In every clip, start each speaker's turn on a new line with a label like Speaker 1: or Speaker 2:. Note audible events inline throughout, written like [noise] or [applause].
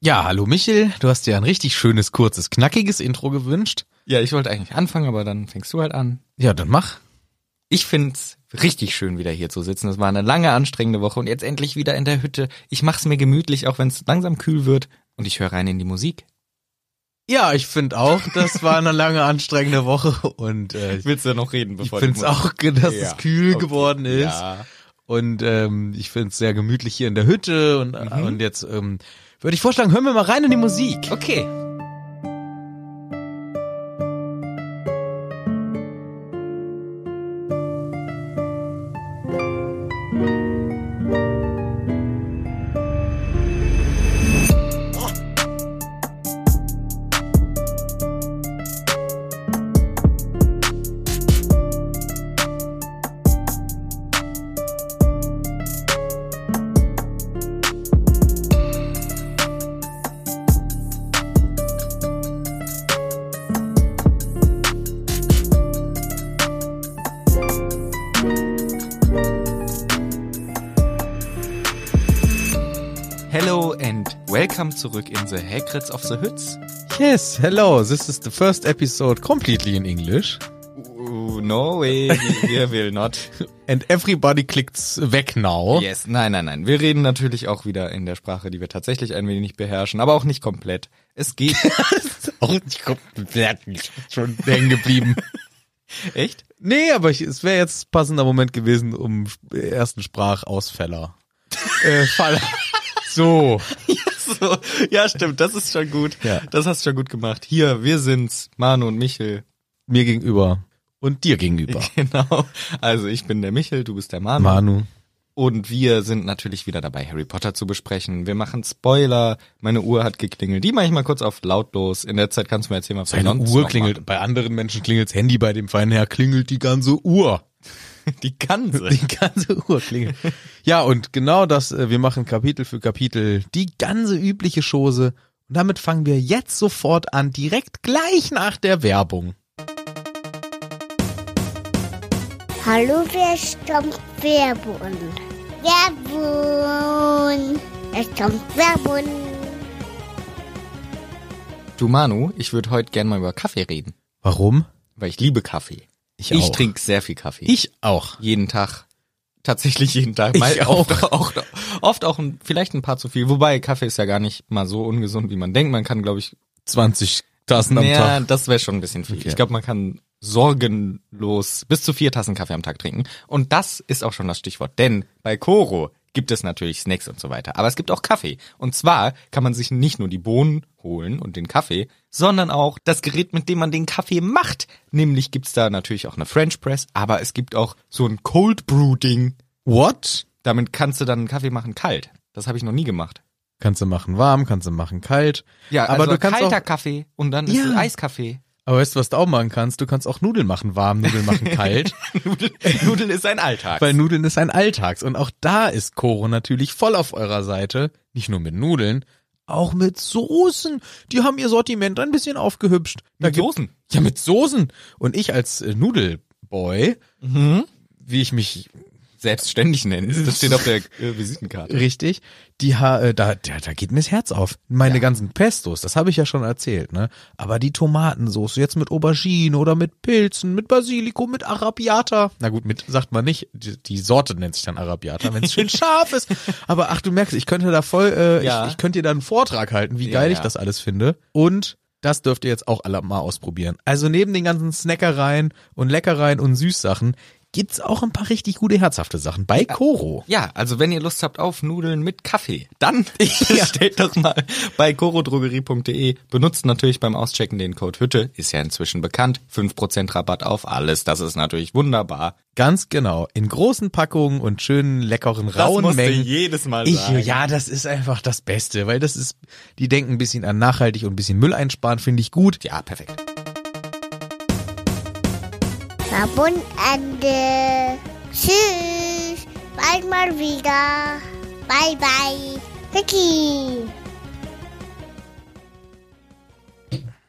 Speaker 1: Ja, hallo Michel, du hast dir ein richtig schönes, kurzes, knackiges Intro gewünscht.
Speaker 2: Ja, ich wollte eigentlich anfangen, aber dann fängst du halt an.
Speaker 1: Ja, dann mach.
Speaker 2: Ich find's richtig schön, wieder hier zu sitzen. Es war eine lange, anstrengende Woche und jetzt endlich wieder in der Hütte. Ich mach's mir gemütlich, auch wenn's langsam kühl wird und ich höre rein in die Musik.
Speaker 1: Ja, ich finde auch, das war eine lange, anstrengende Woche und äh, ich
Speaker 2: Willst du noch reden, bevor
Speaker 1: finde es auch, dass
Speaker 2: Ja,
Speaker 1: es kühl
Speaker 2: okay.
Speaker 1: geworden ist.
Speaker 2: Ja.
Speaker 1: Und ähm, ich finde es sehr gemütlich hier in der Hütte und, und jetzt ähm, würde ich vorschlagen, hören wir mal rein in die Musik.
Speaker 2: Okay. Hello and welcome zurück in the Hagrids of the Hüts.
Speaker 1: Yes, hello, this is the first episode completely in English
Speaker 2: Ooh, Oh, no way, wir will [laughs] not.
Speaker 1: [laughs] and everybody klickt's weg now.
Speaker 2: Oh. Yes, nein, nein, nein. Wir reden natürlich auch wieder in der Sprache, die wir tatsächlich ein wenig beherrschen, aber auch nicht komplett. Es [laughs] geht.
Speaker 1: Auch ich komm, schon hängen geblieben.
Speaker 2: Echt?
Speaker 1: Nee, aber ich, es wäre jetzt passender Moment gewesen, um sp- ersten Sprachausfäller. [laughs] äh, Fall. So.
Speaker 2: [laughs] So, ja, stimmt, das ist schon gut.
Speaker 1: Ja.
Speaker 2: Das hast du schon gut gemacht. Hier, wir sind's, Manu und Michel. [laughs]
Speaker 1: Mir gegenüber. Und dir gegenüber.
Speaker 2: Genau. Also ich bin der Michel, du bist der Manu.
Speaker 1: Manu.
Speaker 2: Und wir sind natürlich wieder dabei, Harry Potter zu besprechen. Wir machen Spoiler. Meine Uhr hat geklingelt. Die mache ich mal kurz auf lautlos. In der Zeit kannst du mir erzählen, was du
Speaker 1: Deine
Speaker 2: sonst
Speaker 1: Uhr
Speaker 2: noch
Speaker 1: klingelt. Bei anderen Menschen klingelt's Handy, bei dem feinen Herr klingelt die ganze Uhr.
Speaker 2: machst. Die
Speaker 1: [laughs]
Speaker 2: ganze.
Speaker 1: Die ganze Uhr klingelt. ja, und genau das, äh, wir machen Kapitel für Kapitel die ganze übliche Chose. Und damit fangen wir jetzt sofort an, direkt gleich nach der Werbung.
Speaker 3: Hallo, wer stammt Werbun? Werbun! Es kommt Werbun!
Speaker 2: Du Manu, ich würde heute gerne mal über Kaffee reden.
Speaker 1: Warum?
Speaker 2: Weil ich liebe Kaffee.
Speaker 1: Ich auch.
Speaker 2: ich trinke sehr viel Kaffee.
Speaker 1: Ich auch.
Speaker 2: jeden Tag. Tatsächlich jeden Tag.
Speaker 1: Ich
Speaker 2: Oft auch, oft auch ein, vielleicht ein paar zu viel. Wobei Kaffee ist ja gar nicht mal so ungesund, wie man denkt. Man kann, glaube ich,
Speaker 1: 20 Tassen am Tag.
Speaker 2: ja, das wäre schon ein bisschen viel.
Speaker 1: Okay.
Speaker 2: Ich glaube, man kann sorgenlos bis zu vier Tassen Kaffee am Tag trinken. Und das ist auch schon das Stichwort. Denn bei Koro gibt es natürlich Snacks und so weiter. Aber es gibt auch Kaffee. Und zwar kann man sich nicht nur die Bohnen holen und den Kaffee, sondern auch das Gerät, mit dem man den Kaffee macht. Nämlich gibt's da natürlich auch eine French Press, aber es gibt auch so ein Cold Brew Ding.
Speaker 1: What?
Speaker 2: Damit kannst du dann einen Kaffee machen kalt. Das habe ich noch nie gemacht.
Speaker 1: Kannst du machen warm, kannst du machen kalt.
Speaker 2: Ja,
Speaker 1: aber
Speaker 2: also
Speaker 1: du kannst
Speaker 2: kalter
Speaker 1: auch,
Speaker 2: Kaffee und dann ist
Speaker 1: Ja.
Speaker 2: es [laughs] Eiskaffee.
Speaker 1: aber weißt du, was du auch machen kannst? Du kannst auch Nudeln machen warm, Nudeln
Speaker 2: [laughs]
Speaker 1: machen kalt,
Speaker 2: Nudeln ist ein Alltag.
Speaker 1: weil Nudeln ist ein Alltags und auch da ist Koro natürlich voll auf eurer Seite, nicht nur mit Nudeln, auch mit Soßen. Die haben ihr Sortiment ein bisschen aufgehübscht. Da
Speaker 2: Mit
Speaker 1: gibt-
Speaker 2: Soßen?
Speaker 1: Ja, mit Soßen und ich als äh, Nudelboy,
Speaker 2: Mhm.
Speaker 1: wie ich mich
Speaker 2: selbstständig nennen. Das steht auf der äh, Visitenkarte.
Speaker 1: Richtig. Die ha äh, da, da, da geht mir das Herz auf. Meine ganzen Pestos, das habe ich ja schon erzählt, ne? Aber die Tomatensoße jetzt mit Aubergine oder mit Pilzen, mit Basilikum, mit Arabiata. Na gut, mit sagt man nicht. Die, die Sorte nennt sich dann Arabiata, wenn es
Speaker 2: [laughs]
Speaker 1: schön scharf ist. Aber ach, du merkst, ich könnte da voll, äh,
Speaker 2: Ja.
Speaker 1: ich, ich könnte dir da einen Vortrag halten, wie
Speaker 2: Ja,
Speaker 1: geil ich
Speaker 2: ja.
Speaker 1: das alles finde. Und das dürft ihr jetzt auch alle mal ausprobieren. Also neben den ganzen Snackereien und Leckereien und Süßsachen gibt's auch ein paar richtig gute herzhafte Sachen bei Koro.
Speaker 2: Ja, also wenn ihr Lust habt auf Nudeln mit Kaffee, dann [laughs] bestellt doch mal bei korodrogerie.de. Benutzt natürlich beim Auschecken den Code Hütte, ist ja inzwischen bekannt. 5% Rabatt auf alles, das ist natürlich wunderbar.
Speaker 1: Ganz genau. In großen Packungen und schönen, leckeren, rauen
Speaker 2: musst du
Speaker 1: Mengen.
Speaker 2: jedes Mal
Speaker 1: Ich,
Speaker 2: sagen.
Speaker 1: ja, das ist einfach das Beste, weil das ist, die denken ein bisschen an nachhaltig und ein bisschen Müll einsparen, finde ich gut.
Speaker 2: Ja, perfekt.
Speaker 3: Werbun Ende! Tschüss! Bald mal wieder! Bye, bye! Vicky!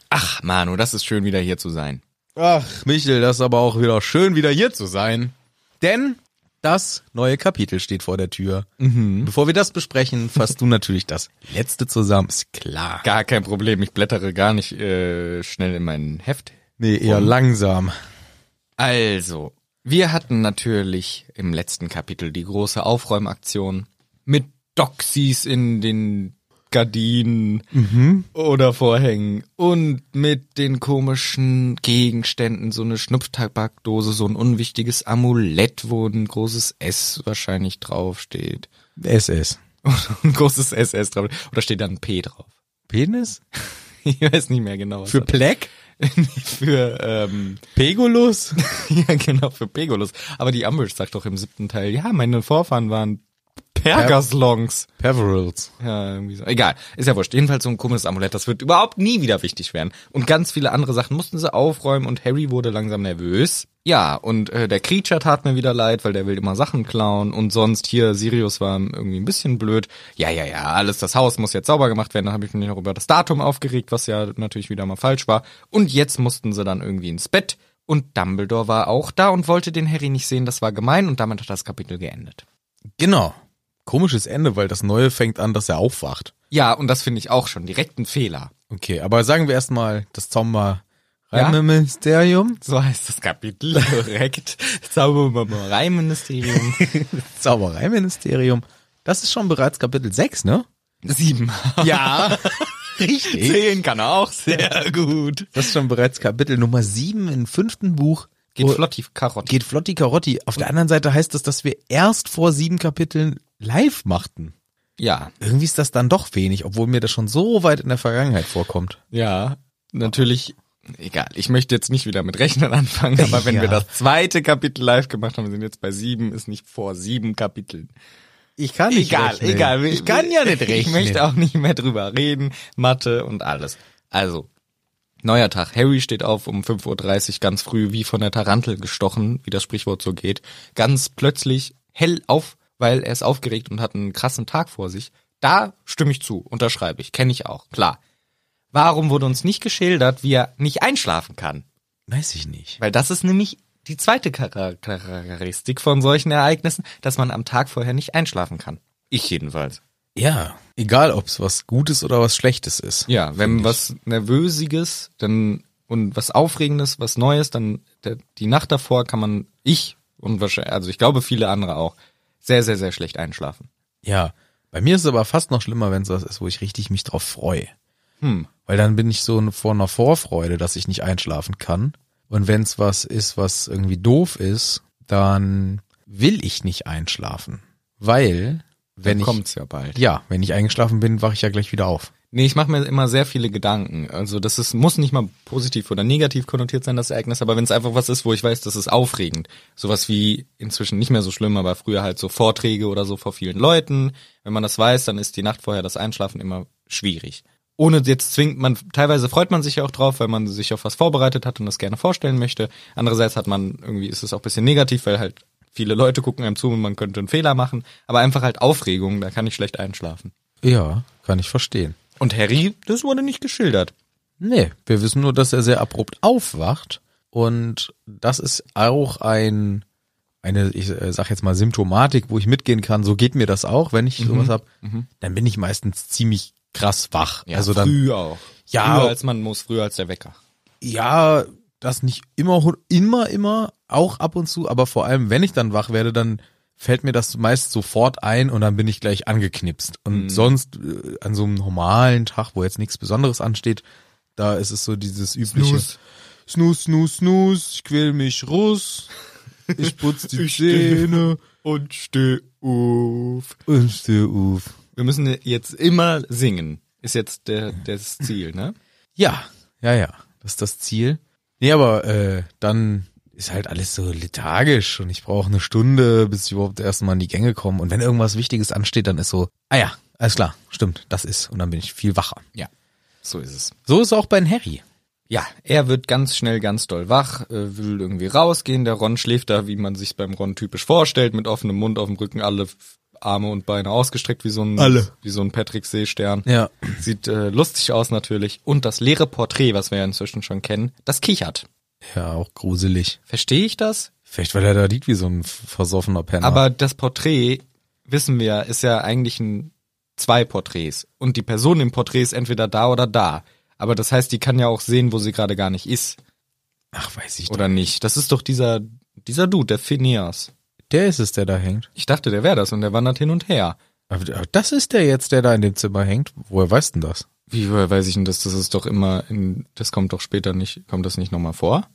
Speaker 2: Ach, Manu, das ist schön, wieder hier zu sein.
Speaker 1: Ach, Michel, das ist aber auch wieder schön, wieder hier zu sein. Denn Das neue Kapitel steht vor der Tür.
Speaker 2: Mhm.
Speaker 1: Bevor wir das besprechen, fasst du [laughs] natürlich das letzte zusammen. Ist klar.
Speaker 2: Gar kein Problem, ich blättere gar nicht äh, schnell in mein Heft.
Speaker 1: Nee, eher langsam.
Speaker 2: Also, wir hatten natürlich im letzten Kapitel die große Aufräumaktion mit Doxies in den Gardinen oder Vorhängen und mit den komischen Gegenständen, so eine Schnupftabakdose, so ein unwichtiges Amulett, wo ein großes S wahrscheinlich draufsteht. [laughs]
Speaker 1: SS.
Speaker 2: ein großes SS drauf. Oder steht da ein P drauf? [laughs]
Speaker 1: Penis?
Speaker 2: Ich weiß nicht mehr genau. was
Speaker 1: Für
Speaker 2: da-
Speaker 1: Pleck?
Speaker 2: für ähm, [laughs]
Speaker 1: Pegolus?
Speaker 2: ja genau für Pegolus. Aber die Umbridge sagt doch im siebten Teil, ja, meine Vorfahren waren Pergaslongs.
Speaker 1: Peverils.
Speaker 2: Ja, irgendwie so. Egal, ist ja wurscht. Jedenfalls so ein komisches Amulett, das wird überhaupt nie wieder wichtig werden. Und ganz viele andere Sachen mussten sie aufräumen und Harry wurde langsam nervös. Ja, und äh, der Creature tat mir wieder leid, weil der will immer Sachen klauen und sonst hier Sirius war irgendwie ein bisschen blöd. Ja, ja, ja, alles das Haus muss jetzt sauber gemacht werden. Da habe ich mich noch über das Datum aufgeregt, was ja natürlich wieder mal falsch war. Und jetzt mussten sie dann irgendwie ins Bett und Dumbledore war auch da und wollte den Harry nicht sehen. Das war gemein und damit hat das Kapitel geendet.
Speaker 1: Genau. Komisches Ende, weil das Neue fängt an, dass er aufwacht.
Speaker 2: Ja, und das finde ich auch schon direkt ein Fehler.
Speaker 1: Okay, aber sagen wir erstmal das
Speaker 2: Ja?
Speaker 1: Zauberreimenministerium.
Speaker 2: So heißt das Kapitel korrekt. Zauberei-Ministerium.
Speaker 1: [laughs] Zaubereiministerium. Das ist schon bereits Kapitel 6, ne?
Speaker 2: [laughs] Sieben. [laughs]
Speaker 1: Ja. Richtig.
Speaker 2: Zehn kann er auch sehr gut.
Speaker 1: Das ist schon bereits Kapitel Nummer 7 im fünften Buch.
Speaker 2: Geht
Speaker 1: Wo-
Speaker 2: flotti Karotte.
Speaker 1: Geht flotti Karotti. Auf der anderen Seite heißt das, dass wir erst vor sieben Kapiteln live machten.
Speaker 2: Ja.
Speaker 1: Irgendwie ist das dann doch wenig, obwohl mir das schon so weit in der Vergangenheit vorkommt.
Speaker 2: Ja. Natürlich. Egal, ich möchte jetzt nicht wieder mit Rechnen anfangen, aber wenn
Speaker 1: Ja.
Speaker 2: wir das zweite Kapitel live gemacht haben, wir sind jetzt bei sieben, ist nicht vor sieben Kapiteln.
Speaker 1: Ich kann
Speaker 2: egal, egal.
Speaker 1: Ich kann ja nicht rechnen.
Speaker 2: [laughs] Ich möchte auch nicht mehr drüber reden. Mathe und alles. Also, neuer Tag. Harry steht auf um 5.30 Uhr ganz früh, wie von der Tarantel gestochen, wie das Sprichwort so geht. Ganz plötzlich hell auf, weil er ist aufgeregt und hat einen krassen Tag vor sich. Da stimme ich zu, unterschreibe ich, kenne ich auch, klar. Warum wurde uns nicht geschildert, wie er nicht einschlafen kann?
Speaker 1: Weiß ich nicht.
Speaker 2: Weil das ist nämlich die zweite Chara- Charakteristik von solchen Ereignissen, dass man am Tag vorher nicht einschlafen kann. Ich jedenfalls.
Speaker 1: Ja, egal ob es was Gutes oder was Schlechtes ist.
Speaker 2: Ja, wenn was Nervösiges dann und was Aufregendes, was Neues, dann der, die Nacht davor kann man, ich und wahrscheinlich, also ich glaube viele andere auch, sehr, sehr, sehr schlecht einschlafen.
Speaker 1: Ja. Bei mir ist es aber fast noch schlimmer, wenn es was ist, wo ich richtig mich drauf freue.
Speaker 2: Hm.
Speaker 1: Weil dann bin ich so vor einer Vorfreude, dass ich nicht einschlafen kann. Und wenn es was ist, was irgendwie doof ist, dann will ich nicht einschlafen. Weil, wenn
Speaker 2: Dann
Speaker 1: ich,
Speaker 2: kommt's ja bald.
Speaker 1: ja, wenn ich eingeschlafen bin, wache ich ja gleich wieder auf.
Speaker 2: Nee, ich mache mir immer sehr viele Gedanken. Also das ist, muss nicht mal positiv oder negativ konnotiert sein, das Ereignis, aber wenn es einfach was ist, wo ich weiß, das ist aufregend. Sowas wie inzwischen nicht mehr so schlimm, aber früher halt so Vorträge oder so vor vielen Leuten. Wenn man das weiß, dann ist die Nacht vorher das Einschlafen immer schwierig. Ohne jetzt zwingt man, teilweise freut man sich ja auch drauf, weil man sich auf was vorbereitet hat und das gerne vorstellen möchte. Andererseits hat man, irgendwie ist es auch ein bisschen negativ, weil halt viele Leute gucken einem zu und man könnte einen Fehler machen. Aber einfach halt Aufregung, da kann ich schlecht einschlafen.
Speaker 1: Ja, kann ich verstehen.
Speaker 2: Und Harry, das wurde nicht geschildert.
Speaker 1: Nee, wir wissen nur, dass er sehr abrupt aufwacht. Und das ist auch ein, eine, ich äh, sag jetzt mal, Symptomatik, wo ich mitgehen kann. So geht mir das auch, wenn ich sowas hab. Dann bin ich meistens ziemlich krass wach. also dann
Speaker 2: früh auch.
Speaker 1: Ja.
Speaker 2: Früher als man muss, früher als der Wecker.
Speaker 1: Ja, das nicht immer, hu- immer, immer, auch ab und zu, aber vor allem, wenn ich dann wach werde, dann fällt mir das meist sofort ein und dann bin ich gleich angeknipst. Und
Speaker 2: Mhm.
Speaker 1: sonst äh, an so einem normalen Tag, wo jetzt nichts Besonderes ansteht, da ist es so dieses übliche
Speaker 2: Snooze.
Speaker 1: Snooze, snooze, snooze, ich quäl mich russ, ich putz die
Speaker 2: Ich steh-
Speaker 1: Zähne
Speaker 2: Und steh auf.
Speaker 1: und steh auf.
Speaker 2: Wir müssen jetzt immer singen. Ist jetzt der, das Ziel, ne?
Speaker 1: Ja, ja, ja. Das ist das Ziel. Nee, aber äh, dann ist halt alles so lethargisch und ich brauche eine Stunde, bis ich überhaupt erstmal in die Gänge komme. Und wenn irgendwas Wichtiges ansteht, dann ist so, ah ja, alles klar, stimmt, das ist. Und dann bin ich viel wacher.
Speaker 2: Ja. So ist es.
Speaker 1: So ist es auch bei Harry.
Speaker 2: Ja, er wird ganz schnell ganz doll wach, äh, will irgendwie rausgehen. Der Ron schläft da, wie man sich beim Ron typisch vorstellt, mit offenem Mund auf dem Rücken, alle F- Arme und Beine ausgestreckt, wie so ein,
Speaker 1: Alle.
Speaker 2: wie so ein Patrick Seestern.
Speaker 1: Ja.
Speaker 2: Sieht äh, lustig aus natürlich. Und das leere Porträt, was wir ja inzwischen schon kennen, das kichert.
Speaker 1: Ja, auch gruselig.
Speaker 2: Verstehe ich das?
Speaker 1: Vielleicht, weil er da liegt wie so ein versoffener Penner.
Speaker 2: Aber das Porträt, wissen wir, ist ja eigentlich ein zwei Porträts. Und die Person im Porträt ist entweder da oder da. Aber das heißt, die kann ja auch sehen, wo sie gerade gar nicht ist.
Speaker 1: Ach, weiß ich
Speaker 2: Oder nicht. Das ist doch dieser, dieser Dude, der Phineas.
Speaker 1: doch. Der ist es, der da hängt.
Speaker 2: Ich dachte, der wäre das und der wandert hin und her.
Speaker 1: Aber aber das ist der jetzt, der da in dem Zimmer hängt. Woher weißt denn das?
Speaker 2: Wie woher weiß ich denn das? Das ist doch immer in, das kommt doch später nicht, kommt das nicht nochmal vor?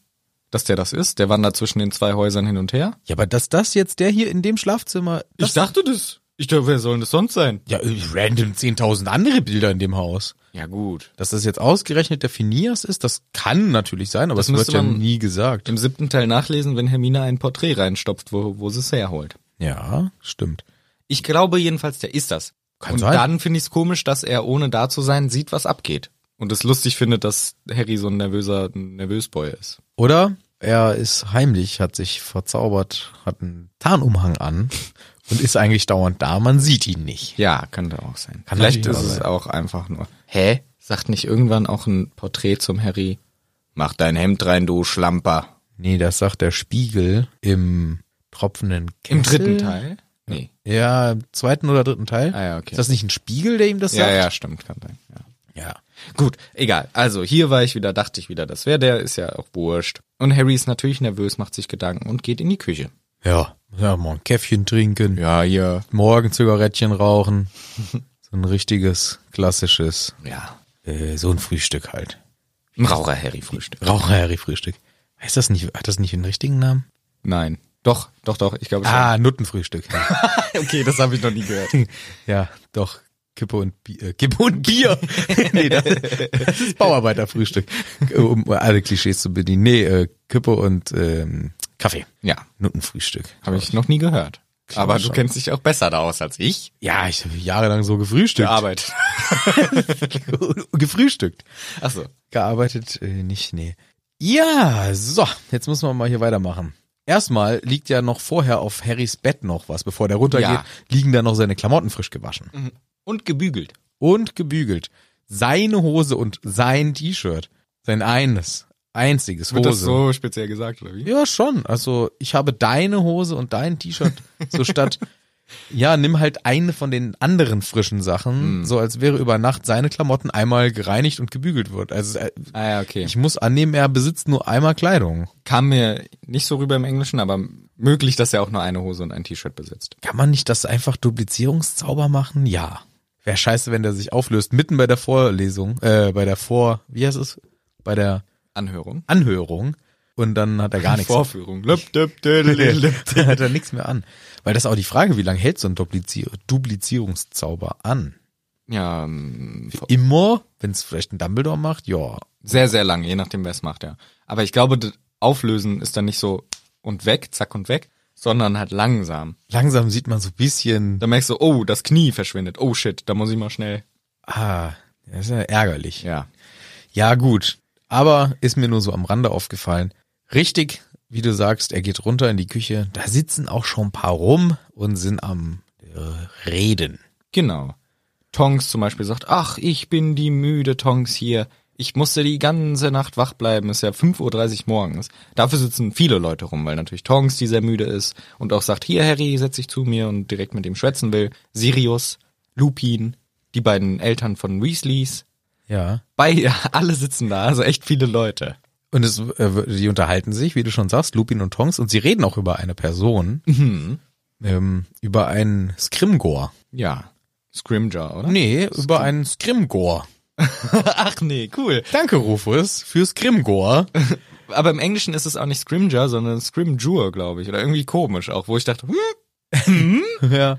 Speaker 2: Dass der das ist? Der wandert zwischen den zwei Häusern hin und her?
Speaker 1: Ja, aber dass das jetzt der hier in dem Schlafzimmer.
Speaker 2: ich dachte das. Ich dachte, wer soll denn das sonst sein?
Speaker 1: ja, äh, random 10.000 andere Bilder in dem Haus.
Speaker 2: Ja, gut.
Speaker 1: Dass das jetzt ausgerechnet der Phineas ist, das kann natürlich sein, aber
Speaker 2: Das
Speaker 1: das, wird
Speaker 2: müsste
Speaker 1: ja
Speaker 2: man-
Speaker 1: nie gesagt.
Speaker 2: Im siebten Teil nachlesen, wenn Hermine ein Porträt reinstopft, wo, wo sie es herholt.
Speaker 1: Ja, stimmt.
Speaker 2: Ich glaube jedenfalls, der ist das.
Speaker 1: Kann
Speaker 2: und
Speaker 1: sein.
Speaker 2: dann finde ich es komisch, dass er ohne da zu sein sieht, was abgeht. Und es lustig findet, dass Harry so ein nervöser ein Nervösboy ist.
Speaker 1: Oder er ist heimlich, hat sich verzaubert, hat einen Tarnumhang an und ist eigentlich dauernd da, man sieht ihn nicht.
Speaker 2: Ja, könnte auch sein.
Speaker 1: Kann
Speaker 2: Vielleicht
Speaker 1: natürlich
Speaker 2: ist es
Speaker 1: sein.
Speaker 2: auch einfach nur. Hä? Sagt nicht irgendwann auch ein Porträt zum Harry? Mach dein Hemd rein, du Schlamper.
Speaker 1: Nee, das sagt der Spiegel im tropfenden Kessel.
Speaker 2: Im dritten Teil? Nee.
Speaker 1: Ja, im zweiten oder dritten Teil.
Speaker 2: Ah ja, okay.
Speaker 1: Ist das nicht ein Spiegel, der ihm das
Speaker 2: Ja,
Speaker 1: sagt?
Speaker 2: ja, stimmt, kann sein. Ja.
Speaker 1: ja.
Speaker 2: Gut, egal. Also hier war ich wieder, dachte ich wieder, das wäre der, ist ja auch wurscht. Und Harry ist natürlich nervös, macht sich Gedanken und geht in die Küche.
Speaker 1: Ja, ja mal ein Käffchen trinken,
Speaker 2: Ja, hier.
Speaker 1: morgen Zigarettchen rauchen. [laughs] so ein richtiges, klassisches,
Speaker 2: Ja.
Speaker 1: äh, so ein Frühstück halt.
Speaker 2: Ein Raucher-Harry-Frühstück.
Speaker 1: Raucher-Harry-Frühstück. Heißt das nicht, hat das nicht einen richtigen Namen?
Speaker 2: Nein. Doch, doch, doch, ich glaube schon.
Speaker 1: Ah, Nuttenfrühstück.
Speaker 2: [laughs] okay, das habe ich noch nie gehört. [laughs]
Speaker 1: ja, doch. Kippe und Bier. Äh, Kippe und
Speaker 2: [laughs]
Speaker 1: Bier. [laughs] nee, das, das ist Bauarbeiterfrühstück. Um alle Klischees zu bedienen. Nee, äh, Kippe und ähm, Kaffee.
Speaker 2: Ja,
Speaker 1: Nuttenfrühstück.
Speaker 2: habe ich noch nie gehört. Aber du
Speaker 1: schon.
Speaker 2: kennst dich auch besser da aus als ich.
Speaker 1: Ja, ich habe jahrelang so gefrühstückt.
Speaker 2: [laughs] Arbeit.
Speaker 1: [laughs] gefrühstückt.
Speaker 2: Achso.
Speaker 1: Gearbeitet äh, nicht, nee. Ja, so, jetzt müssen wir mal hier weitermachen. Erstmal liegt ja noch vorher auf Harrys Bett noch was. Bevor der runtergeht,
Speaker 2: Ja. Mhm.
Speaker 1: liegen da noch seine Klamotten frisch gewaschen.
Speaker 2: Und gebügelt.
Speaker 1: und gebügelt. Seine Hose und sein T-Shirt. Sein eines, einziges
Speaker 2: Wird
Speaker 1: Hose.
Speaker 2: das so speziell gesagt, oder wie?
Speaker 1: Ja, schon. Also ich habe deine Hose und dein T-Shirt. So
Speaker 2: [laughs]
Speaker 1: statt, ja, nimm halt eine von den anderen frischen Sachen,
Speaker 2: Mhm.
Speaker 1: so als wäre über Nacht seine Klamotten einmal gereinigt und gebügelt wird. Also äh,
Speaker 2: Ah ja, okay.
Speaker 1: ich muss annehmen, er besitzt nur einmal Kleidung.
Speaker 2: kam mir nicht so rüber im Englischen, aber möglich, dass er auch nur eine Hose und ein T-Shirt besitzt.
Speaker 1: Kann man nicht das einfach Duplizierungszauber machen? Ja. Wäre scheiße, wenn der sich auflöst, mitten bei der Vorlesung, äh, bei der Vor, wie heißt es? Bei der
Speaker 2: Anhörung.
Speaker 1: Anhörung und dann hat er gar nichts.
Speaker 2: Vorführung. Lüp,
Speaker 1: [laughs]
Speaker 2: lüp, tüdelü, lüp.
Speaker 1: dann hat er nichts mehr an. Weil das ist auch die Frage, wie lange hält so ein Duplizier Duplizierungszauber an?
Speaker 2: Ja, ähm,
Speaker 1: Immer, wenn es vielleicht ein Dumbledore macht, ja.
Speaker 2: sehr, sehr lange, je nachdem, wer es macht, ja. Aber ich glaube, das Auflösen ist dann nicht so und weg, zack und weg, sondern halt langsam.
Speaker 1: Langsam sieht man so ein bisschen,
Speaker 2: Da merkst du, oh, das Knie verschwindet. Oh shit, da muss ich mal schnell.
Speaker 1: ah, das ist ja ärgerlich.
Speaker 2: Ja.
Speaker 1: Ja, gut. Aber ist mir nur so am Rande aufgefallen. Richtig, wie du sagst, er geht runter in die Küche. Da sitzen auch schon ein paar rum und sind am äh, Reden.
Speaker 2: Genau. Tonks zum Beispiel sagt, ach, ich bin die müde Tonks hier. Ich musste die ganze Nacht wach bleiben. Ist ja 5.30 Uhr morgens. Dafür sitzen viele Leute rum, weil natürlich Tonks, die sehr müde ist und auch sagt, hier Harry, setz dich zu mir und direkt mit ihm schwätzen will. Sirius, Lupin, die beiden Eltern von Weasleys.
Speaker 1: Ja.
Speaker 2: Bei, [laughs] alle sitzen da, also echt viele Leute.
Speaker 1: Und es, äh, die unterhalten sich, wie du schon sagst, Lupin und Tonks, und sie reden auch über eine Person, ähm, über einen Scrimgore.
Speaker 2: Ja. Scrimger, oder?
Speaker 1: Nee, über einen Scrimgore.
Speaker 2: [laughs] Ach nee, cool.
Speaker 1: Danke, Rufus, für Scrimgore.
Speaker 2: Aber im Englischen ist es auch nicht Scrimger, sondern Scrimjur, glaube ich. Oder irgendwie komisch auch, wo ich dachte, hm,
Speaker 1: [laughs] ja.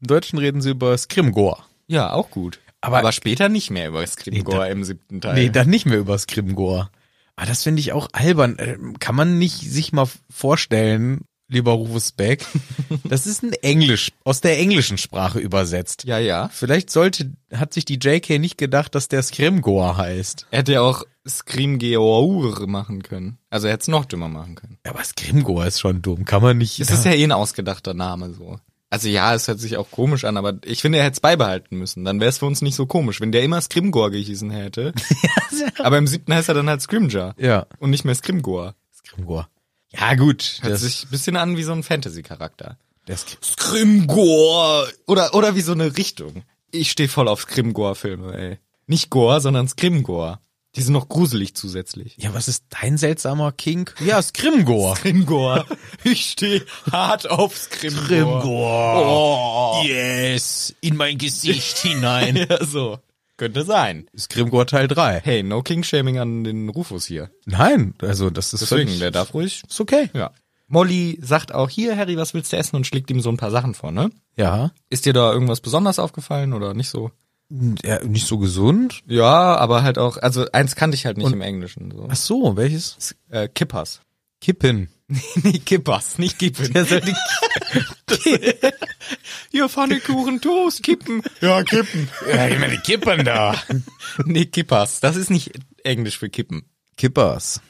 Speaker 1: Im Deutschen reden sie über Scrimgore.
Speaker 2: Ja, auch gut.
Speaker 1: Aber-
Speaker 2: später nicht mehr über Scrimgore im siebten Teil.
Speaker 1: Nee, dann nicht mehr über Scrimgore. Aber das finde ich auch albern. Ähm, Kann man nicht sich mal vorstellen, lieber Rufus Beck, [laughs] das ist ein Englisch, aus der englischen Sprache übersetzt.
Speaker 2: ja, ja.
Speaker 1: Vielleicht sollte, hat sich die JK nicht gedacht, dass der Scrimgore heißt.
Speaker 2: Er hätte ja auch Scrimgeour machen können. Also er hätte es noch dümmer machen können.
Speaker 1: Aber Scrimgore ist schon dumm, kann man nicht. äh,
Speaker 2: Es ist ja eh ein ausgedachter Name so. Also ja, es hört sich auch komisch an, aber ich finde, er hätte es beibehalten müssen. Dann wäre es für uns nicht so komisch, wenn der
Speaker 1: [laughs]
Speaker 2: immer Scrimgore gehießen hätte. aber im siebten heißt er dann halt Scrimger.
Speaker 1: Ja.
Speaker 2: Und nicht mehr Scrimgore.
Speaker 1: Grimgor. Ja, gut.
Speaker 2: Hört
Speaker 1: Das,
Speaker 2: sich ein bisschen an wie so ein Fantasy-Charakter.
Speaker 1: das,
Speaker 2: Skrimgor! Oder, oder wie so eine Richtung. Ich stehe voll auf Skrimgor-Filme, ey. Nicht Gore, sondern Skrimgor. Die sind noch gruselig zusätzlich.
Speaker 1: ja, was ist dein seltsamer King? Ja, ist Grimgor.
Speaker 2: Skrimgor. [laughs] Ich stehe hart auf Skrimgor. Oh.
Speaker 1: Grimgor. Yes. In mein Gesicht hinein. [laughs]
Speaker 2: Ja, [laughs] so. Könnte sein.
Speaker 1: Ist Grimgor Teil 3.
Speaker 2: Hey, no King-Shaming an den Rufus hier.
Speaker 1: Nein, also das ist
Speaker 2: Deswegen,
Speaker 1: völlig-
Speaker 2: der darf ruhig.
Speaker 1: Ist okay.
Speaker 2: Ja. Molly sagt auch hier, Harry, was willst du essen? Und schlägt ihm so ein paar Sachen vor, ne?
Speaker 1: Ja.
Speaker 2: Ist dir da irgendwas besonders aufgefallen oder nicht so?
Speaker 1: ja. Nicht so gesund.
Speaker 2: Ja, aber halt auch, also eins kannte ich halt nicht im Englischen. So.
Speaker 1: Ach so, welches?
Speaker 2: Äh, Kippers.
Speaker 1: Kippen.
Speaker 2: nee, Kippers, nicht Kippen. Hier, Pfannekuchen, Toast, Kippen. [laughs] Ja, Kippen.
Speaker 1: Ja, ich meine Kippen da.
Speaker 2: nee, Kippers. Das ist nicht Englisch für Kippen.
Speaker 1: Kippers.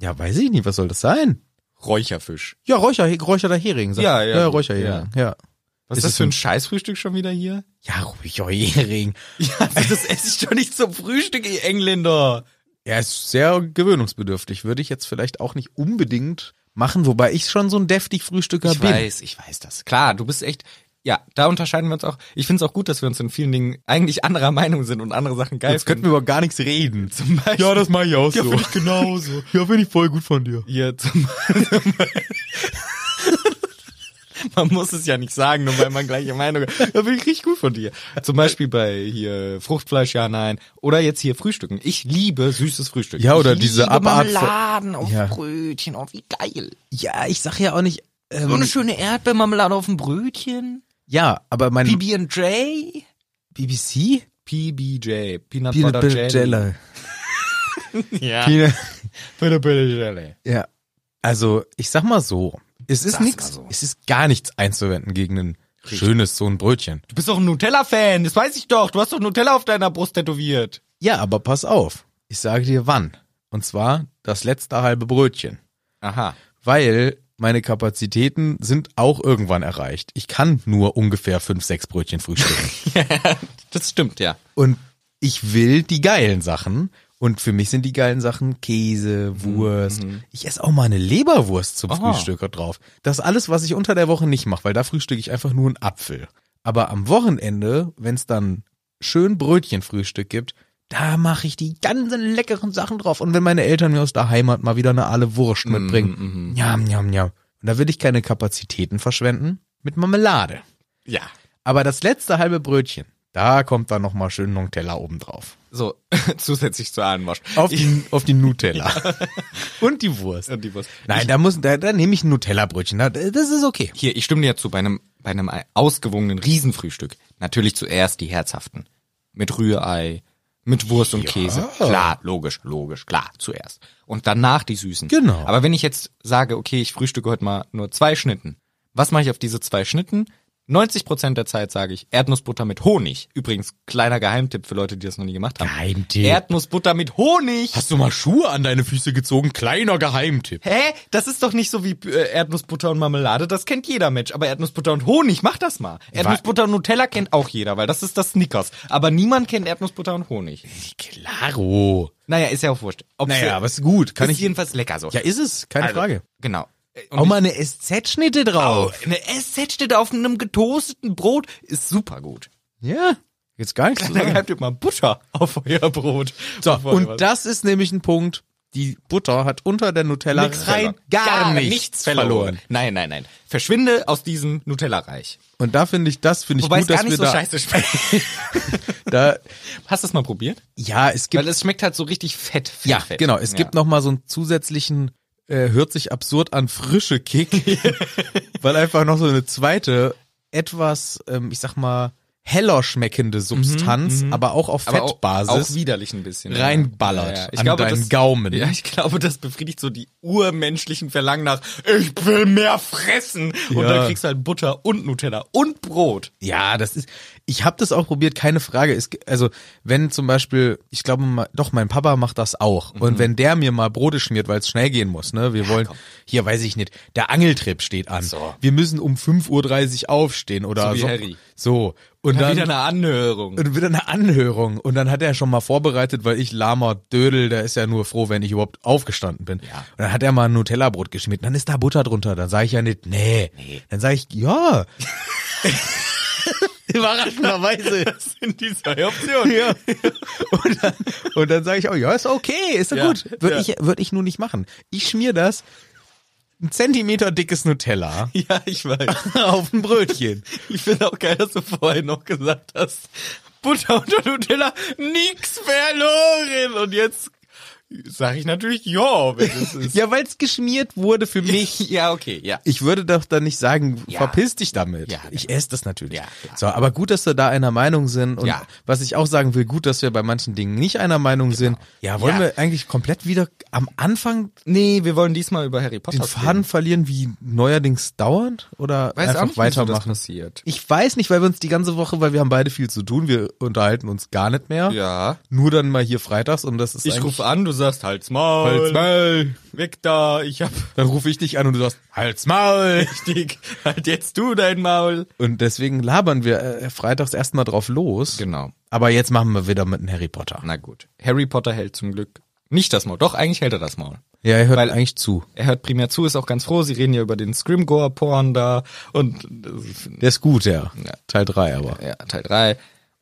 Speaker 1: Ja, weiß ich nicht, was soll das sein?
Speaker 2: Räucherfisch.
Speaker 1: Ja, Räucher, Räucher der Hering. Sagt.
Speaker 2: Ja, ja,
Speaker 1: ja
Speaker 2: gut,
Speaker 1: Räucherhering, ja.
Speaker 2: Was
Speaker 1: Ist
Speaker 2: ist das
Speaker 1: es
Speaker 2: für
Speaker 1: ein-
Speaker 2: ein Scheißfrühstück schon wieder hier?
Speaker 1: Ja, Räucherhering.
Speaker 2: [laughs] Ja, also das esse ich doch nicht zum Frühstück, ihr Engländer.
Speaker 1: Er ist sehr gewöhnungsbedürftig. Würde ich jetzt vielleicht auch nicht unbedingt machen, wobei ich schon so ein deftig Frühstücker
Speaker 2: Ich
Speaker 1: bin.
Speaker 2: weiß, ich weiß das. Klar, du bist echt. Ja, da unterscheiden wir uns auch. Ich finde es auch gut, dass wir uns in vielen Dingen eigentlich anderer Meinung sind und andere Sachen geil
Speaker 1: Jetzt könnten wir über gar nichts reden. Zum
Speaker 2: Beispiel-
Speaker 1: mache ich auch
Speaker 2: Ja, finde ich genauso.
Speaker 1: Ja, finde ich voll gut von dir.
Speaker 2: Hier zum [laughs] Man muss es ja nicht sagen, nur weil man gleiche Meinung hat. Da bin ich richtig gut von dir. Zum Beispiel bei hier Fruchtfleisch, ja, nein. Oder jetzt hier Frühstücken. Ich liebe süßes Frühstück.
Speaker 1: Ja, oder
Speaker 2: ich
Speaker 1: diese
Speaker 2: liebe
Speaker 1: Abart von-
Speaker 2: Marmeladen auf
Speaker 1: Ja.
Speaker 2: Brötchen. Oh, wie geil.
Speaker 1: Ja, ich sag ja auch nicht. Ähm,
Speaker 2: So eine schöne Erdbeermarmelade auf dem Brötchen.
Speaker 1: ja, aber mein
Speaker 2: PB&J.
Speaker 1: BBC?
Speaker 2: PBJ. Peanut,
Speaker 1: Peanut
Speaker 2: Butter
Speaker 1: Butter
Speaker 2: Jelly.
Speaker 1: Jelly.
Speaker 2: [laughs] Ja.
Speaker 1: Peanut-
Speaker 2: Peanut Butter Jelly.
Speaker 1: Ja. Also, ich sag mal so, es ist
Speaker 2: Sag's
Speaker 1: nichts,
Speaker 2: mal so.
Speaker 1: es ist gar nichts einzuwenden gegen ein schönes so ein Brötchen.
Speaker 2: Du bist doch ein Nutella-Fan, das weiß ich doch. Du hast doch Nutella auf deiner Brust tätowiert.
Speaker 1: Ja, aber pass auf. Ich sage dir wann. Und zwar das letzte halbe Brötchen.
Speaker 2: Aha. [laughs]
Speaker 1: Weil meine Kapazitäten sind auch irgendwann erreicht. Ich kann nur ungefähr fünf, sechs Brötchen frühstücken.
Speaker 2: Das stimmt, ja.
Speaker 1: und ich will die geilen Sachen. Und für mich sind die geilen Sachen Käse, Wurst. Ich esse auch mal eine Leberwurst zum
Speaker 2: Aha.
Speaker 1: Frühstück drauf. Das ist alles, was ich unter der Woche nicht mache, weil da frühstücke ich einfach nur einen Apfel. Aber am Wochenende, wenn es dann schön Brötchenfrühstück gibt, da mache ich die ganzen leckeren Sachen drauf. Und wenn meine Eltern mir aus der Heimat mal wieder eine alle Wurst mitbringen, njam, njam, njam. Und da will ich keine Kapazitäten verschwenden mit Marmelade.
Speaker 2: Ja.
Speaker 1: Aber das letzte halbe Brötchen, da kommt dann nochmal schön Nutella oben drauf.
Speaker 2: So, [laughs] zusätzlich zur Ahnenwasch.
Speaker 1: Auf die, auf die Nutella. Und die Wurst.
Speaker 2: Und die Wurst.
Speaker 1: Nein, da muss, da, da nehme ich ein Nutella-Brötchen. Da- Das ist okay.
Speaker 2: Hier, ich stimme dir zu, bei einem, bei einem ausgewogenen Riesenfrühstück. Natürlich zuerst die herzhaften. Mit Rührei, mit Wurst und Käse. Klar, logisch, logisch, klar, zuerst. Und danach die Süßen.
Speaker 1: Genau.
Speaker 2: Aber wenn ich jetzt sage, okay, ich frühstücke heute mal nur zwei Schnitten. Was mache ich auf diese zwei Schnitten? 90% der Zeit sage ich Erdnussbutter mit Honig. Übrigens, kleiner Geheimtipp für Leute, die das noch nie gemacht haben.
Speaker 1: Geheimtipp.
Speaker 2: Erdnussbutter mit Honig.
Speaker 1: du mal Schuhe an deine Füße gezogen? Kleiner Geheimtipp.
Speaker 2: Hä? Das ist doch nicht so wie äh, Erdnussbutter und Marmelade, das kennt jeder Mensch. Aber Erdnussbutter und Honig, mach das mal. Erdnussbutter und Nutella kennt auch jeder, weil das ist das Snickers. Aber niemand kennt Erdnussbutter und Honig.
Speaker 1: Klaro.
Speaker 2: Naja, ist ja auch wurscht. Ob's
Speaker 1: Naja, aber ist gut. Kann
Speaker 2: ist
Speaker 1: ich,
Speaker 2: jedenfalls lecker so.
Speaker 1: ja, ist es. Keine
Speaker 2: Also,
Speaker 1: Frage. Oh.
Speaker 2: Genau. Äh, und
Speaker 1: Auch mal eine SZ-Schnitte drauf.
Speaker 2: ich- eine SZ steht auf einem getoasteten Brot, ist super gut.
Speaker 1: Ja. Jetzt gar nichts. zu [laughs]
Speaker 2: Dann
Speaker 1: sagen.
Speaker 2: gebt ihr mal Butter auf euer Brot.
Speaker 1: So,
Speaker 2: Bevor ihr was-
Speaker 1: und das ist nämlich ein Punkt. Die Butter hat unter der Nutella
Speaker 2: Nichts
Speaker 1: rein
Speaker 2: verloren.
Speaker 1: gar, nichts, verloren.
Speaker 2: Nein, nein, nein. Verschwinde aus diesem Nutella-Reich.
Speaker 1: Und da finde ich, das finde ich
Speaker 2: Wobei es
Speaker 1: gut, dass
Speaker 2: gar nicht
Speaker 1: wir
Speaker 2: so
Speaker 1: da, [laughs]
Speaker 2: scheiße schmeckt.
Speaker 1: da,
Speaker 2: Hast du es mal probiert?
Speaker 1: ja, es gibt
Speaker 2: Weil es schmeckt halt so richtig fett. fett
Speaker 1: Ja,
Speaker 2: fett.
Speaker 1: genau. Es
Speaker 2: ja.
Speaker 1: gibt noch mal so einen zusätzlichen, äh, hört sich absurd an, frische
Speaker 2: [laughs]
Speaker 1: Kick, weil einfach noch so eine zweite, etwas, ähm, ich sag mal, heller schmeckende Substanz, aber auch auf
Speaker 2: Mhm, aber Auch, auch
Speaker 1: Fettbasis.
Speaker 2: widerlich ein bisschen.
Speaker 1: reinballert
Speaker 2: Ich
Speaker 1: an
Speaker 2: glaube,
Speaker 1: deinen
Speaker 2: das,
Speaker 1: Gaumen.
Speaker 2: Ja, ich glaube, das befriedigt so die urmenschlichen Verlangen nach, ich will mehr fressen. Und
Speaker 1: Ja.
Speaker 2: dann kriegst du halt Butter und Nutella und Brot.
Speaker 1: ja, das ist, ich habe das auch probiert, keine Frage. Es, g- also, wenn zum Beispiel, ich glaube, ma- doch, mein Papa macht das auch.
Speaker 2: Mhm.
Speaker 1: Und wenn der mir mal Brote schmiert, weil es schnell gehen muss, ne, wir wollen, hier weiß ich nicht, der Angeltrip steht an.
Speaker 2: So.
Speaker 1: Wir müssen um 5.30 Uhr aufstehen oder
Speaker 2: So wie
Speaker 1: so.
Speaker 2: Harry.
Speaker 1: So. Und
Speaker 2: Wieder
Speaker 1: dann,
Speaker 2: eine Anhörung.
Speaker 1: und wieder eine Anhörung. Und dann hat er schon mal vorbereitet, weil ich lahmer Dödel, der ist ja nur froh, wenn ich überhaupt aufgestanden bin.
Speaker 2: Ja.
Speaker 1: Und dann hat er mal ein Nutella-Brot geschmiert. Dann ist da Butter drunter. Dann sage ich ja nicht, nee. Dann sage ich, ja. [laughs] Überraschenderweise.
Speaker 2: Das sind die zwei Optionen. Ja.
Speaker 1: Und dann, und dann sage ich auch, ja, ist okay, ist doch
Speaker 2: Ja,
Speaker 1: gut. Würde
Speaker 2: ja.
Speaker 1: ich, würd ich nur nicht machen. Ich schmier das ein Zentimeter dickes Nutella [laughs]
Speaker 2: [laughs] ja, ich weiß.
Speaker 1: auf ein Brötchen.
Speaker 2: Ich finde auch geil, dass du vorhin noch gesagt hast, Butter und Nutella, nix verloren. Und jetzt sage ich natürlich, ja, wenn es ist.
Speaker 1: Ja, weil es geschmiert wurde für mich.
Speaker 2: [laughs] ja, okay, ja.
Speaker 1: Ich würde doch dann nicht sagen,
Speaker 2: Ja.
Speaker 1: verpiss dich damit.
Speaker 2: Ja,
Speaker 1: ich esse das natürlich.
Speaker 2: Ja, klar.
Speaker 1: so, aber gut, dass wir da einer Meinung sind. Und
Speaker 2: Ja. Genau.
Speaker 1: was ich auch sagen will, gut, dass wir bei manchen Dingen nicht einer Meinung sind. Ja, wollen
Speaker 2: Ja.
Speaker 1: wir eigentlich komplett wieder am Anfang
Speaker 2: Nee, wir wollen diesmal über Harry Potter
Speaker 1: den Faden verlieren, wie neuerdings dauernd? Oder einfach weitermachen?
Speaker 2: passiert.
Speaker 1: Ich weiß nicht, weil wir uns die ganze Woche, weil wir haben beide viel zu tun, wir unterhalten uns gar nicht mehr.
Speaker 2: Ja.
Speaker 1: Nur dann mal hier freitags und das ist
Speaker 2: Ich
Speaker 1: eigentlich-
Speaker 2: rufe an, du sagst, halt's Maul.
Speaker 1: Halt's Maul.
Speaker 2: Weg da, ich hab [laughs]
Speaker 1: Dann rufe ich dich an und du sagst, halt's Maul.
Speaker 2: richtig. Halt jetzt du dein Maul.
Speaker 1: Und deswegen labern wir äh, freitags erstmal drauf los.
Speaker 2: Genau.
Speaker 1: Aber jetzt machen wir wieder mit einem Harry Potter.
Speaker 2: Na gut. Harry Potter hält zum Glück nicht das Maul. Doch, eigentlich hält er das Maul.
Speaker 1: Ja, er hört
Speaker 2: Weil-
Speaker 1: eigentlich zu.
Speaker 2: Er hört primär zu, ist auch ganz froh. Sie reden ja über den Scrimgore-Porn da und äh,
Speaker 1: Der ist gut, ja. Teil drei aber.
Speaker 2: ja, Teil 3.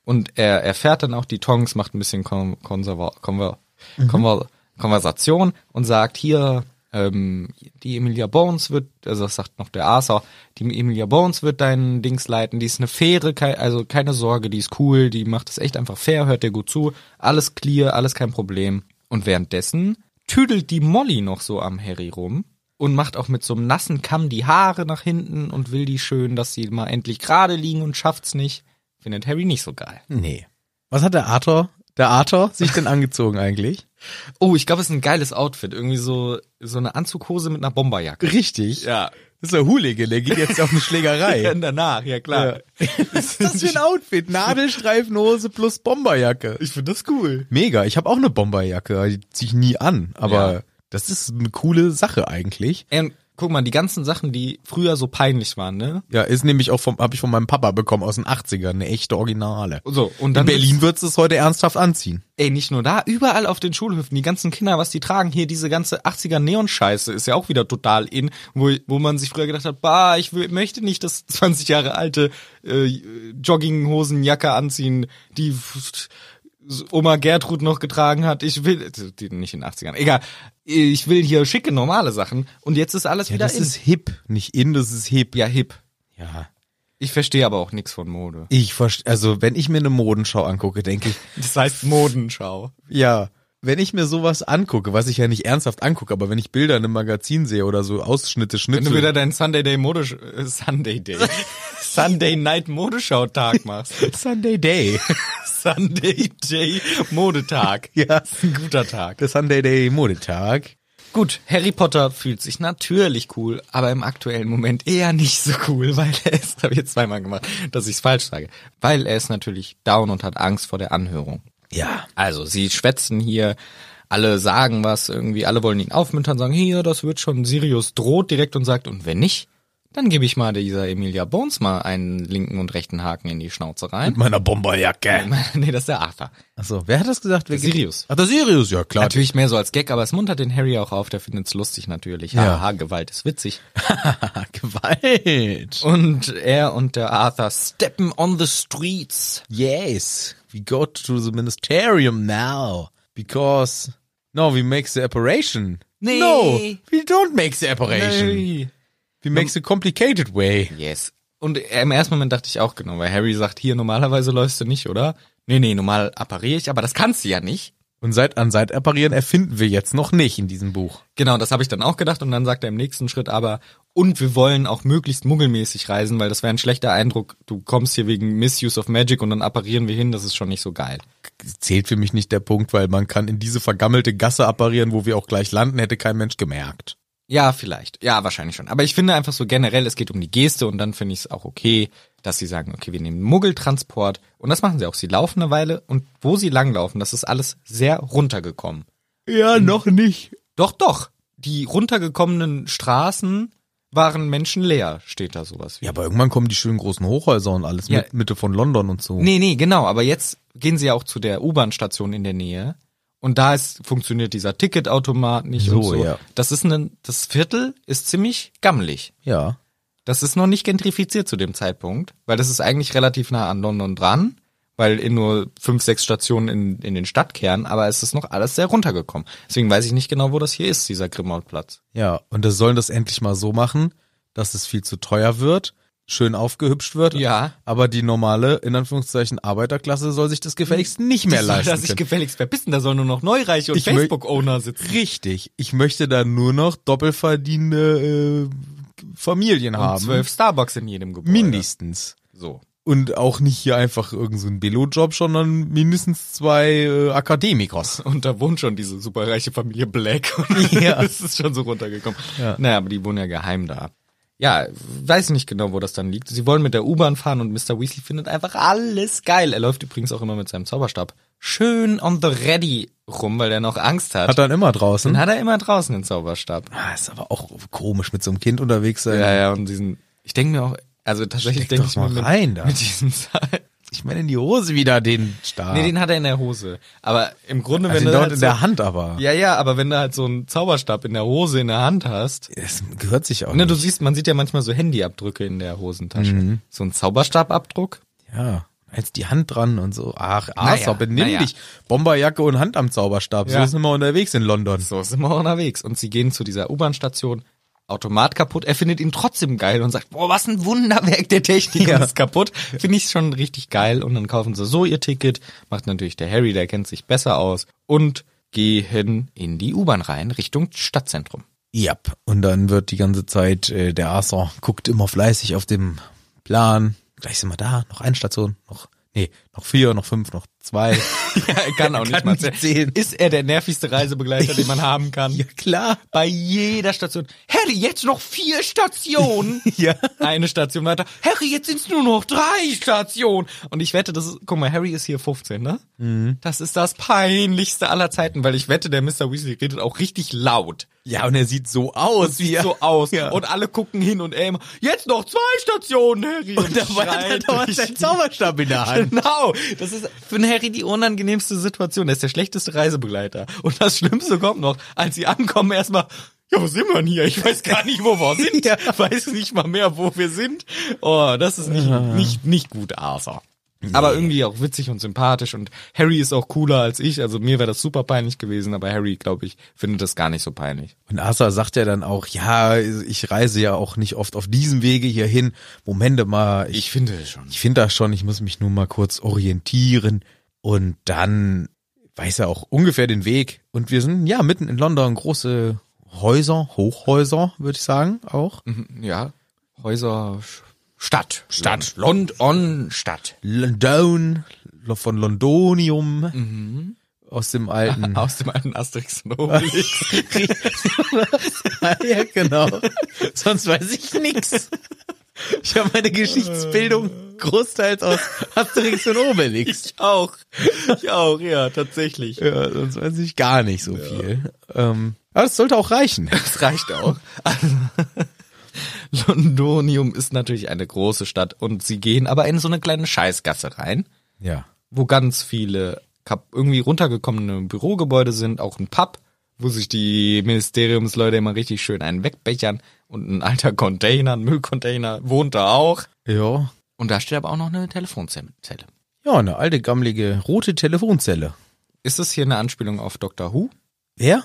Speaker 2: Und er erfährt dann auch die Tongs, macht ein bisschen Kon Konserva Konver Konver Konversation und sagt hier, ähm, die Emilia Bones wird, also das sagt noch der Arthur, die Emilia Bones wird dein Dings leiten, die ist eine faire, kei- also keine Sorge, die ist cool, die macht es echt einfach fair, hört dir gut zu, alles clear, alles kein Problem. Und währenddessen tüdelt die Molly noch so am Harry rum und macht auch mit so einem nassen Kamm die Haare nach hinten und will die schön, dass sie mal endlich gerade liegen und schafft's nicht. Findet Harry nicht so geil.
Speaker 1: Nee. Was hat der Arthur, der Arthur sich denn angezogen eigentlich?
Speaker 2: Oh, ich glaube, es ist ein geiles Outfit. Irgendwie so, so eine Anzughose mit einer Bomberjacke.
Speaker 1: Richtig.
Speaker 2: Ja.
Speaker 1: Das ist der Hooligan, der geht jetzt auf eine
Speaker 2: [laughs] Ja,
Speaker 1: Schlägerei.
Speaker 2: danach, ja klar. [laughs]
Speaker 1: Was ist das für ein Outfit? Nadelstreifenhose plus Bomberjacke.
Speaker 2: Ich finde das cool.
Speaker 1: Mega, ich habe auch eine Bomberjacke, die zieh ich nie an, aber
Speaker 2: Ja.
Speaker 1: das ist eine coole Sache eigentlich.
Speaker 2: Ähm, guck mal, die ganzen Sachen, die früher so peinlich waren, ne?
Speaker 1: Ja, ist nämlich auch vom, habe ich von meinem Papa bekommen aus den 80ern, eine echte Originale.
Speaker 2: So, und
Speaker 1: In
Speaker 2: dann
Speaker 1: Berlin würdest du es heute ernsthaft anziehen.
Speaker 2: Ey, nicht nur da, überall auf den Schulhöfen, die ganzen Kinder, was die tragen, hier diese ganze 80er Neon-Scheiße ist ja auch wieder total in, wo, wo man sich früher gedacht hat, bah, ich will, möchte nicht das [laughs] 20 Jahre alte äh, Jogginghosenjacke anziehen, die f- Oma Gertrud noch getragen hat. Ich will, äh, die nicht in den 80ern, egal, ich will hier schicke, normale Sachen und jetzt ist alles wieder
Speaker 1: das
Speaker 2: in.
Speaker 1: ist hip, nicht in, das ist hip.
Speaker 2: ja, hip.
Speaker 1: Ja.
Speaker 2: Ich verstehe aber auch nix von Mode.
Speaker 1: Ich verstehe, also wenn ich mir eine Modenschau angucke, denke ich,
Speaker 2: Das heißt Modenschau.
Speaker 1: ja, wenn ich mir sowas angucke, was ich ja nicht ernsthaft angucke, aber wenn ich Bilder in einem Magazin sehe oder so Ausschnitte,
Speaker 2: Wenn du
Speaker 1: Schnitzel,
Speaker 2: wieder deinen Sunday Day Modisch äh, Sunday
Speaker 1: [laughs]
Speaker 2: Day Sunday Night Modeschautag machst.
Speaker 1: Sunday Day,
Speaker 2: [laughs] Sunday Day Modetag.
Speaker 1: [laughs] Ja.
Speaker 2: Ist ein guter Tag.
Speaker 1: der Sunday Day Modetag.
Speaker 2: Gut, Harry Potter fühlt sich natürlich cool, aber im aktuellen Moment eher nicht so cool, weil er ist, habe ich jetzt zweimal gemacht, dass ich es falsch sage, weil er ist natürlich down und hat Angst vor der Anhörung.
Speaker 1: Ja,
Speaker 2: Also sie schwätzen hier, alle sagen was irgendwie, alle wollen ihn aufmuntern, sagen, hier, das wird schon, Sirius droht direkt und sagt, und wenn nicht, dann gebe ich mal dieser Emilia Bones mal einen linken und rechten Haken in die Schnauze
Speaker 1: mit
Speaker 2: rein.
Speaker 1: meiner Bomberjacke.
Speaker 2: [laughs] nee, das ist der Arthur.
Speaker 1: Achso, wer hat das gesagt? Wer
Speaker 2: Der Sirius.
Speaker 1: Ach, der Sirius, ja
Speaker 2: [laughs]
Speaker 1: klar.
Speaker 2: Natürlich mehr so als Gag, aber es muntert den Harry auch auf, der findet's lustig natürlich.
Speaker 1: Ja.
Speaker 2: Haha, Gewalt ist witzig.
Speaker 1: Gewalt.
Speaker 2: Und er und der Arthur steppen on the streets.
Speaker 1: Yes, we go to the ministerium now because no, we make the operation.
Speaker 2: Nee.
Speaker 1: No, we don't make the operation. We make the complicated way.
Speaker 2: Yes. Und im ersten Moment dachte ich auch genau, weil Harry sagt, hier normalerweise läufst du nicht, oder? Nee, nee, normal appariere ich, aber das kannst du ja nicht.
Speaker 1: Und seit an seit apparieren erfinden wir jetzt noch nicht in diesem Buch.
Speaker 2: Genau, das habe ich dann auch gedacht und dann sagt er im nächsten Schritt aber, und wir wollen auch möglichst muggelmäßig reisen, weil das wäre ein schlechter Eindruck, du kommst hier wegen Misuse of Magic und dann apparieren wir hin, das ist schon nicht so geil.
Speaker 1: Zählt für mich nicht der Punkt, weil man kann in diese vergammelte Gasse apparieren, wo wir auch gleich landen, hätte kein Mensch gemerkt.
Speaker 2: Ja, vielleicht. Ja, wahrscheinlich schon. Aber ich finde einfach so generell, es geht um die Geste und dann finde ich es auch okay, dass sie sagen, okay, wir nehmen Muggeltransport und das machen sie auch. Sie laufen eine Weile und wo sie langlaufen, das ist alles sehr runtergekommen.
Speaker 1: Hm. Ja, noch nicht.
Speaker 2: Doch, doch. Die runtergekommenen Straßen waren Menschen leer, steht da sowas wie.
Speaker 1: Ja, aber irgendwann kommen die schönen großen Hochhäuser und alles
Speaker 2: Ja.
Speaker 1: mit Mitte von London und so.
Speaker 2: Nee, nee, genau. Aber jetzt gehen sie ja auch zu der U-Bahn-Station in der Nähe. Und da ist, funktioniert dieser Ticketautomat nicht und
Speaker 1: So,
Speaker 2: so.
Speaker 1: ja.
Speaker 2: Das ist ein, das Viertel ist ziemlich gammelig.
Speaker 1: Ja.
Speaker 2: Das ist noch nicht gentrifiziert zu dem Zeitpunkt, weil das ist eigentlich relativ nah an London dran, weil in nur fünf, sechs Stationen in, in den Stadtkern, aber es ist noch alles sehr runtergekommen. Deswegen weiß ich nicht genau, wo das hier ist, dieser Grimmautplatz.
Speaker 1: Ja, und das sollen das endlich mal so machen, dass es viel zu teuer wird, schön aufgehübscht wird.
Speaker 2: Ja.
Speaker 1: Aber die normale, in Anführungszeichen, Arbeiterklasse soll sich das gefälligst nicht mehr leisten
Speaker 2: Hm. Dass ich
Speaker 1: können.
Speaker 2: gefälligst verbissen, da sollen nur noch Neureiche und
Speaker 1: Ich mö-
Speaker 2: Facebook-Owner sitzen.
Speaker 1: Richtig. Ich möchte da nur noch doppelverdienende äh, Familien
Speaker 2: Und
Speaker 1: haben.
Speaker 2: Um zwölf Starbucks in jedem Gebäude.
Speaker 1: Mindestens.
Speaker 2: So.
Speaker 1: Und auch nicht hier einfach irgendein so ein Billo-Job, sondern mindestens zwei äh, Akademikos.
Speaker 2: Und da wohnt schon diese superreiche Familie Black. [laughs]
Speaker 1: Ja.
Speaker 2: das ist schon so runtergekommen.
Speaker 1: Ja.
Speaker 2: Naja, aber die wohnen ja geheim da. Ja, weiß nicht genau, wo das dann liegt. Sie wollen mit der U-Bahn fahren und Mr. Weasley findet einfach alles geil. Er läuft übrigens auch immer mit seinem Zauberstab schön on the ready rum, weil er noch Angst hat.
Speaker 1: Hat dann immer draußen.
Speaker 2: Dann hat er immer draußen den Zauberstab.
Speaker 1: Ah, ist aber auch komisch mit so einem Kind unterwegs sein.
Speaker 2: Ja, ja, und diesen, ich denke mir auch, also tatsächlich
Speaker 1: Steck
Speaker 2: denke
Speaker 1: doch
Speaker 2: ich
Speaker 1: mal
Speaker 2: mir mit,
Speaker 1: rein da.
Speaker 2: [laughs] mit diesem Seil.
Speaker 1: Ich meine in die Hose wieder den Stab.
Speaker 2: Nee, den hat er in der Hose. Aber im Grunde,
Speaker 1: Ah. also
Speaker 2: wenn
Speaker 1: den
Speaker 2: du
Speaker 1: dort
Speaker 2: halt
Speaker 1: in
Speaker 2: so,
Speaker 1: der Hand aber.
Speaker 2: ja, ja, aber wenn du halt so einen Zauberstab in der Hose in der Hand hast,
Speaker 1: Es gehört sich auch
Speaker 2: Ne, du
Speaker 1: nicht.
Speaker 2: siehst, man sieht ja manchmal so Handyabdrücke in der Hosentasche.
Speaker 1: Mhm.
Speaker 2: So ein Zauberstababdruck.
Speaker 1: Ja. Jetzt die Hand dran und so. Ach,
Speaker 2: Naja,
Speaker 1: Arsa, benimm
Speaker 2: naja.
Speaker 1: dich. Bomberjacke und Hand am Zauberstab.
Speaker 2: Ja.
Speaker 1: So sind wir unterwegs in London.
Speaker 2: So sind wir unterwegs. Und sie gehen zu dieser U-Bahn-Station, Automat kaputt. Er findet ihn trotzdem geil und sagt, boah, was ein Wunderwerk der Technik.
Speaker 1: Ja.
Speaker 2: Und ist kaputt. Finde ich schon richtig geil. Und dann kaufen sie so ihr Ticket. Macht natürlich der Harry, der kennt sich besser aus. Und gehen in die U-Bahn rein, Richtung Stadtzentrum.
Speaker 1: Ja. Und dann wird die ganze Zeit, äh, der Arsa guckt immer fleißig auf dem Plan. Gleich sind wir da. Noch eine Station. Noch, nee, noch vier, noch fünf, noch
Speaker 2: [laughs]
Speaker 1: zwei.
Speaker 2: Ja, er kann auch nicht
Speaker 1: Kann
Speaker 2: mal
Speaker 1: nicht
Speaker 2: zählen.
Speaker 1: zählen.
Speaker 2: Ist er der nervigste Reisebegleiter,
Speaker 1: [laughs]
Speaker 2: den man haben kann?
Speaker 1: klar.
Speaker 2: bei jeder Station. Harry, jetzt noch vier
Speaker 1: [laughs]
Speaker 2: Stationen.
Speaker 1: Ja.
Speaker 2: Eine Station weiter. Harry, jetzt sind's nur noch drei Stationen. Und ich wette, das ist, guck mal, Harry ist hier 15, ne?
Speaker 1: Mhm.
Speaker 2: Das ist das peinlichste aller Zeiten, weil ich wette, der Mr. Weasley redet auch richtig laut.
Speaker 1: Ja, und er sieht so aus. Wie
Speaker 2: Sieht so aus.
Speaker 1: Ja.
Speaker 2: Und alle gucken hin und er immer, jetzt noch zwei Stationen, Harry.
Speaker 1: Und dabei hat er
Speaker 2: schreit
Speaker 1: dauernd
Speaker 2: durch
Speaker 1: seinen Zauberstab in
Speaker 2: [laughs]
Speaker 1: der Hand.
Speaker 2: Genau, das ist für den Harry die unangenehmste Situation. Der ist der schlechteste Reisebegleiter. Und das Schlimmste kommt noch, als sie ankommen, erstmal, ja, wo sind wir denn hier? Ich weiß gar nicht, wo wir [laughs] sind.
Speaker 1: Ja.
Speaker 2: Weiß nicht mal mehr, wo wir sind. Oh, das ist nicht, nicht, nicht gut, Arthur. Aber irgendwie auch witzig und sympathisch und Harry ist auch cooler als ich. Also mir wäre das super peinlich gewesen, aber Harry, glaube ich, findet das gar nicht so peinlich.
Speaker 1: Und Asa sagt ja dann auch, ja, ich reise ja auch nicht oft auf diesem Wege hierhin. Momente mal, ich,
Speaker 2: finde schon.
Speaker 1: ich finde das schon, ich muss mich nur mal kurz orientieren. Und dann weiß er auch ungefähr den Weg. Und wir sind ja mitten in London, große Häuser, Hochhäuser, würde ich sagen, auch.
Speaker 2: Mhm. Ja, Häuser, Sch- Stadt.
Speaker 1: Stadt.
Speaker 2: London, Stadt.
Speaker 1: London, von Londonium, aus dem alten
Speaker 2: Aus dem alten Asterix und Obelix.
Speaker 1: ja, genau. Sonst weiß ich nix. Ich habe meine Geschichtsbildung großteils aus Asterix und Obelix.
Speaker 2: ich auch. Ich auch, ja, tatsächlich.
Speaker 1: Ja, sonst weiß ich gar nicht so viel. Ähm, aber das sollte auch reichen.
Speaker 2: Das reicht auch. Also, [laughs] Londonium ist natürlich eine große Stadt und sie gehen aber in so eine kleine Scheißgasse rein,
Speaker 1: Ja.
Speaker 2: wo ganz viele kap- irgendwie runtergekommene Bürogebäude sind, auch ein Pub, wo sich die Ministeriumsleute immer richtig schön einen wegbechern und ein alter Container, ein Müllcontainer wohnt da auch.
Speaker 1: Ja.
Speaker 2: Und da steht aber auch noch eine Telefonzelle.
Speaker 1: Ja, eine alte, gammelige, rote Telefonzelle.
Speaker 2: Ist das hier eine Anspielung auf Doctor Who?
Speaker 1: Wer?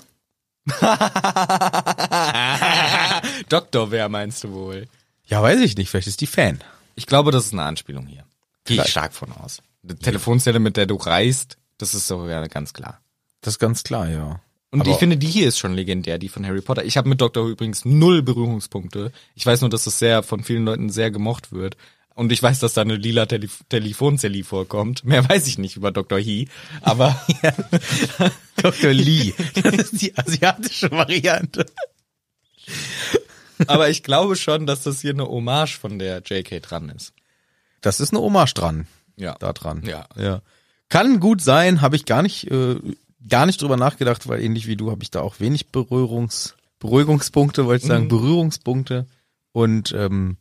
Speaker 2: Doktor, wer meinst du wohl?
Speaker 1: Ja, weiß ich nicht. Vielleicht ist die Fan.
Speaker 2: Ich glaube, das ist eine Anspielung hier. Gehe ich stark von aus. Die Telefonzelle, mit der du reist, das ist doch ja ganz klar.
Speaker 1: Das ist ganz klar, [laughs] ja.
Speaker 2: Und
Speaker 1: Aber-
Speaker 2: ich finde, die hier ist schon legendär, die von Harry Potter. Ich habe mit Doctor Who übrigens null Berührungspunkte. Ich weiß nur, dass es sehr von vielen Leuten sehr gemocht wird. Und ich weiß, dass da eine lila Tele Telefonzelle vorkommt. Mehr weiß ich nicht über Dr. He, aber
Speaker 1: Dr. Lee. Das ist die asiatische Variante.
Speaker 2: aber ich glaube schon, dass das hier eine Hommage von der JK dran ist.
Speaker 1: Das ist eine Hommage dran.
Speaker 2: Ja.
Speaker 1: da dran.
Speaker 2: Ja.
Speaker 1: ja. Kann gut sein, habe ich gar nicht, äh, gar nicht drüber nachgedacht, Mhm. weil ähnlich wie du habe ich da auch wenig Berührungs, Beruhigungspunkte, wollte ich sagen, Berührungspunkte. Und ähm,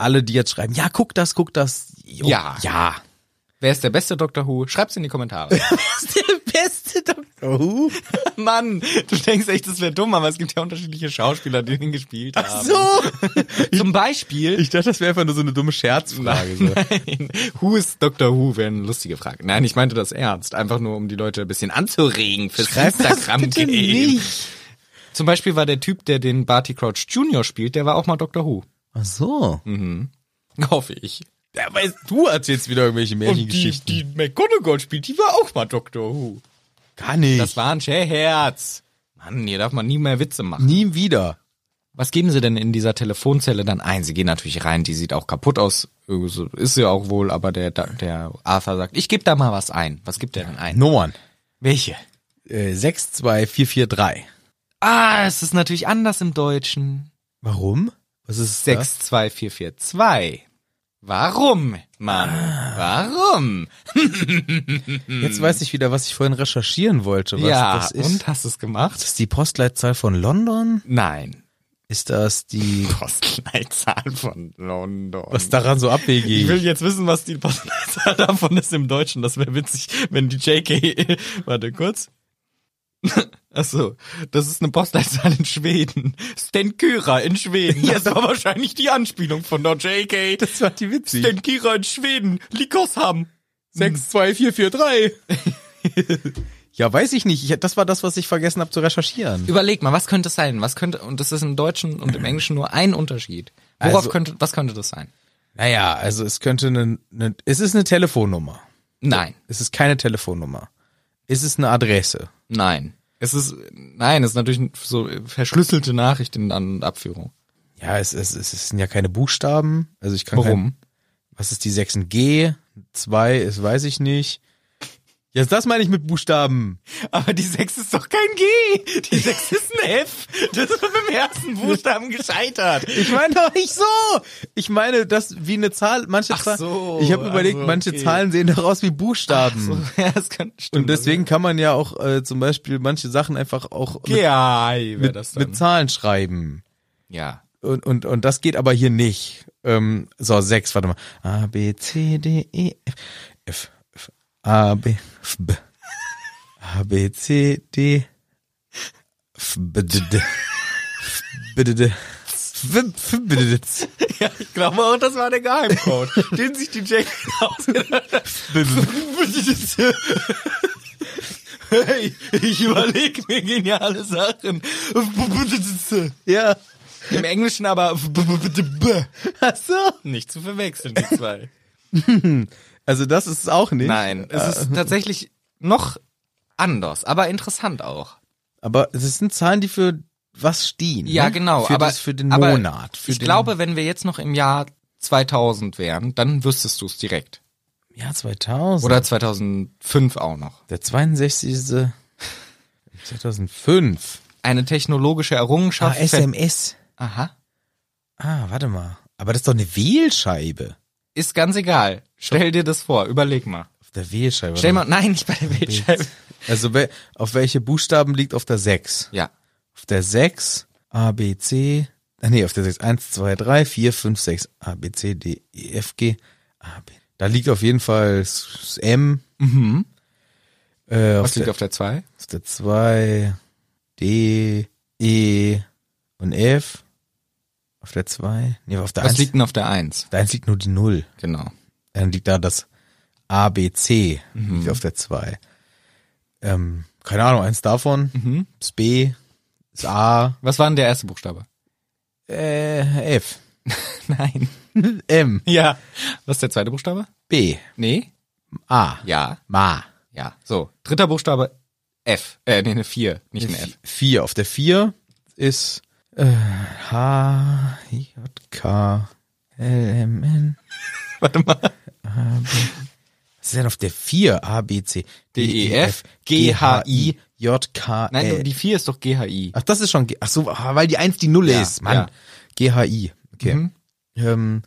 Speaker 1: alle, die jetzt schreiben, ja, guck das, guck das. Jo,
Speaker 2: Ja.
Speaker 1: Ja.
Speaker 2: Wer ist der beste Dr. Who? Schreib's in die Kommentare.
Speaker 1: Das ist der beste Dr. Who.
Speaker 2: [laughs] Mann, du denkst echt, das wäre dumm, aber es gibt ja unterschiedliche Schauspieler, die ihn gespielt haben.
Speaker 1: So. [laughs]
Speaker 2: Zum Beispiel.
Speaker 1: Ich dachte, das wäre einfach nur so eine dumme Scherzfrage. So.
Speaker 2: Nein. Who ist Dr. Who? Wäre eine lustige Frage. Nein, ich meinte das ernst. Einfach nur, um die Leute ein bisschen anzuregen fürs
Speaker 1: Schreib das bitte
Speaker 2: Instagram-Game.
Speaker 1: nicht.
Speaker 2: Zum Beispiel war der Typ, der den Barty Crouch Jr. spielt, der war auch mal Dr. Who. [laughs]
Speaker 1: Ach so.
Speaker 2: Hoffe ich.
Speaker 1: Ja, weißt Hm. du, erzählst wieder irgendwelche Märchengeschichten.
Speaker 2: die McGonagall spielt, die war auch mal Dr. Who.
Speaker 1: Kann ich.
Speaker 2: Das war ein Scherz. Mann, hier darf man nie mehr Witze machen.
Speaker 1: Nie wieder.
Speaker 2: Was geben sie denn in dieser Telefonzelle dann ein? Sie gehen natürlich rein, die sieht auch kaputt aus. Irgendwie so Ist sie auch wohl, aber der, der Arthur sagt, ich gebe da mal was ein. Was gibt er denn ein?
Speaker 1: Nummern.
Speaker 2: Welche?
Speaker 1: Äh, 62443.
Speaker 2: Ah, es ist natürlich anders im Deutschen.
Speaker 1: Warum? Was ist
Speaker 2: 62442. Warum, Mann? Warum?
Speaker 1: das? Jetzt weiß ich wieder, was ich vorhin recherchieren wollte. Was
Speaker 2: Hm. ja,
Speaker 1: das ist.
Speaker 2: und hast du es
Speaker 1: Ist
Speaker 2: gemacht?
Speaker 1: das die Postleitzahl von London?
Speaker 2: Nein.
Speaker 1: Ist das
Speaker 2: [laughs]
Speaker 1: die...
Speaker 2: Postleitzahl von London.
Speaker 1: Was daran so
Speaker 2: Ich
Speaker 1: abwegig?
Speaker 2: will jetzt wissen, was die Postleitzahl [laughs] davon ist im Deutschen. Das wäre witzig, wenn die JK. [laughs] Warte kurz. Achso, das ist eine Postleitzahl in Schweden. Stenkyra in Schweden. Das war wahrscheinlich die Anspielung von der JK.
Speaker 1: Das war die witzig.
Speaker 2: Stenkyra in Schweden. Likosham.
Speaker 1: 62443. ja, weiß ich nicht. Ich, das war das, was ich vergessen habe zu recherchieren.
Speaker 2: Überleg mal, was könnte es sein? Was könnte, und das ist im Deutschen und im Englischen nur ein Unterschied. Worauf
Speaker 1: Also-
Speaker 2: könnte, was könnte das sein?
Speaker 1: Naja, also es könnte eine... eine es ist eine Telefonnummer.
Speaker 2: Nein.
Speaker 1: Es ist keine Telefonnummer. Es ist eine Adresse.
Speaker 2: Nein. Es ist, nein, es ist natürlich so verschlüsselte Nachricht in An- und Abführung.
Speaker 1: Ja, es, es, es sind ja keine Buchstaben. Also ich kann Kein,
Speaker 2: Warum?
Speaker 1: was ist die 6 ein G? 2 ist, weiß ich nicht. Jetzt das meine ich mit Buchstaben.
Speaker 2: Aber die 6 ist doch kein G. Die 6 ist ein F. Das ist beim ersten Buchstaben gescheitert.
Speaker 1: Ich meine doch nicht so. Ich meine, das wie eine Zahl, manche
Speaker 2: Ach
Speaker 1: Zahlen.
Speaker 2: so,
Speaker 1: ich habe überlegt,
Speaker 2: also,
Speaker 1: manche
Speaker 2: okay.
Speaker 1: Zahlen sehen doch aus wie Buchstaben.
Speaker 2: ja, das kann, stimmt.
Speaker 1: Ähm, Und deswegen kann man ja auch äh, zum Beispiel manche Sachen einfach auch
Speaker 2: Also,
Speaker 1: mit,
Speaker 2: Ja, wäre
Speaker 1: mit,
Speaker 2: das dann.
Speaker 1: mit Zahlen schreiben.
Speaker 2: ja.
Speaker 1: Und, und, und das geht aber hier nicht. Ähm, so, sechs, warte mal. A, B, C, D, E, F, F, F A, B, F, B. A, B, C, D, F, B, D, D. F, B, D, D. F, F, B, D, D. Z.
Speaker 2: Ja, ich glaube auch, das war
Speaker 1: [laughs]
Speaker 2: der Geheimcode, den sich die Jack ausgedacht hat. [laughs] Hey, ich überlege mir geniale Sachen.
Speaker 1: Ja.
Speaker 2: Im Englischen aber [laughs]
Speaker 1: Ach so.
Speaker 2: nicht zu verwechseln, die zwei.
Speaker 1: Also das ist es auch nicht.
Speaker 2: Nein, es
Speaker 1: äh, [laughs]
Speaker 2: ist tatsächlich noch anders, aber interessant auch.
Speaker 1: Aber es sind Zahlen, die für was stehen. ne?
Speaker 2: Ja, genau.
Speaker 1: Für,
Speaker 2: aber,
Speaker 1: das, für den
Speaker 2: aber
Speaker 1: Monat. Für
Speaker 2: ich
Speaker 1: den
Speaker 2: glaube, wenn wir jetzt noch im Jahr 2000 wären, dann wüsstest du es direkt.
Speaker 1: Jahr 2000.
Speaker 2: Oder 2005 auch noch.
Speaker 1: Der
Speaker 2: [laughs]
Speaker 1: 62. 2005.
Speaker 2: Eine technologische
Speaker 1: Ah,
Speaker 2: Errungenschaft. ver-
Speaker 1: SMS.
Speaker 2: Aha.
Speaker 1: Ah, warte mal. Aber das ist doch eine Wählscheibe.
Speaker 2: Ist ganz egal. Stell dir das vor. Überleg mal.
Speaker 1: Auf der Wählscheibe.
Speaker 2: Stell mal, nein, nicht bei der Bildschirm.
Speaker 1: Also wel- auf welche Buchstaben liegt auf der 6?
Speaker 2: Ja.
Speaker 1: Auf der 6 A, B, C. Ah, nee, auf der 6. 1, 2, 3, 4, 5, 6. A, B, C, D, E, F, G. A, B. Da liegt auf jeden Fall das M.
Speaker 2: Mhm.
Speaker 1: Äh, auf
Speaker 2: Was
Speaker 1: der
Speaker 2: liegt auf der 2?
Speaker 1: Auf der 2 D, E und F. Auf der 2. Nee, auf der
Speaker 2: Was
Speaker 1: 1.
Speaker 2: liegt
Speaker 1: Liegt,
Speaker 2: denn auf der 1?
Speaker 1: der 1 liegt nur die 0.
Speaker 2: Genau.
Speaker 1: Dann liegt da das A, B, C.
Speaker 2: Mhm.
Speaker 1: Liegt auf der 2. Ähm, keine Ahnung, eins davon.
Speaker 2: Mhm.
Speaker 1: Das B, das A,
Speaker 2: Was war denn der erste Buchstabe? [laughs]
Speaker 1: äh, F.
Speaker 2: Nein.
Speaker 1: M,
Speaker 2: Ja. Was ist der zweite Buchstabe?
Speaker 1: B,
Speaker 2: Nee.
Speaker 1: A,
Speaker 2: Ja.
Speaker 1: Ma.
Speaker 2: Ja. So. Dritter Buchstabe F. Äh, nee, eine 4, nicht eine F.
Speaker 1: 4. Auf der 4 ist äh, H, J, K, L, M, N.
Speaker 2: [laughs] Warte mal.
Speaker 1: Was ist denn auf der 4? A, B, C,
Speaker 2: D, E, F, G, H, I,
Speaker 1: J, K,
Speaker 2: Nein,
Speaker 1: L.
Speaker 2: du, die 4 ist doch GHI.
Speaker 1: Ach, das ist schon, G ach so, ah, weil die 1 die 0
Speaker 2: Ja,
Speaker 1: ist, Mann. G, H, I, okay.
Speaker 2: Mhm.
Speaker 1: Ähm,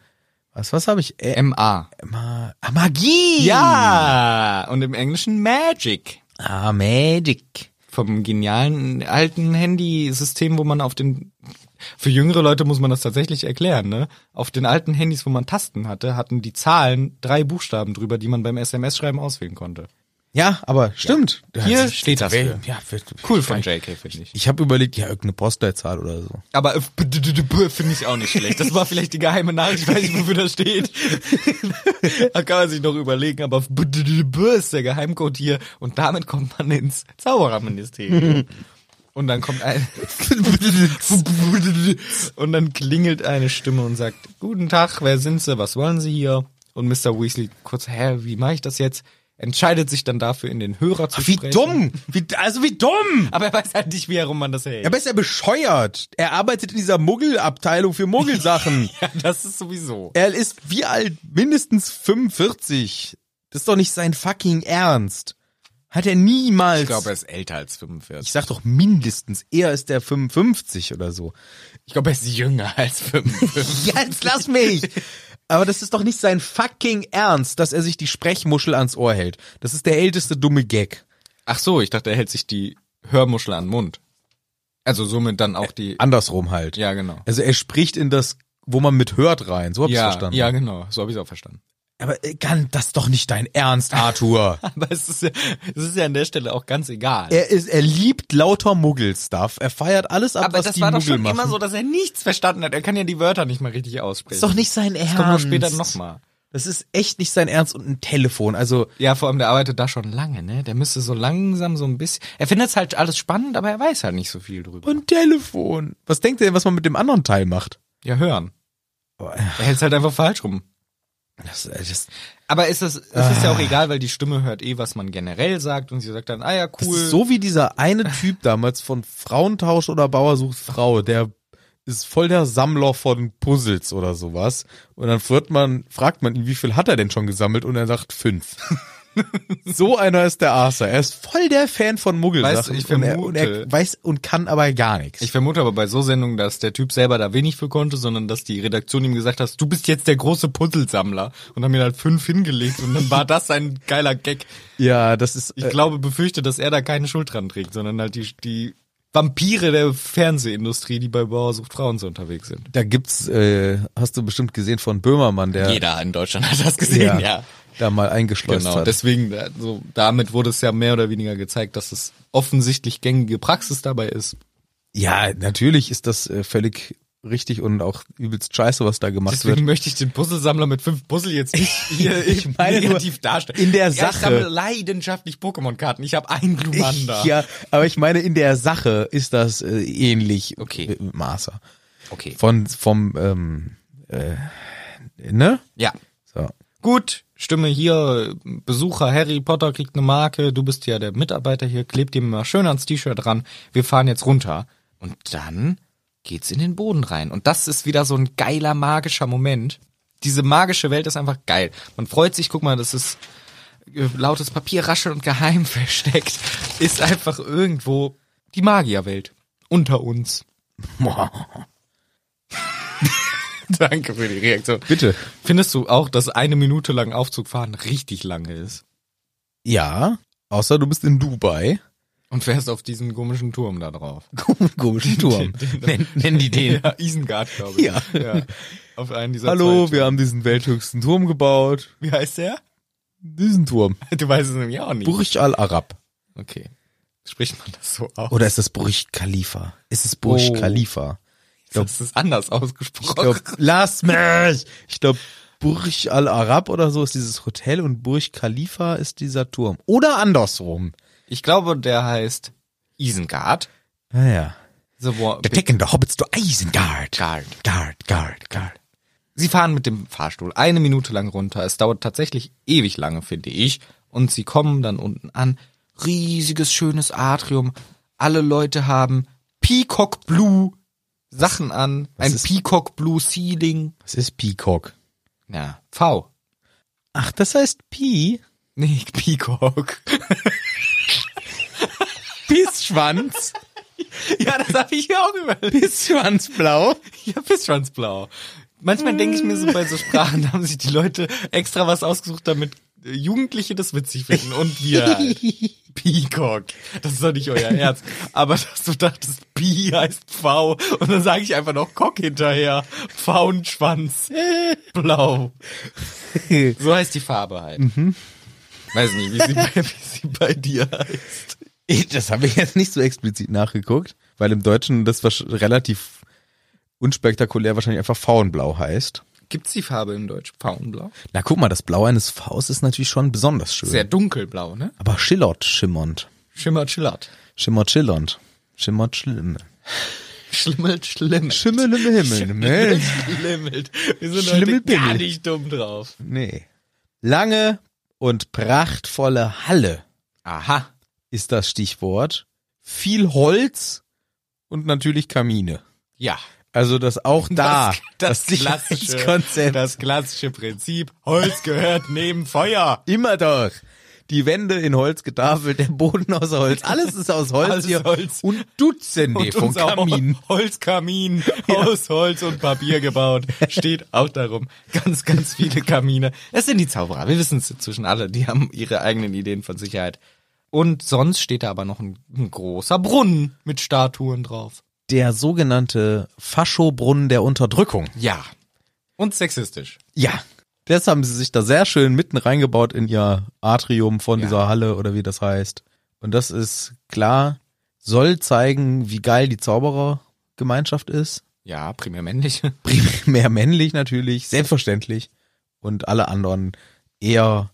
Speaker 1: was, was habe ich? Ä- äh,
Speaker 2: MA.
Speaker 1: Ma ah, Magie!
Speaker 2: Ja! Und im Englischen Magic.
Speaker 1: Ah, Magic.
Speaker 2: Vom genialen alten Handysystem, wo man auf den Für jüngere Leute muss man das tatsächlich erklären, ne? Auf den alten Handys, wo man Tasten hatte, hatten die Zahlen drei Buchstaben drüber, die man beim SMS-Schreiben auswählen konnte.
Speaker 1: Ja, aber stimmt. Ja.
Speaker 2: Hier steht das
Speaker 1: wär-
Speaker 2: für.
Speaker 1: Ja, wär-
Speaker 2: Cool von JK, finde ich.
Speaker 1: Ich habe überlegt, ja, irgendeine Postleitzahl oder so.
Speaker 2: Aber äh, b- d- d- d- b- finde ich auch nicht schlecht. Das war vielleicht die geheime Nachricht, ich weiß nicht, wofür
Speaker 1: [laughs]
Speaker 2: das steht. da kann man sich noch überlegen, aber b- d- d- b- ist der Geheimcode hier und damit kommt man ins Zaubererministerium. Und dann kommt ein [laughs] und dann klingelt eine Stimme und sagt: Guten Tag, wer sind Sie? Was wollen Sie hier? Und Mr. Weasley kurz: Hä, wie mache ich das jetzt? Entscheidet sich dann dafür, in den Hörer zu
Speaker 1: Wie
Speaker 2: sprechen.
Speaker 1: dumm! Wie, also wie dumm!
Speaker 2: Aber er weiß halt nicht, wie herum man das hält.
Speaker 1: Ja, aber ist er bescheuert. Er arbeitet in dieser Muggelabteilung für
Speaker 2: [laughs]
Speaker 1: Muggelsachen.
Speaker 2: das ist sowieso.
Speaker 1: er ist wie alt? Mindestens 45. Das ist doch nicht sein fucking Ernst. Hat er niemals.
Speaker 2: Ich glaube, er ist älter als 45.
Speaker 1: ich sag doch mindestens. Er ist der 55 oder so.
Speaker 2: Ich glaube, er ist jünger als 55.
Speaker 1: Jetzt lass mich! [laughs] Aber das ist doch nicht sein fucking Ernst, dass er sich die Sprechmuschel ans Ohr hält. Das ist der älteste dumme Gag.
Speaker 2: [laughs] Ach so, ich dachte, er hält sich die Hörmuschel an den Mund. Also somit dann auch die.
Speaker 1: Andersrum halt.
Speaker 2: Ja, genau.
Speaker 1: Also er spricht in das, wo man mit hört rein. So hab ich's verstanden.
Speaker 2: ja, genau. So habe ich es auch verstanden. [laughs]
Speaker 1: Aber äh, kann das ist doch nicht dein Ernst, Arthur.
Speaker 2: Aber es ist, ja, es ist ja an der Stelle auch ganz egal.
Speaker 1: er ist, er liebt lauter Muggel-Stuff. Er feiert alles ab,
Speaker 2: Aber
Speaker 1: was
Speaker 2: das
Speaker 1: die
Speaker 2: war
Speaker 1: Muggel
Speaker 2: doch schon
Speaker 1: machen.
Speaker 2: immer so, dass er nichts verstanden hat. Er kann ja die Wörter nicht mal richtig aussprechen.
Speaker 1: ist doch nicht sein Ernst.
Speaker 2: Das kommt nur später nochmal.
Speaker 1: Das ist echt nicht sein Ernst und ein Telefon. Also
Speaker 2: Ja, vor allem, der arbeitet da schon lange, ne? Der müsste so langsam so ein bisschen. Er findet es halt alles spannend, aber er weiß halt nicht so viel drüber.
Speaker 1: ein Telefon. Was denkt ihr denn, was man mit dem anderen Teil macht?
Speaker 2: ja, hören.
Speaker 1: Boah,
Speaker 2: Er hält es halt einfach falsch rum.
Speaker 1: Das, das,
Speaker 2: Aber ist das, es ist
Speaker 1: Ah.
Speaker 2: ja auch egal, weil die Stimme hört eh, was man generell sagt und sie sagt dann, ah ja,
Speaker 1: Das
Speaker 2: cool.
Speaker 1: ist so wie dieser eine Typ damals von Frauentausch oder Bauer sucht Frau, der ist voll der Sammler von Puzzles oder sowas. Und dann wird man, fragt man ihn, wie viel hat er denn schon gesammelt? Und er sagt fünf. [laughs] so einer ist der Arthur. Er ist voll der Fan von
Speaker 2: Weißt du,
Speaker 1: Muggelsachen.
Speaker 2: ich
Speaker 1: und, er, und er
Speaker 2: vermute-
Speaker 1: weiß und kann aber gar nichts.
Speaker 2: ich vermute aber bei so Sendungen, dass der Typ selber da wenig für konnte, sondern dass die Redaktion ihm gesagt hat, du bist jetzt der große Puzzlesammler und haben mir halt fünf hingelegt und dann war das ein geiler Gag.
Speaker 1: ja, das ist.
Speaker 2: Ich
Speaker 1: äh,
Speaker 2: glaube, befürchte, dass er da keine Schuld dran trägt, sondern halt die, die Vampire der Fernsehindustrie, die bei Bauer sucht Frauen so unterwegs sind.
Speaker 1: da gibt's, äh, hast du bestimmt gesehen von Böhmermann, der
Speaker 2: Jeder in Deutschland hat das
Speaker 1: der da mal eingeschleust
Speaker 2: Genau,
Speaker 1: hat.
Speaker 2: deswegen, also damit wurde es ja mehr oder weniger gezeigt, dass es offensichtlich gängige Praxis dabei ist.
Speaker 1: ja, natürlich ist das äh, völlig richtig und auch übelst scheiße, was da gemacht wird.
Speaker 2: Deswegen möchte ich den Puzzlesammler mit fünf Puzzle
Speaker 1: [laughs]
Speaker 2: jetzt nicht hier
Speaker 1: Ich meine nur,
Speaker 2: negativ darstellen.
Speaker 1: in der
Speaker 2: Ja, ich
Speaker 1: Sache.
Speaker 2: sammle leidenschaftlich Pokémon-Karten. Ich habe einen Glumanda.
Speaker 1: Ja, aber ich meine, in der Sache ist das äh, ähnlich
Speaker 2: Okay.
Speaker 1: mit- mit Maße.
Speaker 2: Okay.
Speaker 1: Von, vom, ähm, äh, ne?
Speaker 2: Ja. [laughs]
Speaker 1: So.
Speaker 2: Gut, Stimme hier, Besucher, Harry Potter kriegt eine Marke, du bist ja der Mitarbeiter hier, klebt ihm mal schön ans T-Shirt ran, wir fahren jetzt runter. Und dann geht's in den Boden rein. Und das ist wieder so ein geiler, magischer Moment. Diese magische Welt ist einfach geil. Man freut sich, guck mal, das ist äh, lautes Papier rascheln und geheim [laughs] versteckt. Ist einfach irgendwo die Magierwelt. Unter uns. [laughs] Danke für die Reaktion.
Speaker 1: Bitte.
Speaker 2: Findest du auch, dass eine Minute lang Aufzug fahren richtig lange ist?
Speaker 1: Ja, außer du bist in Dubai.
Speaker 2: Und fährst auf diesen komischen Turm da drauf.
Speaker 1: Komischen [laughs]
Speaker 2: [laughs]
Speaker 1: Turm.
Speaker 2: Nennen, nennen die den? [laughs] Ja, Isengard, glaube ich.
Speaker 1: Ja.
Speaker 2: Auf einen dieser
Speaker 1: Hallo,
Speaker 2: zwei
Speaker 1: wir haben diesen welthöchsten Turm gebaut.
Speaker 2: Wie heißt der?
Speaker 1: Diesen Turm.
Speaker 2: Du weißt es nämlich auch nicht.
Speaker 1: Burj Al Arab.
Speaker 2: okay. Spricht man das so aus?
Speaker 1: Oder ist das Burj Khalifa? Ist es Burj
Speaker 2: Oh.
Speaker 1: Khalifa? glaub-
Speaker 2: das ist anders
Speaker 1: Ich
Speaker 2: ausgesprochen.
Speaker 1: glaub, [laughs] lass mich! Ich glaube, Burj Al Arab oder so ist dieses Hotel und Burj Khalifa ist dieser Turm. Oder andersrum.
Speaker 2: Ich glaube, der heißt Isengard.
Speaker 1: Naja.
Speaker 2: The War
Speaker 1: deckende Hobbits zu Eisengard.
Speaker 2: Guard.
Speaker 1: Guard, Guard, Guard.
Speaker 2: Sie fahren mit dem Fahrstuhl eine Minute lang runter. Es dauert tatsächlich ewig lange, finde ich. Und sie kommen dann unten an. Riesiges, schönes Atrium. Alle Leute haben Peacock Blue Sachen an. Ein
Speaker 1: ist-
Speaker 2: Peacock Blue Ceiling.
Speaker 1: Das ist Peacock.
Speaker 2: Ja, V.
Speaker 1: Ach, das heißt Pi?
Speaker 2: Nee, Peacock.
Speaker 1: Pissschwanz.
Speaker 2: ja, das habe ich mir auch überlegt.
Speaker 1: Pissschwanzblau.
Speaker 2: Ja, Pissschwanzblau. Manchmal denke ich mir so bei so Sprachen, da haben sich die Leute extra was ausgesucht, damit Jugendliche das witzig finden und
Speaker 1: [laughs]
Speaker 2: wir halt. Peacock. Das ist doch nicht euer Ernst. Aber dass du dachtest, Pi heißt V und dann sage ich einfach noch Cock hinterher. Pfauenschwanz.
Speaker 1: [laughs]
Speaker 2: Blau. So heißt die Farbe halt. Weiß nicht, wie sie, [laughs] bei, wie sie bei dir heißt.
Speaker 1: Ich- Das habe ich jetzt nicht so explizit nachgeguckt, weil im Deutschen das wahrsch- relativ unspektakulär wahrscheinlich einfach Faunblau heißt.
Speaker 2: Gibt's die Farbe in Deutsch? Pfauenblau?
Speaker 1: Na guck mal, das Blau eines Vs ist natürlich schon besonders schön.
Speaker 2: Sehr dunkelblau, ne?
Speaker 1: Aber schillert schimmernd.
Speaker 2: Schimmert, schillert.
Speaker 1: Schimmert schillernd. Schimmert schlimmel.
Speaker 2: Schlimmelt, schlimmelt.
Speaker 1: Schimmel im Himmel. Mel.
Speaker 2: [laughs] Schlimmelt. Wir sind heute
Speaker 1: Schlimmelbimmel.
Speaker 2: gar nicht dumm drauf.
Speaker 1: Nee. Lange und prachtvolle Halle
Speaker 2: Aha.
Speaker 1: ist das Stichwort. Viel Holz und natürlich Kamine.
Speaker 2: Ja.
Speaker 1: Also das auch da.
Speaker 2: das, das klassische
Speaker 1: Sicherheitskonzept.
Speaker 2: Das klassische Prinzip. Holz gehört neben Feuer.
Speaker 1: Immer doch. Die Wände in Holz getafelt, der Boden aus Holz, alles ist aus Holz
Speaker 2: Alles
Speaker 1: hier
Speaker 2: Holz.
Speaker 1: und Dutzende
Speaker 2: Und
Speaker 1: von
Speaker 2: unser
Speaker 1: Kaminen. [laughs]
Speaker 2: Hol- Holzkamin aus Holz und Papier gebaut. Steht auch darum. Ganz, ganz viele Kamine. Es sind die Zauberer. Wir wissen es inzwischen alle. Die haben ihre eigenen Ideen von Sicherheit. Und sonst steht da aber noch ein, ein großer Brunnen mit Statuen drauf.
Speaker 1: Der sogenannte Faschobrunnen der Unterdrückung.
Speaker 2: Ja. Und sexistisch.
Speaker 1: Ja. Das haben sie sich da sehr schön mitten reingebaut in ihr Atrium von
Speaker 2: Ja.
Speaker 1: dieser Halle oder wie das heißt. Und das ist klar, soll zeigen, wie geil die Zauberergemeinschaft ist.
Speaker 2: Ja, primär [laughs] männliche.
Speaker 1: Primär männlich natürlich, selbstverständlich. Und alle anderen eher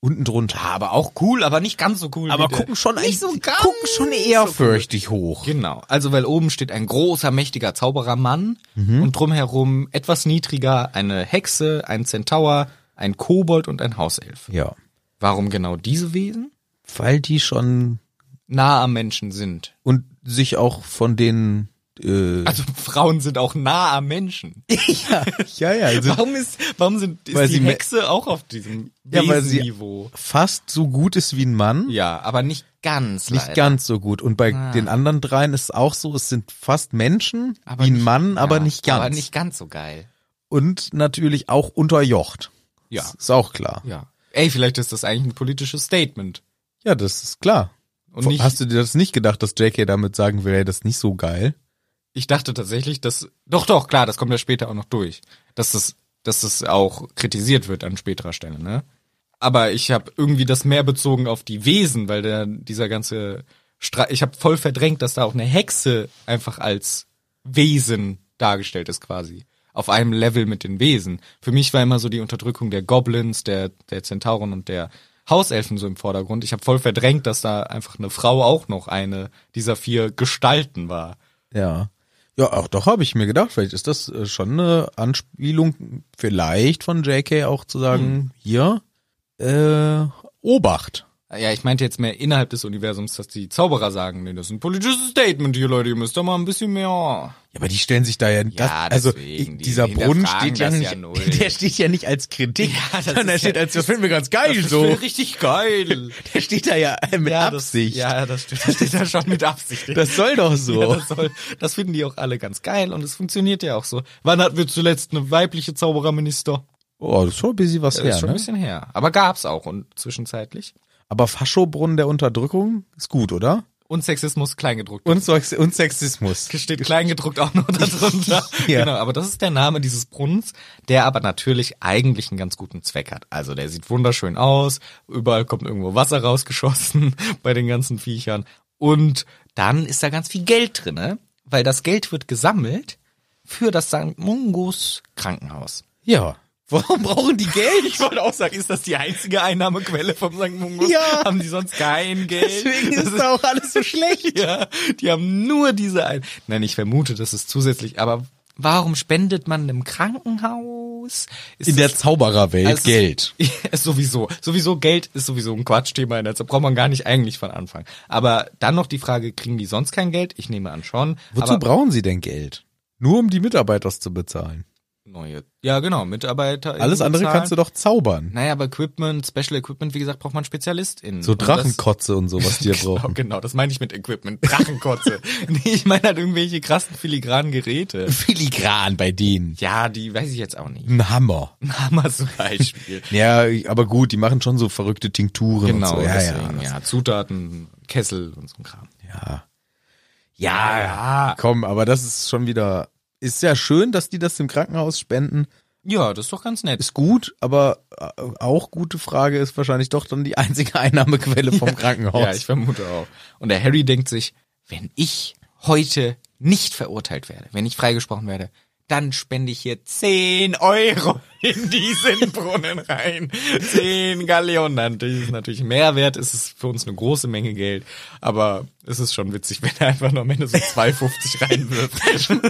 Speaker 1: unten drunter.
Speaker 2: Aber auch cool, aber nicht ganz so cool.
Speaker 1: Aber
Speaker 2: wie der-
Speaker 1: gucken schon
Speaker 2: nicht so ganz
Speaker 1: gucken schon ehrfürchtig hoch.
Speaker 2: Genau, also weil oben steht ein großer, mächtiger Zauberermann und drumherum etwas niedriger eine Hexe, ein Zentaur, ein Kobold und ein Hauself.
Speaker 1: Ja,
Speaker 2: Warum genau diese Wesen?
Speaker 1: weil die schon
Speaker 2: Nah am Menschen sind.
Speaker 1: und sich auch von den äh,
Speaker 2: Also [laughs] Frauen sind auch nah am Menschen.
Speaker 1: ja, [laughs] ja, also ja, sind
Speaker 2: Warum ist, warum sind, ist
Speaker 1: Weil
Speaker 2: die
Speaker 1: sie me-
Speaker 2: Hexe auch auf diesem
Speaker 1: [laughs] Ja, weil sie-
Speaker 2: Wesenniveau?
Speaker 1: fast so gut ist wie ein Mann,
Speaker 2: Ja, aber nicht ganz.
Speaker 1: nicht
Speaker 2: leider.
Speaker 1: ganz so gut und bei
Speaker 2: Ah.
Speaker 1: den anderen dreien ist es auch so, es sind fast Menschen
Speaker 2: Aber
Speaker 1: wie ein
Speaker 2: nicht-
Speaker 1: Mann, aber
Speaker 2: ja,
Speaker 1: nicht ganz
Speaker 2: Aber nicht ganz so geil.
Speaker 1: und natürlich auch unterjocht.
Speaker 2: Ja.
Speaker 1: Ist auch klar.
Speaker 2: Ja. Ey, vielleicht ist das eigentlich ein politisches Statement.
Speaker 1: Ja, das ist klar.
Speaker 2: Und nicht,
Speaker 1: Hast du dir das nicht gedacht, dass JK damit sagen will, hey, das ist nicht so geil?
Speaker 2: ich dachte tatsächlich, dass doch doch klar, das kommt ja später auch noch durch, dass das dass das auch kritisiert wird an späterer Stelle, ne? Aber ich habe irgendwie das mehr bezogen auf die Wesen, weil der dieser ganze Stra ich habe voll verdrängt, dass da auch eine Hexe einfach als Wesen dargestellt ist quasi auf einem Level mit den Wesen. Für mich war immer so die Unterdrückung der Goblins, der der Zentauren und der Hauselfen so im Vordergrund. Ich habe voll verdrängt, dass da einfach eine Frau auch noch eine dieser vier Gestalten war.
Speaker 1: Ja. Ja, auch doch habe ich mir gedacht, vielleicht ist das äh, schon eine Anspielung, vielleicht von JK auch zu
Speaker 2: Hm.
Speaker 1: sagen, hier, äh, Obacht.
Speaker 2: Ja, ich meinte jetzt mehr innerhalb des Universums, dass die Zauberer sagen, nee, das ist ein politisches Statement hier, Leute, ihr müsst da mal ein bisschen mehr.
Speaker 1: Ja, aber die stellen sich da ja, das, also
Speaker 2: deswegen,
Speaker 1: ich-
Speaker 2: die
Speaker 1: dieser Brunnen
Speaker 2: hinterfragen
Speaker 1: steht ja
Speaker 2: das
Speaker 1: nicht,
Speaker 2: ja null.
Speaker 1: [laughs] der steht ja nicht als Kritik,
Speaker 2: [laughs] Ja, das
Speaker 1: sondern
Speaker 2: ist
Speaker 1: der steht
Speaker 2: ja-
Speaker 1: als, das finden wir ganz geil so.
Speaker 2: richtig geil.
Speaker 1: [laughs] Der steht da ja äh, mit
Speaker 2: Also. [laughs] ja,
Speaker 1: Absicht.
Speaker 2: Das, ja, das steht, das steht da schon mit Absicht.
Speaker 1: Das soll doch so.
Speaker 2: [laughs] Ja, das, soll, das finden die auch alle ganz geil und es funktioniert ja auch so. Wann hatten wir zuletzt eine weibliche Zaubererminister?
Speaker 1: oh, das ist schon ein bisschen was
Speaker 2: Das ist
Speaker 1: her,
Speaker 2: schon ein
Speaker 1: ne?
Speaker 2: bisschen her. Aber gab's auch und zwischenzeitlich.
Speaker 1: Aber Faschobrunnen der Unterdrückung ist gut, oder?
Speaker 2: Und Sexismus kleingedruckt.
Speaker 1: Und, Sex- und Sexismus.
Speaker 2: steht kleingedruckt auch noch darunter.
Speaker 1: Ja.
Speaker 2: Genau, aber das ist der Name dieses Brunnens, der aber natürlich eigentlich einen ganz guten Zweck hat. Also der sieht wunderschön aus, überall kommt irgendwo Wasser rausgeschossen [laughs] bei den ganzen Viechern. Und dann ist da ganz viel Geld drin, ne? weil das Geld wird gesammelt für das St. Mungos Krankenhaus.
Speaker 1: Ja. Warum brauchen die Geld?
Speaker 2: Ich wollte auch sagen, ist das die einzige Einnahmequelle vom St. Mungos?
Speaker 1: Ja.
Speaker 2: Haben die sonst kein Geld?
Speaker 1: Deswegen
Speaker 2: Das
Speaker 1: ist da auch alles so schlecht.
Speaker 2: Ja, die haben nur diese ein. Nein, ich vermute, das ist zusätzlich, aber warum spendet man einem Krankenhaus? Ist
Speaker 1: In der
Speaker 2: das-
Speaker 1: Zaubererwelt
Speaker 2: Also-
Speaker 1: Geld.
Speaker 2: [laughs] Ist sowieso. Sowieso Geld ist sowieso ein Quatschthema, in der Zeit braucht man gar nicht eigentlich von Anfang. Aber dann noch die Frage, kriegen die sonst kein Geld? Ich nehme an schon.
Speaker 1: Wozu
Speaker 2: aber,
Speaker 1: brauchen sie denn Geld? Nur um die Mitarbeiter zu bezahlen.
Speaker 2: Neue. Ja, genau, Mitarbeiter.
Speaker 1: Alles andere kannst du doch zaubern.
Speaker 2: Naja, aber Equipment, Special Equipment, wie gesagt, braucht man SpezialistInnen.
Speaker 1: So
Speaker 2: Und das-
Speaker 1: Drachenkotze und sowas,
Speaker 2: [laughs]
Speaker 1: die ihr
Speaker 2: Genau,
Speaker 1: brauchen.
Speaker 2: genau, das meine ich mit Equipment.
Speaker 1: [laughs]
Speaker 2: Drachenkotze. [laughs] nee, ich meine halt irgendwelche krassen filigranen Geräte.
Speaker 1: Filigran bei denen.
Speaker 2: Ja, die weiß ich jetzt auch nicht. [laughs]
Speaker 1: Ein Hammer.
Speaker 2: Hammer zum
Speaker 1: [laughs]
Speaker 2: Beispiel.
Speaker 1: Ja, aber gut, die machen schon so verrückte Tinkturen und
Speaker 2: genau,
Speaker 1: so. Ja,
Speaker 2: deswegen,
Speaker 1: ja.
Speaker 2: ja, Zutaten, Kessel und so ein Kram.
Speaker 1: Ja. Ja, Komm, aber das ist schon wieder. Ist ja schön, dass die das im Krankenhaus spenden.
Speaker 2: Ja, das ist doch ganz nett.
Speaker 1: Ist gut, aber äh, auch gute Frage ist wahrscheinlich doch dann die einzige Einnahmequelle vom Krankenhaus.
Speaker 2: [laughs] Ja, ich vermute auch. Und der Harry denkt sich, wenn ich heute nicht verurteilt werde, wenn ich freigesprochen werde, dann spende ich hier 10 Euro in diesen Brunnen rein. 10 Galleonen. Natürlich ist natürlich Mehrwert, ist es ist für uns eine große Menge Geld. Aber es ist schon witzig, wenn er einfach nur am Ende so 2,50 reinwirft.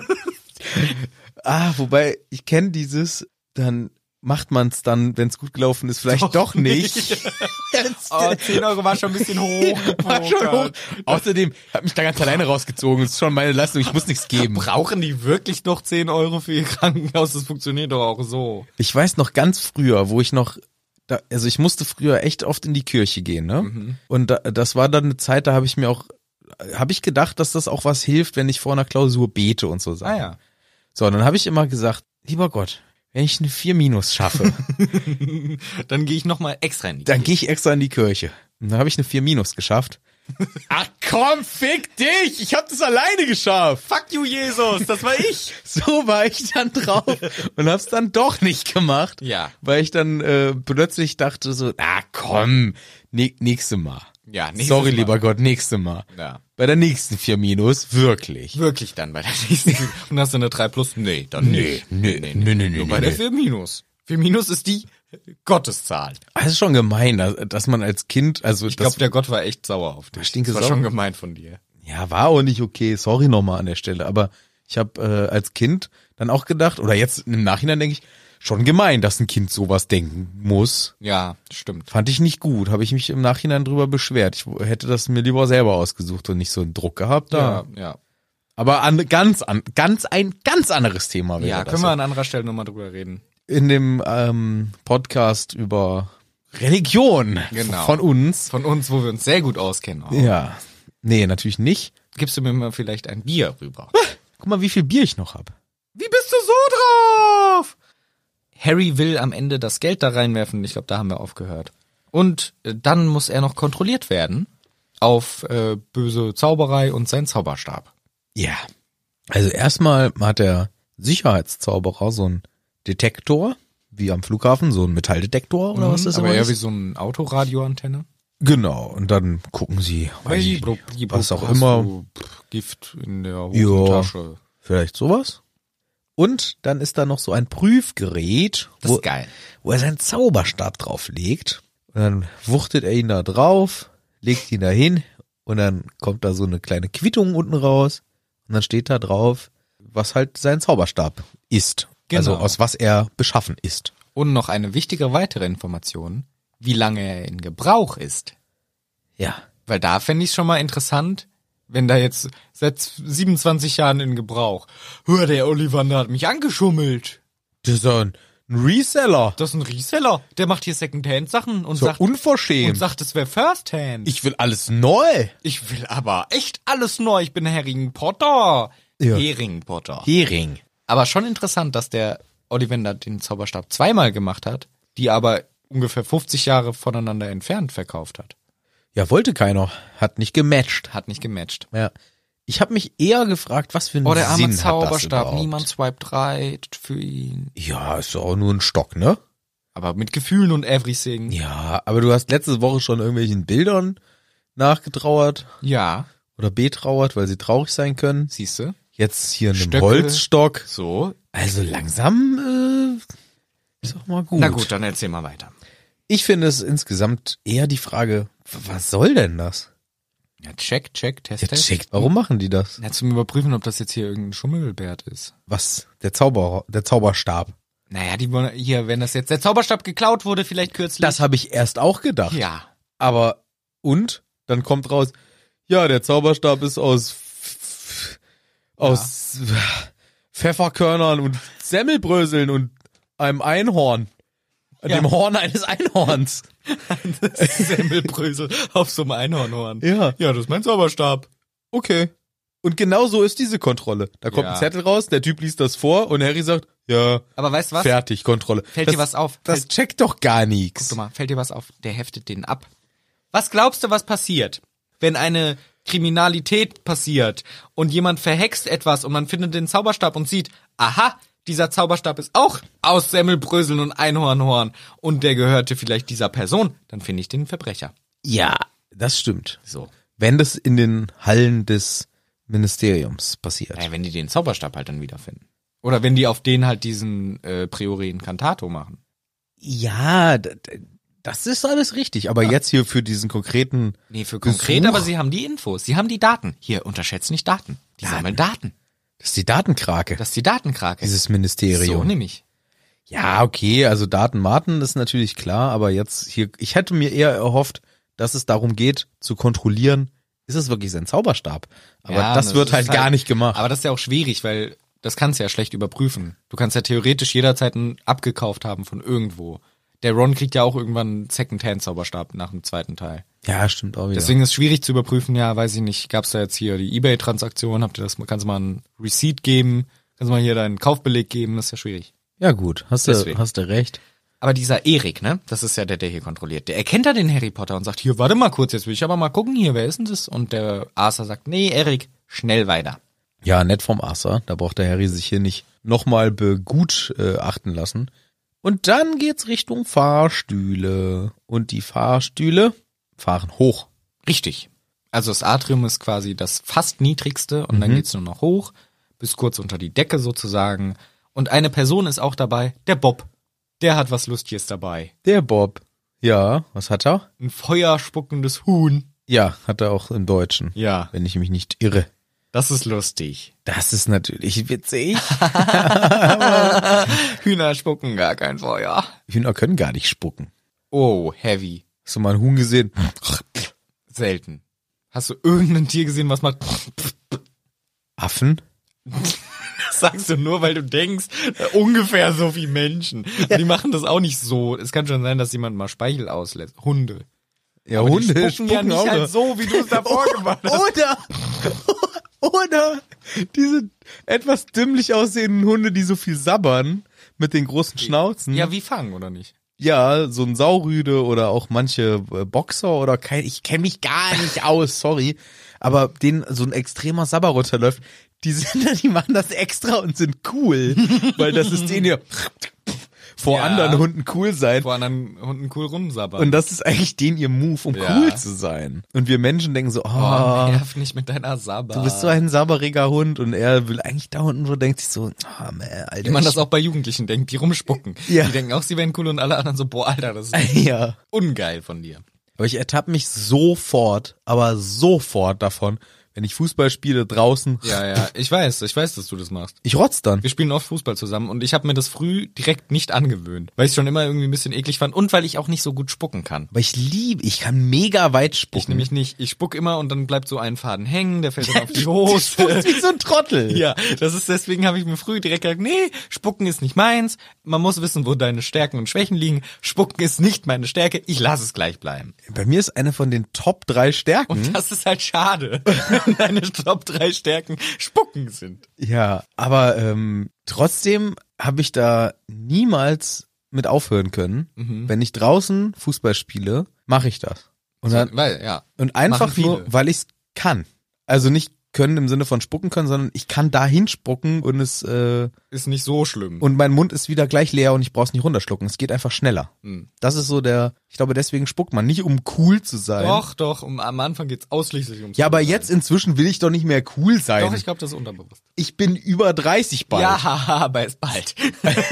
Speaker 1: Ah, wobei, ich kenne dieses, dann macht man's dann, wenn's gut gelaufen ist, vielleicht doch, nicht. [laughs] Das-
Speaker 2: [laughs] Oh, 10 Euro war schon ein [laughs] bisschen hoch.
Speaker 1: War schon hoch. Außerdem, ich hab mich da ganz alleine rausgezogen. Das ist schon meine Leistung, ich muss nichts geben.
Speaker 2: Brauchen die wirklich noch 10 Euro für ihr Krankenhaus? Das funktioniert doch auch so.
Speaker 1: Ich weiß noch ganz früher, wo ich noch, da, also ich musste früher echt oft in die Kirche gehen, ne?
Speaker 2: Mhm.
Speaker 1: Und da, das war dann eine Zeit, da habe ich mir auch, habe ich gedacht, dass das auch was hilft, wenn ich vor einer Klausur bete und so Sachen.
Speaker 2: Ah ja.
Speaker 1: So, dann habe ich immer gesagt, lieber Gott, wenn ich eine 4 minus
Speaker 2: [laughs]
Speaker 1: schaffe,
Speaker 2: Dann gehe ich nochmal extra in die
Speaker 1: dann gehe ich extra in die Kirche. Und dann habe ich eine 4 minus geschafft. Ach komm, fick dich! Ich habe das alleine geschafft!
Speaker 2: Fuck you, Jesus, das war ich.
Speaker 1: So war ich dann drauf und hab's dann doch nicht gemacht.
Speaker 2: Ja.
Speaker 1: Weil ich dann äh, plötzlich dachte so, ah komm, ne, nächste Mal.
Speaker 2: Ja, nächstes
Speaker 1: Sorry,
Speaker 2: Mal.
Speaker 1: lieber Gott, nächste Mal.
Speaker 2: Ja.
Speaker 1: Bei der nächsten 4 Minus, [laughs] wirklich.
Speaker 2: Wirklich dann bei der nächsten. Und hast du eine 3 plus? Nee, dann
Speaker 1: Nee,
Speaker 2: nicht.
Speaker 1: nee, nee, nee, nee,
Speaker 2: Nur
Speaker 1: nee,
Speaker 2: bei der
Speaker 1: nee.
Speaker 2: 4 minus. 4 minus ist die Gotteszahl.
Speaker 1: Das ist schon gemein, dass, dass man als Kind, also
Speaker 2: Ich glaube,
Speaker 1: das
Speaker 2: der Gott war echt sauer auf dich.
Speaker 1: Stinke
Speaker 2: das war
Speaker 1: Sau.
Speaker 2: schon gemein von dir.
Speaker 1: ja, war auch nicht okay, sorry nochmal an der Stelle, aber ich habe äh, als Kind dann auch gedacht, oder jetzt im Nachhinein denke ich, schon gemein, dass ein Kind sowas denken muss.
Speaker 2: Ja, stimmt.
Speaker 1: Fand ich nicht gut, habe ich mich im Nachhinein drüber beschwert. Ich hätte das mir lieber selber ausgesucht und nicht so einen Druck gehabt. Da.
Speaker 2: Ja, ja.
Speaker 1: Aber an, ganz, an, ganz ein ganz anderes Thema wäre
Speaker 2: Ja,
Speaker 1: das.
Speaker 2: können wir an anderer Stelle nochmal drüber reden.
Speaker 1: In dem ähm, Podcast über Religion
Speaker 2: Genau.
Speaker 1: von uns.
Speaker 2: Von uns, wo wir uns sehr gut auskennen. Auch.
Speaker 1: Ja, nee, natürlich nicht.
Speaker 2: Gibst du mir mal vielleicht ein Bier rüber?
Speaker 1: Guck mal, wie viel Bier ich noch habe.
Speaker 2: Wie bist du so drauf? Harry will am Ende das Geld da reinwerfen. Ich glaube, da haben wir aufgehört. Und äh, dann muss er noch kontrolliert werden auf äh, böse Zauberei und sein Zauberstab.
Speaker 1: Ja. Also erstmal hat der Sicherheitszauberer so einen Detektor, wie am Flughafen, so einen Metalldetektor oder was das
Speaker 2: Mhm, Aber
Speaker 1: immer
Speaker 2: eher
Speaker 1: ist.
Speaker 2: wie so eine Autoradioantenne.
Speaker 1: Genau, und dann gucken sie, weiß ich, nicht, was auch immer.
Speaker 2: oh. Gift in der
Speaker 1: Ja,
Speaker 2: Hosentasche.
Speaker 1: vielleicht sowas. Und dann ist da noch so ein Prüfgerät,
Speaker 2: Das
Speaker 1: wo,
Speaker 2: ist geil.
Speaker 1: wo er seinen Zauberstab drauflegt. Und dann wuchtet er ihn da drauf, legt ihn da hin und dann kommt da so eine kleine Quittung unten raus. Und dann steht da drauf, was halt sein Zauberstab ist. Also
Speaker 2: Genau.
Speaker 1: aus was er beschaffen ist.
Speaker 2: Und noch eine wichtige weitere Information, wie lange er in Gebrauch ist.
Speaker 1: Ja.
Speaker 2: Weil da fände ich schon mal interessant, wenn da jetzt seit 27 Jahren in Gebrauch, hör, der Ollivander hat mich angeschummelt.
Speaker 1: Das ist ein Reseller.
Speaker 2: Das ist ein Reseller. Der macht hier Secondhand-Sachen und,
Speaker 1: So
Speaker 2: sagt, und
Speaker 1: unverschämt.
Speaker 2: sagt, es wäre Firsthand.
Speaker 1: ich will alles neu.
Speaker 2: ich will aber echt alles neu. Ich bin Herring Potter.
Speaker 1: Ja.
Speaker 2: Hering Potter.
Speaker 1: Hering.
Speaker 2: Aber schon interessant, dass der Ollivander den Zauberstab zweimal gemacht hat, die aber ungefähr 50 Jahre voneinander entfernt verkauft hat.
Speaker 1: Ja, wollte keiner. Hat nicht gematcht.
Speaker 2: Hat nicht gematcht.
Speaker 1: Ja. Ich habe mich eher gefragt, was für einen
Speaker 2: Oh, der arme
Speaker 1: Sinn hat das
Speaker 2: Zauberstab.
Speaker 1: überhaupt?
Speaker 2: Niemand swipe 3 für ihn.
Speaker 1: Ja, ist doch auch nur ein Stock, ne?
Speaker 2: Aber mit Gefühlen und everything.
Speaker 1: Ja, aber du hast letzte Woche schon irgendwelchen Bildern nachgetrauert
Speaker 2: Ja,
Speaker 1: oder betrauert, weil sie traurig sein können.
Speaker 2: siehst du?
Speaker 1: Jetzt hier einen
Speaker 2: Stöcke.
Speaker 1: Holzstock.
Speaker 2: So.
Speaker 1: Also langsam, äh, ist doch mal gut.
Speaker 2: Na gut, dann erzähl mal weiter.
Speaker 1: Ich finde es insgesamt eher die Frage, w- was soll denn das?
Speaker 2: Ja, check, check, test,
Speaker 1: Ja,
Speaker 2: test.
Speaker 1: checkt, warum machen die das?
Speaker 2: Na, zum Überprüfen, ob das jetzt hier irgendein Schummelbärt ist.
Speaker 1: Was? Der Zauberer, der Zauberstab.
Speaker 2: Naja, die wollen, hier, wenn das jetzt der Zauberstab geklaut wurde, vielleicht kürzlich.
Speaker 1: Das habe ich erst auch gedacht.
Speaker 2: ja. [laughs]
Speaker 1: Aber und dann kommt raus, ja, der Zauberstab ist aus aus Pfefferkörnern und Semmelbröseln und einem Einhorn. Dem Horn eines Einhorns.
Speaker 2: Semmelbrösel auf so einem Einhornhorn.
Speaker 1: Ja.
Speaker 2: Ja, das ist mein Zauberstab.
Speaker 1: Okay. Und genau so ist diese Kontrolle. Da kommt
Speaker 2: Ja.
Speaker 1: ein Zettel raus, der Typ liest das vor und Harry sagt, ja,
Speaker 2: Aber weißt du was?
Speaker 1: fertig, Kontrolle.
Speaker 2: Fällt
Speaker 1: das,
Speaker 2: dir was auf?
Speaker 1: Das
Speaker 2: Fällt-
Speaker 1: checkt doch gar
Speaker 2: Guck
Speaker 1: nichts.
Speaker 2: doch mal, fällt dir was auf? Der heftet den ab. Was glaubst du, was passiert, wenn eine Kriminalität passiert und jemand verhext etwas und man findet den Zauberstab und sieht, aha, dieser Zauberstab ist auch aus Semmelbröseln und Einhornhorn und der gehörte vielleicht dieser Person, dann finde ich den Verbrecher.
Speaker 1: Ja, das stimmt.
Speaker 2: So.
Speaker 1: Wenn das in den Hallen des Ministeriums passiert.
Speaker 2: Naja, wenn die den Zauberstab halt dann wiederfinden. Oder wenn die auf den halt diesen äh, Priori Incantato machen.
Speaker 1: Ja, d- d- das ist alles richtig. Aber jetzt hier für diesen konkreten.
Speaker 2: Nee, für konkret,
Speaker 1: Besuch.
Speaker 2: aber sie haben die Infos, sie haben die Daten. Hier, unterschätzt nicht Daten. Die sammeln Daten.
Speaker 1: Das ist die Datenkrake.
Speaker 2: Das ist die Datenkrake.
Speaker 1: dieses
Speaker 2: So
Speaker 1: Ministerium.
Speaker 2: nämlich.
Speaker 1: ja, okay, also Datenmaten ist natürlich klar, aber jetzt hier, ich hätte mir eher erhofft, dass es darum geht, zu kontrollieren, ist es wirklich sein Zauberstab? Aber
Speaker 2: Ja,
Speaker 1: das,
Speaker 2: das
Speaker 1: wird
Speaker 2: ist
Speaker 1: halt,
Speaker 2: halt-
Speaker 1: gar nicht gemacht.
Speaker 2: Aber das ist ja auch schwierig, weil das kannst du ja schlecht überprüfen. Du kannst ja theoretisch jederzeit einen abgekauft haben von irgendwo. Der Ron kriegt ja auch irgendwann einen Second-Hand-Zauberstab nach dem zweiten Teil.
Speaker 1: ja, stimmt auch wieder.
Speaker 2: Deswegen ist es schwierig zu überprüfen, ja, weiß ich nicht, gab's da jetzt hier die Ebay-Transaktion, habt ihr das, kannst du mal einen Receipt geben, kannst du mal hier deinen Kaufbeleg geben, das ist ja schwierig.
Speaker 1: ja, gut, hast du,
Speaker 2: Deswegen.
Speaker 1: hast du recht.
Speaker 2: Aber dieser Erik, ne, das ist ja der, der hier kontrolliert, der erkennt da den Harry Potter und sagt, hier, warte mal kurz, jetzt will ich aber mal gucken, hier, wer ist denn das? Und der Arthur sagt, nee, Erik, schnell weiter.
Speaker 1: Ja, nett vom Asa. Da braucht der Harry sich hier nicht nochmal begutachten äh, achten lassen. Und dann geht's Richtung Fahrstühle. Und die Fahrstühle fahren hoch.
Speaker 2: Richtig. Also das Atrium ist quasi das fast niedrigste und dann geht's nur noch hoch, bis kurz unter die Decke sozusagen. Und eine Person ist auch dabei, der Bob. Der hat was Lustiges dabei.
Speaker 1: Der Bob. Ja, was hat er?
Speaker 2: Ein feuerspuckendes Huhn.
Speaker 1: Ja, hat er auch im Deutschen.
Speaker 2: Ja,
Speaker 1: Wenn ich mich nicht irre.
Speaker 2: das ist lustig.
Speaker 1: Das ist natürlich [laughs] witzig.
Speaker 2: Hühner spucken gar kein Feuer.
Speaker 1: Hühner können gar nicht spucken.
Speaker 2: Oh, heavy.
Speaker 1: Hast du mal ein Huhn gesehen?
Speaker 2: Selten. Hast du irgendein Tier gesehen, was macht?
Speaker 1: Affen?
Speaker 2: Das [laughs] sagst du nur, weil du denkst, äh, ungefähr so wie Menschen. Die machen das auch nicht so. Es kann schon sein, dass jemand mal Speichel auslässt. Hunde.
Speaker 1: Ja,
Speaker 2: Aber die
Speaker 1: Hunde
Speaker 2: spucken, ja nicht
Speaker 1: auch.
Speaker 2: halt so, wie du
Speaker 1: [laughs]
Speaker 2: es davor gemacht hast.
Speaker 1: Oder, oder diese etwas dümmlich aussehenden Hunde, die so viel sabbern mit den großen Schnauzen.
Speaker 2: Ja, wie fangen, oder nicht?
Speaker 1: Ja, so ein Saurüde oder auch manche äh, Boxer oder kein, ich kenne mich gar nicht aus, sorry. Aber den so ein extremer Sabber runterläuft, die sind, [laughs] die machen das extra und sind cool, weil das ist denen ja vor
Speaker 2: Ja.
Speaker 1: anderen Hunden cool sein.
Speaker 2: Vor anderen Hunden cool rumsabbern.
Speaker 1: Und das ist eigentlich den ihr Move, um
Speaker 2: Ja.
Speaker 1: cool zu sein. Und wir Menschen denken so, oh,
Speaker 2: oh, nerv nicht mit deiner Sabber.
Speaker 1: Du bist so ein sabberiger Hund und er will eigentlich da unten so denkt sich so, ah, man, Alter.
Speaker 2: wie man das auch bei Jugendlichen denkt, die rumspucken.
Speaker 1: Ja.
Speaker 2: Die denken auch, sie wären cool und alle anderen so, boah, Alter, das
Speaker 1: [laughs] [laughs]
Speaker 2: ist
Speaker 1: ja.
Speaker 2: ungeil von dir.
Speaker 1: Aber ich ertappe mich sofort, aber sofort davon, wenn ich Fußball spiele draußen,
Speaker 2: Ja, ja, ich weiß, ich weiß, dass du das machst.
Speaker 1: ich rotz dann.
Speaker 2: Wir spielen oft Fußball zusammen und ich habe mir das früh direkt nicht angewöhnt, weil ich schon immer irgendwie ein bisschen eklig fand und weil ich auch nicht so gut spucken kann.
Speaker 1: Aber ich liebe, ich kann mega weit
Speaker 2: Ich
Speaker 1: spucken.
Speaker 2: nämlich nicht. Ich spuck immer und dann bleibt so ein Faden hängen, der fällt dann auf
Speaker 1: [laughs]
Speaker 2: die
Speaker 1: Du spuckst
Speaker 2: Hose.
Speaker 1: wie so ein Trottel.
Speaker 2: [laughs] Ja, das ist deswegen habe ich mir früh direkt gesagt, nee, spucken ist nicht meins. Man muss wissen, wo deine Stärken und Schwächen liegen. Spucken ist nicht meine Stärke. Ich lasse es gleich bleiben.
Speaker 1: Bei mir ist eine von den Top drei Stärken.
Speaker 2: Und das ist halt schade, [laughs] wenn deine Top drei Stärken Spucken sind.
Speaker 1: Ja, aber ähm, trotzdem habe ich da niemals mit aufhören können.
Speaker 2: Mhm.
Speaker 1: Wenn ich draußen Fußball spiele, mache ich das. Und dann,
Speaker 2: Weil, ja.
Speaker 1: Und einfach
Speaker 2: Machen
Speaker 1: nur,
Speaker 2: viele.
Speaker 1: weil ich es kann. Also nicht können im Sinne von spucken können, sondern ich kann dahin spucken und es äh,
Speaker 2: Ist nicht so schlimm.
Speaker 1: und mein Mund ist wieder gleich leer und ich brauch's nicht runterschlucken. Es geht einfach schneller.
Speaker 2: Hm.
Speaker 1: Das ist so der, ich glaube, deswegen spuckt man nicht, um cool zu sein.
Speaker 2: doch, doch, um, am Anfang geht's ausschließlich ums
Speaker 1: Ja, aber
Speaker 2: Spucken.
Speaker 1: jetzt inzwischen will ich doch nicht mehr cool sein.
Speaker 2: Doch, ich glaube, das ist unterbewusst.
Speaker 1: ich bin über 30 bald.
Speaker 2: Ja, haha, [laughs] aber ist bald.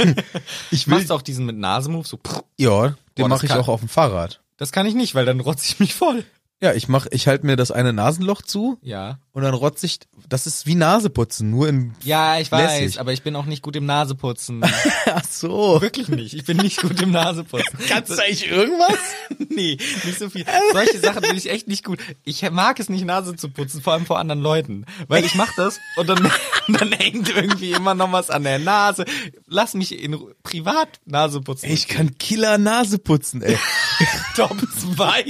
Speaker 1: [laughs] ich will,
Speaker 2: Machst auch diesen mit Nasenmove so. prr.
Speaker 1: ja, den mache
Speaker 2: Boah, das
Speaker 1: ich
Speaker 2: kann-
Speaker 1: auch auf dem Fahrrad.
Speaker 2: Das kann ich nicht, weil dann rotze ich mich voll.
Speaker 1: Ja, ich mach, ich halte mir das eine Nasenloch zu
Speaker 2: Ja.
Speaker 1: und dann rotzt sich, das ist wie Naseputzen, nur in,
Speaker 2: Ja, ich weiß,
Speaker 1: Lässig.
Speaker 2: aber ich bin auch nicht gut
Speaker 1: [laughs]
Speaker 2: im Naseputzen.
Speaker 1: ach so.
Speaker 2: Wirklich nicht. Ich bin nicht gut im Naseputzen.
Speaker 1: [laughs] Kannst du eigentlich irgendwas?
Speaker 2: [laughs] nee, nicht so viel. Solche Sachen bin ich echt nicht gut. Ich mag es nicht, Nase zu putzen, vor allem vor anderen Leuten. Weil ich mach das und dann, [laughs] dann hängt irgendwie immer noch was an der Nase. Lass mich in Ru- privat Nase putzen.
Speaker 1: Ich kann Killer Naseputzen, ey.
Speaker 2: Top
Speaker 1: [laughs]
Speaker 2: 2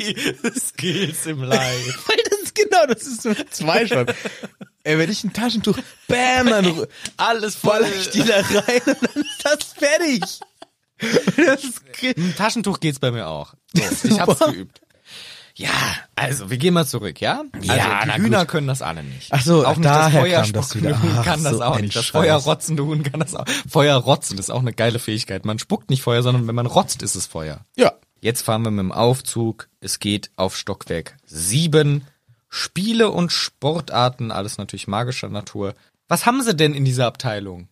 Speaker 2: [laughs] Skills im Live.
Speaker 1: Weil das ist genau, das ist so zwei schon. Ey, wenn ich ein Taschentuch, bam, dann ru-
Speaker 2: Alles voll.
Speaker 1: baller ich die da rein und dann ist das fertig. Das ist kri-
Speaker 2: Ein Taschentuch geht's bei mir auch.
Speaker 1: [laughs]
Speaker 2: So, ich hab's
Speaker 1: Super.
Speaker 2: geübt. Ja, also wir gehen mal zurück, ja?
Speaker 1: Ja,
Speaker 2: also,
Speaker 1: na
Speaker 2: die
Speaker 1: gut.
Speaker 2: Hühner können das alle nicht.
Speaker 1: Ach so,
Speaker 2: auch nicht das
Speaker 1: daher
Speaker 2: Feuer
Speaker 1: kam das
Speaker 2: spuckende
Speaker 1: wieder.
Speaker 2: Huhn
Speaker 1: Ach,
Speaker 2: [laughs] kann das
Speaker 1: so
Speaker 2: auch
Speaker 1: ein
Speaker 2: nicht. Das
Speaker 1: Scheiß.
Speaker 2: Feuerrotzende Huhn kann das auch. Feuerrotzen ist auch eine geile Fähigkeit. Man spuckt nicht Feuer, sondern wenn man rotzt, ist es Feuer.
Speaker 1: Ja.
Speaker 2: Jetzt fahren wir mit dem Aufzug. Es geht auf Stockwerk 7. Spiele und Sportarten, alles natürlich magischer Natur. Was haben sie denn in dieser Abteilung?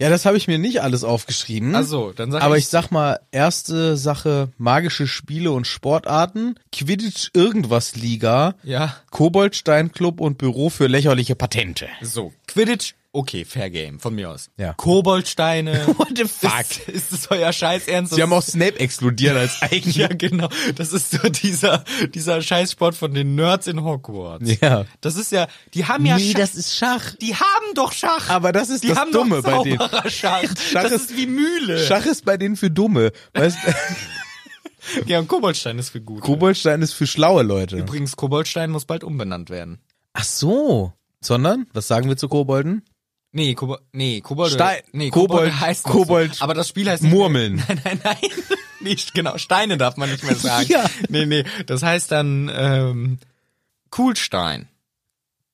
Speaker 1: Ja, das habe ich mir nicht alles aufgeschrieben.
Speaker 2: Also, dann sag
Speaker 1: Aber
Speaker 2: ich,
Speaker 1: ich sag mal, erste Sache, magische Spiele und Sportarten, Quidditch irgendwas Liga,
Speaker 2: ja.
Speaker 1: Koboldstein Club und Büro für lächerliche Patente.
Speaker 2: So, Quidditch, okay, Fair Game, von mir aus.
Speaker 1: Ja.
Speaker 2: Koboldsteine.
Speaker 1: [laughs] What the fuck?
Speaker 2: Ist, ist das euer Scheiß Ernst?
Speaker 1: Sie haben auch Snape explodieren
Speaker 2: [laughs]
Speaker 1: als eigentlich.
Speaker 2: ja, genau. Das ist so dieser, dieser Scheißsport von den Nerds in Hogwarts.
Speaker 1: Ja.
Speaker 2: Das ist ja, die haben ja Schach-
Speaker 1: ist Schach.
Speaker 2: Die haben doch Schach.
Speaker 1: Aber das ist
Speaker 2: die
Speaker 1: das
Speaker 2: haben
Speaker 1: Dumme bei
Speaker 2: doch
Speaker 1: denen.
Speaker 2: Schach.
Speaker 1: Schach
Speaker 2: das
Speaker 1: ist-
Speaker 2: ist wie Mühle.
Speaker 1: Schach ist bei denen für Dumme. Weißt,
Speaker 2: Ja, und Koboldstein ist für gut.
Speaker 1: Koboldstein ist für schlaue Leute.
Speaker 2: Übrigens, Koboldstein muss bald umbenannt werden.
Speaker 1: Ach so. Sondern, was sagen wir zu Kobolden?
Speaker 2: Nee, Kobold, nee, Kobold,
Speaker 1: Stein-
Speaker 2: nee,
Speaker 1: Kobold-
Speaker 2: heißt noch
Speaker 1: Kobold-
Speaker 2: so. Aber das Spiel heißt nicht
Speaker 1: Murmeln.
Speaker 2: Nein, nein, nein. [laughs] Nicht, genau. Steine darf man nicht mehr sagen.
Speaker 1: Ja.
Speaker 2: Nee, nee. Das heißt dann ähm, Kuhlstein.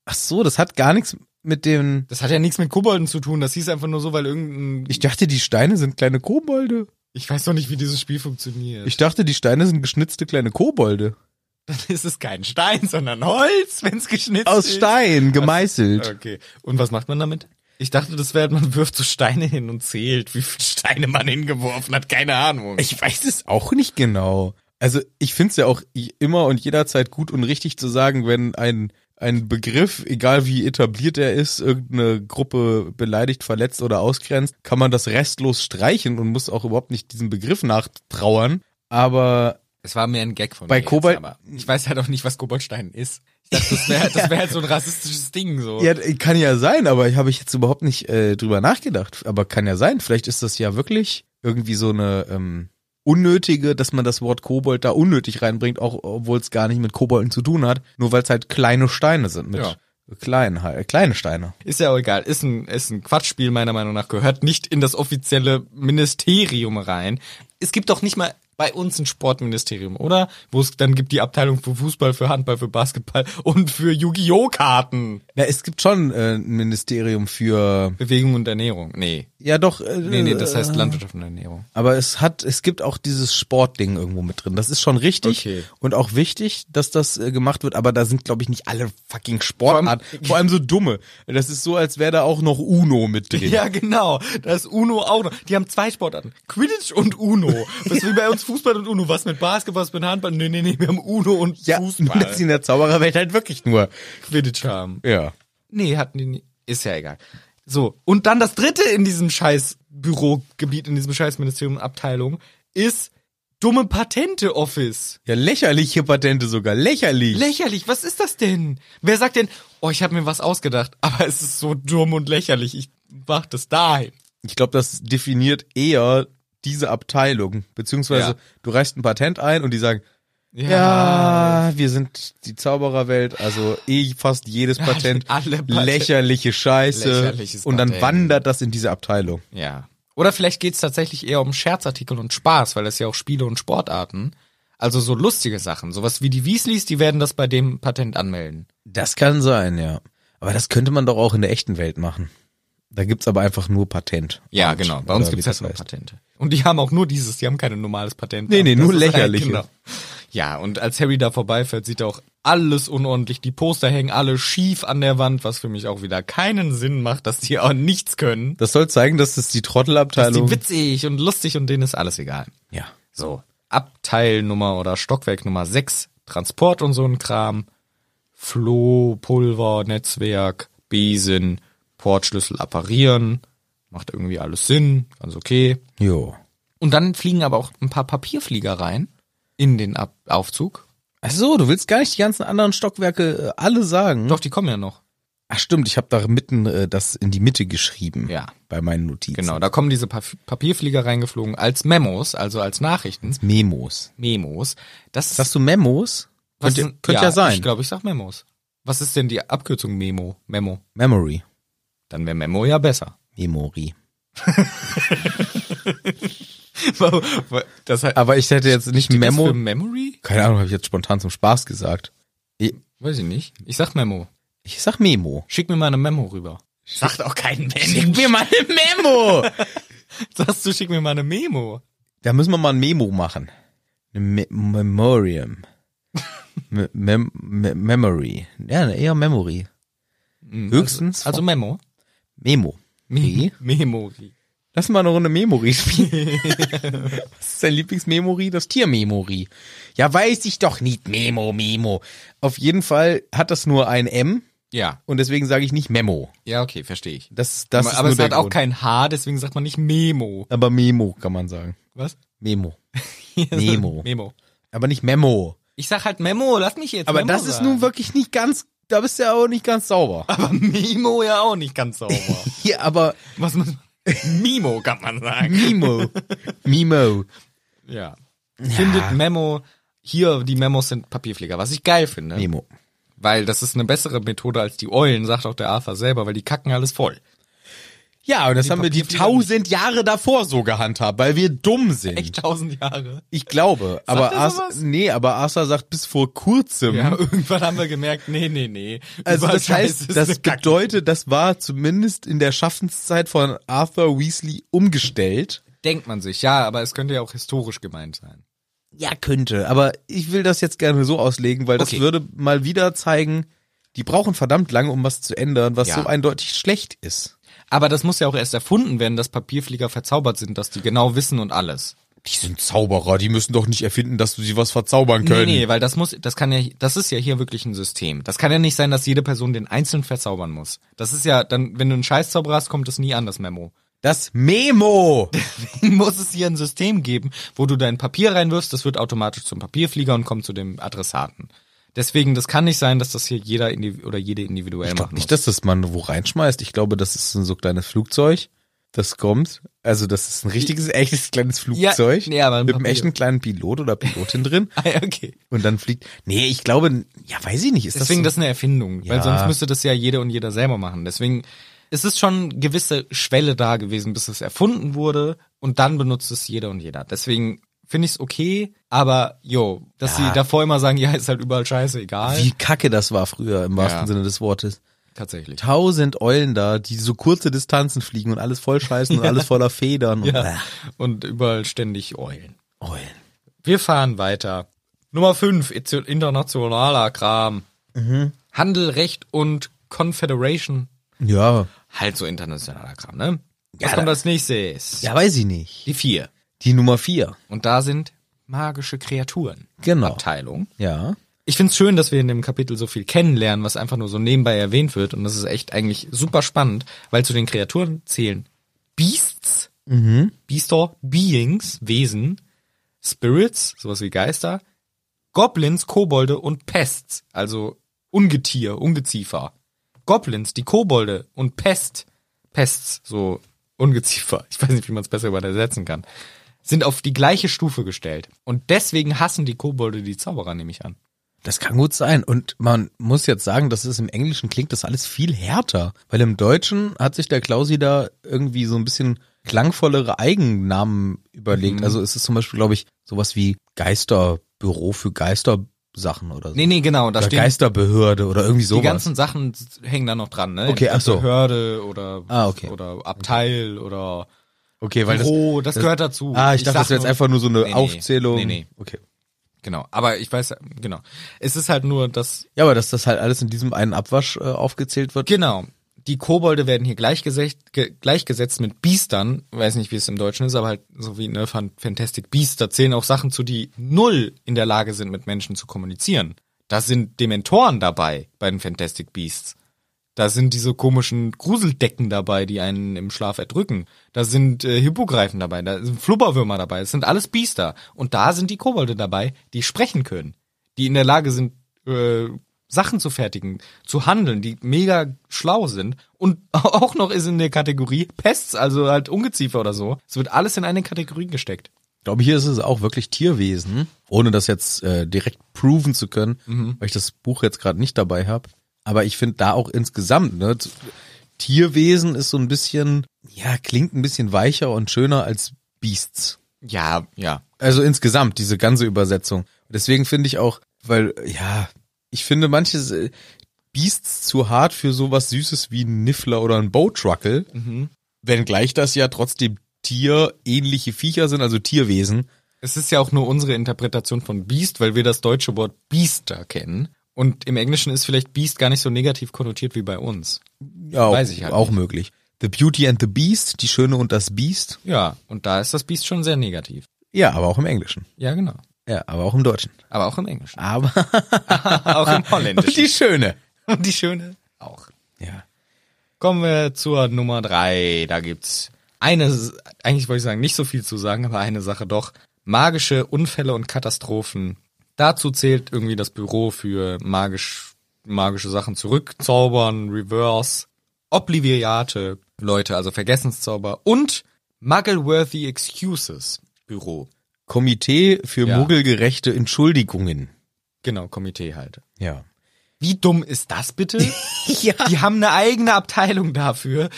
Speaker 1: Ach so, das hat gar nichts mit dem...
Speaker 2: Das hat ja nichts mit Kobolden zu tun. Das hieß einfach nur so, weil irgendein.
Speaker 1: Ich dachte, die Steine sind kleine Kobolde.
Speaker 2: ich weiß doch nicht, wie dieses Spiel funktioniert.
Speaker 1: Ich dachte, die Steine sind geschnitzte kleine Kobolde.
Speaker 2: dann ist [laughs] es kein Stein, sondern Holz, wenn es geschnitzt
Speaker 1: Aus
Speaker 2: ist.
Speaker 1: Stein, gemeißelt.
Speaker 2: Okay. Und was macht man damit? Ich dachte, das wäre, man wirft so Steine hin und zählt, wie viele Steine man hingeworfen hat. Keine Ahnung.
Speaker 1: Ich weiß es auch nicht genau. Also ich finde es ja auch i- immer und jederzeit gut und richtig zu sagen, wenn ein, ein Begriff, egal wie etabliert er ist, irgendeine Gruppe beleidigt, verletzt oder ausgrenzt, kann man das restlos streichen und muss auch überhaupt nicht diesem Begriff nachtrauern. Aber
Speaker 2: Es war mehr ein Gag von
Speaker 1: Bei
Speaker 2: mir. jetzt,
Speaker 1: Kobold-
Speaker 2: aber ich weiß halt auch nicht, was Koboldstein ist. Ich dachte, das wäre das wär halt so ein rassistisches Ding so.
Speaker 1: ja, kann ja sein, aber ich habe ich jetzt überhaupt nicht äh, drüber nachgedacht. Aber kann ja sein, vielleicht ist das ja wirklich irgendwie so eine ähm, unnötige, dass man das Wort Kobold da unnötig reinbringt, auch obwohl es gar nicht mit Kobolden zu tun hat, nur weil es halt kleine Steine sind mit
Speaker 2: Ja.
Speaker 1: kleinen halt, äh, kleine Steine.
Speaker 2: Ist ja auch egal. Ist ein ist ein Quatschspiel meiner Meinung nach gehört nicht in das offizielle Ministerium rein. Es gibt doch nicht mal bei uns ein Sportministerium, oder? Wo es dann gibt die Abteilung für Fußball, für Handball, für Basketball [laughs] und für Yu-Gi-Oh Karten.
Speaker 1: Ja, es gibt schon äh, ein Ministerium für
Speaker 2: Bewegung und Ernährung. Nee.
Speaker 1: ja doch äh,
Speaker 2: Nee, nee, das heißt Landwirtschaft und Ernährung.
Speaker 1: Aber es hat, es gibt auch dieses Sportding irgendwo mit drin. Das ist schon richtig
Speaker 2: Okay.
Speaker 1: und auch wichtig, dass das äh, gemacht wird. Aber da sind, glaube ich, nicht alle fucking Sportarten. Vor allem, so dumme. Das ist so, als wäre da auch noch Uno mit drin.
Speaker 2: [laughs] Ja, genau. Da ist Uno auch noch. Die haben zwei Sportarten. Quidditch und Uno. Was wie bei uns Fußball und Uno. Was mit Basketball, was mit Handball? Nee, nee, nee, wir haben Uno und
Speaker 1: ja [laughs]
Speaker 2: [laughs]
Speaker 1: nur, dass sie
Speaker 2: Fußball.
Speaker 1: in der Zaubererwelt halt wirklich nur.
Speaker 2: Quidditch haben.
Speaker 1: Ja.
Speaker 2: Nee, hatten die nie. Ist ja egal. So. Und dann das dritte in diesem scheiß Bürogebiet, in diesem scheiß Ministerium Abteilung ist dumme Patente Office.
Speaker 1: Ja, lächerliche Patente sogar. Lächerlich.
Speaker 2: Lächerlich, was ist das denn? Wer sagt denn, oh, ich habe mir was ausgedacht, [laughs] aber es ist so dumm und lächerlich, ich mach das dahin.
Speaker 1: ich glaube, das definiert eher diese Abteilung. Beziehungsweise
Speaker 2: Ja.
Speaker 1: du reichst ein Patent ein und die sagen, ja, wir sind die Zaubererwelt, also eh fast jedes
Speaker 2: Ja,
Speaker 1: Patent.
Speaker 2: [laughs] alle Patente.
Speaker 1: Lächerliche Scheiße.
Speaker 2: Lächerliches
Speaker 1: und dann
Speaker 2: Patent.
Speaker 1: wandert das in diese Abteilung.
Speaker 2: Ja. Oder vielleicht geht's tatsächlich eher um Scherzartikel und Spaß, weil das ja auch Spiele und Sportarten. Also so lustige Sachen. Sowas wie die Weasleys, die werden das bei dem Patent anmelden.
Speaker 1: Das kann sein, ja. Aber das könnte man doch auch in der echten Welt machen. Da gibt's aber einfach nur Patent.
Speaker 2: Ja,
Speaker 1: Und-
Speaker 2: genau. Bei uns
Speaker 1: oder
Speaker 2: gibt's
Speaker 1: wie
Speaker 2: halt
Speaker 1: das
Speaker 2: nur
Speaker 1: heißt.
Speaker 2: Patente. Und die haben auch nur dieses, die haben keine normales Patent.
Speaker 1: Nee, nee,
Speaker 2: Das
Speaker 1: nur
Speaker 2: ist halt-
Speaker 1: lächerliche.
Speaker 2: Ja, und als Harry da vorbeifährt, sieht er auch alles unordentlich. Die Poster hängen alle schief an der Wand, was für mich auch wieder keinen Sinn macht, dass die auch nichts können.
Speaker 1: Das soll zeigen, dass das die
Speaker 2: Dass die
Speaker 1: Trottelabteilung.
Speaker 2: witzig und lustig und denen ist alles egal.
Speaker 1: ja.
Speaker 2: So, Abteilnummer oder Stockwerk Nummer 6, Transport und so ein Kram. Floh, Pulver, Netzwerk, Besen, Portschlüssel apparieren. Macht irgendwie alles Sinn, ganz okay.
Speaker 1: Jo.
Speaker 2: Und dann fliegen aber auch ein paar Papierflieger rein in den Ab Aufzug.
Speaker 1: Ach so, du willst gar nicht die ganzen anderen Stockwerke äh, alle sagen.
Speaker 2: Doch, die kommen ja noch.
Speaker 1: Ach stimmt, ich habe da mitten äh, das in die Mitte geschrieben.
Speaker 2: Ja.
Speaker 1: Bei meinen Notizen.
Speaker 2: Genau, da kommen diese pa Papierflieger reingeflogen als Memos, also als Nachrichten,
Speaker 1: Memos.
Speaker 2: Memos. Das,
Speaker 1: Sagst du Memos?
Speaker 2: was
Speaker 1: Könnte,
Speaker 2: ist denn-
Speaker 1: könnte ja, sein.
Speaker 2: Ich glaube, ich sag Memos. Was ist denn die Abkürzung Memo? Memo.
Speaker 1: Memory.
Speaker 2: Dann wäre Memo ja besser.
Speaker 1: Memory.
Speaker 2: [laughs] das heißt,
Speaker 1: Aber ich hätte jetzt nicht
Speaker 2: Memo.
Speaker 1: Memo.
Speaker 2: Memory?
Speaker 1: Keine Ahnung, habe ich jetzt spontan zum Spaß gesagt. Ich,
Speaker 2: Weiß ich nicht. Ich sag Memo.
Speaker 1: ich sag [laughs] Memo.
Speaker 2: Schick mir mal eine Memo rüber. Sagt auch kein
Speaker 1: Schick mir mal eine Memo.
Speaker 2: Sagst du, schick mir mal [laughs] eine Memo.
Speaker 1: [laughs] da müssen wir mal ein Memo machen. Ein Me Memoriam. [laughs] Me Mem Me Memory. Ja, eher Memory. Höchstens
Speaker 2: Also Memo.
Speaker 1: Hm, Memo.
Speaker 2: Me Memo.
Speaker 1: Lass mal eine Runde Memory [laughs] spielen. Was ist dein Lieblingsmemory? Das Tiermemory. Ja, weiß ich doch nicht. Memo, Memo. Auf jeden Fall hat das nur ein M
Speaker 2: Ja.
Speaker 1: und deswegen sage ich nicht Memo.
Speaker 2: Ja, okay, verstehe ich.
Speaker 1: Das, das ist
Speaker 2: aber
Speaker 1: nur
Speaker 2: es
Speaker 1: der
Speaker 2: hat auch
Speaker 1: Grund.
Speaker 2: kein H, deswegen sagt man nicht Memo.
Speaker 1: Aber Memo kann man sagen.
Speaker 2: Was? [laughs]
Speaker 1: Memo. Memo.
Speaker 2: Memo.
Speaker 1: Aber nicht Memo.
Speaker 2: Ich sag halt Memo, lass mich jetzt.
Speaker 1: Aber
Speaker 2: Memo
Speaker 1: das ist
Speaker 2: sagen.
Speaker 1: nun wirklich nicht ganz, da bist du ja auch nicht ganz sauber.
Speaker 2: [laughs] Aber Memo ja auch nicht ganz sauber.
Speaker 1: [laughs] Ja, aber
Speaker 2: Was man. Mimo kann man sagen.
Speaker 1: [laughs] Memo. Memo.
Speaker 2: Ja. Findet Memo. Hier, die Memos sind Papierflieger, was ich geil finde.
Speaker 1: Memo.
Speaker 2: Weil das ist eine bessere Methode als die Eulen, sagt auch der AFA selber, weil die kacken alles voll.
Speaker 1: Ja, und das haben wir die
Speaker 2: Papierflieger
Speaker 1: tausend Jahre davor so gehandhabt, weil wir dumm sind.
Speaker 2: Echt tausend Jahre.
Speaker 1: Ich glaube, aber
Speaker 2: er
Speaker 1: Asa,
Speaker 2: sowas?
Speaker 1: nee, aber Asa sagt bis vor kurzem.
Speaker 2: Ja, [laughs] irgendwann haben wir gemerkt, nee, nee, nee.
Speaker 1: Also
Speaker 2: Überall
Speaker 1: das
Speaker 2: Scheiß
Speaker 1: heißt,
Speaker 2: ist
Speaker 1: das
Speaker 2: eine Kacke.
Speaker 1: bedeutet, das war zumindest in der Schaffenszeit von Arthur Weasley umgestellt.
Speaker 2: Denkt man sich, ja, aber es könnte ja auch historisch gemeint sein.
Speaker 1: Ja, könnte, aber ich will das jetzt gerne so auslegen, weil
Speaker 2: Okay.
Speaker 1: das würde mal wieder zeigen, die brauchen verdammt lange, um was zu ändern, was
Speaker 2: Ja.
Speaker 1: so eindeutig schlecht ist.
Speaker 2: Aber das muss ja auch erst erfunden werden, dass Papierflieger verzaubert sind, dass die genau wissen und alles.
Speaker 1: Die sind Zauberer, die müssen doch nicht erfinden, dass du sie was verzaubern können.
Speaker 2: Nee, nee, weil das muss, das kann ja, das ist ja hier wirklich ein System. Das kann ja nicht sein, dass jede Person den einzeln verzaubern muss. Das ist ja, dann, wenn du einen Scheißzauber hast, kommt das nie an, das Memo. [laughs]
Speaker 1: Das Memo.
Speaker 2: muss es hier ein System geben, wo du dein Papier reinwirfst, das wird automatisch zum Papierflieger und kommt zu dem Adressaten. Deswegen, das kann nicht sein, dass das hier jeder indiv- oder jede individuell
Speaker 1: Ich glaube
Speaker 2: machen
Speaker 1: nicht,
Speaker 2: muss.
Speaker 1: dass das man wo reinschmeißt. Ich glaube, das ist ein so kleines Flugzeug. Das kommt. Also, das ist ein richtiges, echtes kleines Flugzeug.
Speaker 2: nee, aber ein
Speaker 1: mit einem
Speaker 2: Papier.
Speaker 1: echten kleinen Pilot oder Pilotin
Speaker 2: [laughs]
Speaker 1: drin.
Speaker 2: Ah, ja, okay.
Speaker 1: Und dann fliegt. Nee, ich glaube, ja, weiß ich nicht. Ist
Speaker 2: Deswegen, das
Speaker 1: das,
Speaker 2: ist eine Erfindung, weil
Speaker 1: Ja.
Speaker 2: sonst müsste das ja jede und jeder selber machen. Deswegen, es ist schon gewisse Schwelle da gewesen, bis es erfunden wurde und dann benutzt es jeder und jeder. Deswegen finde ich es okay, aber jo, dass
Speaker 1: Ja.
Speaker 2: sie davor immer sagen, [laughs] ja, ist halt überall scheiße, egal.
Speaker 1: wie kacke das war früher im wahrsten
Speaker 2: Ja.
Speaker 1: Sinne des Wortes.
Speaker 2: Tatsächlich.
Speaker 1: Tausend Eulen da, die so kurze Distanzen fliegen und alles voll scheißen und alles voller Federn. Und,
Speaker 2: Ja. Und überall ständig Eulen.
Speaker 1: Äh, Eulen.
Speaker 2: Wir fahren weiter. Nummer 5, internationaler Kram.
Speaker 1: Mhm.
Speaker 2: Handel, Recht und Confederation.
Speaker 1: Ja.
Speaker 2: Halt so internationaler Kram, ne?
Speaker 1: Ja,
Speaker 2: Was kommt
Speaker 1: da-
Speaker 2: als nächstes?
Speaker 1: Ja, weiß ich nicht.
Speaker 2: Die 4.
Speaker 1: Die Nummer vier.
Speaker 2: Und da sind magische Kreaturen.
Speaker 1: Genau.
Speaker 2: Abteilung.
Speaker 1: Ja.
Speaker 2: Ich find's schön, dass wir in dem Kapitel so viel kennenlernen, was einfach nur so nebenbei erwähnt wird. Und das ist echt eigentlich super spannend, weil zu den Kreaturen zählen Beasts, Beastor, Beings, Wesen, Spirits, sowas wie Geister, Goblins, Kobolde und Pests, also Ungetier, Ungeziefer. Goblins, die Kobolde und Pest, Pests, so Ungeziefer. Ich weiß nicht, wie man es besser übersetzen kann. Sind auf die gleiche Stufe gestellt. Und deswegen hassen die Kobolde die Zauberer, nehme ich an.
Speaker 1: Das kann gut sein. Und man muss jetzt sagen, das ist im Englischen klingt das alles viel härter. Weil im Deutschen hat sich der Klausi da irgendwie so ein bisschen klangvollere Eigennamen
Speaker 2: Mhm.
Speaker 1: überlegt. Also es ist zum Beispiel, glaube ich, sowas wie Geisterbüro für Geistersachen oder so.
Speaker 2: Nee, nee, genau, da
Speaker 1: oder
Speaker 2: stehen
Speaker 1: Geisterbehörde oder irgendwie
Speaker 2: die
Speaker 1: sowas.
Speaker 2: ganzen Sachen s- hängen da noch dran, ne?
Speaker 1: Okay, ach so.
Speaker 2: Behörde oder
Speaker 1: Ah, okay.
Speaker 2: oder Abteil oder
Speaker 1: okay, weil
Speaker 2: Büro, das,
Speaker 1: das-
Speaker 2: gehört dazu.
Speaker 1: das, ah, ich, dachte,
Speaker 2: sag
Speaker 1: das wäre jetzt
Speaker 2: nur-
Speaker 1: einfach nur so eine
Speaker 2: Nee, nee.
Speaker 1: Aufzählung.
Speaker 2: Nee, nee.
Speaker 1: Okay.
Speaker 2: Genau, aber ich weiß genau. Es ist halt nur das
Speaker 1: Ja, aber dass das halt alles in diesem einen Abwasch äh, aufgezählt wird.
Speaker 2: genau. Die Kobolde werden hier gleichgesetzt, ge, gleichgesetzt mit Biestern, weiß nicht, wie es im Deutschen ist, aber halt so wie ne Fan- Fantastic Beasts, da zählen auch Sachen zu, die null in der Lage sind, mit Menschen zu kommunizieren. Da sind Dementoren dabei bei den Fantastic Beasts. Da sind diese komischen Gruseldecken dabei, die einen im Schlaf erdrücken. Da sind äh, Hippogreifen dabei, da sind Flubberwürmer dabei. Es sind alles Biester. Und da sind die Kobolde dabei, die sprechen können. Die in der Lage sind, äh, Sachen zu fertigen, zu handeln, die mega schlau sind. Und [laughs] auch noch ist in der Kategorie Pests, also halt Ungeziefer oder so. Es wird alles in eine Kategorie gesteckt.
Speaker 1: Ich glaube, hier ist es auch wirklich Tierwesen, ohne das jetzt äh, direkt proven zu können, weil ich das Buch jetzt gerade nicht dabei habe. Aber ich finde da auch insgesamt, ne, zu- Tierwesen ist so ein bisschen, ja, klingt ein bisschen weicher und schöner als Beasts.
Speaker 2: Ja, ja.
Speaker 1: Also insgesamt, diese ganze Übersetzung. Deswegen finde ich auch, weil, ja, ich finde manches äh, Beasts zu hart für sowas Süßes wie ein Niffler oder ein Bowtruckle. Wenngleich das ja trotzdem tierähnliche Viecher sind, also Tierwesen.
Speaker 2: Es ist ja auch nur unsere Interpretation von Beast, weil wir das deutsche Wort Biester kennen. Und im Englischen ist vielleicht Beast gar nicht so negativ konnotiert wie bei uns.
Speaker 1: Ja,
Speaker 2: Weiß ich halt
Speaker 1: auch möglich. The Beauty and the Beast, die Schöne und das Biest.
Speaker 2: Ja, und da ist das Beast schon sehr negativ.
Speaker 1: Ja, aber auch im Englischen.
Speaker 2: Ja, genau.
Speaker 1: Ja, aber auch im Deutschen.
Speaker 2: Aber auch im Englischen.
Speaker 1: Aber
Speaker 2: auch [laughs] im
Speaker 1: und [laughs] die Schöne.
Speaker 2: und die schöne auch.
Speaker 1: Ja.
Speaker 2: Kommen wir zur Nummer drei. Da gibt's eine, eigentlich wollte ich sagen, nicht so viel zu sagen, aber eine Sache doch. Magische Unfälle und Katastrophen. Dazu zählt irgendwie das Büro für magisch, magische Sachen zurückzaubern, Reverse, Obliviate, Leute, also Vergessenszauber und Muggleworthy Excuses Büro.
Speaker 1: Komitee für
Speaker 2: Ja.
Speaker 1: muggelgerechte Entschuldigungen.
Speaker 2: Genau, Komitee halt.
Speaker 1: Ja.
Speaker 2: Wie dumm ist das bitte?
Speaker 1: [laughs] Ja.
Speaker 2: Die haben eine eigene Abteilung dafür,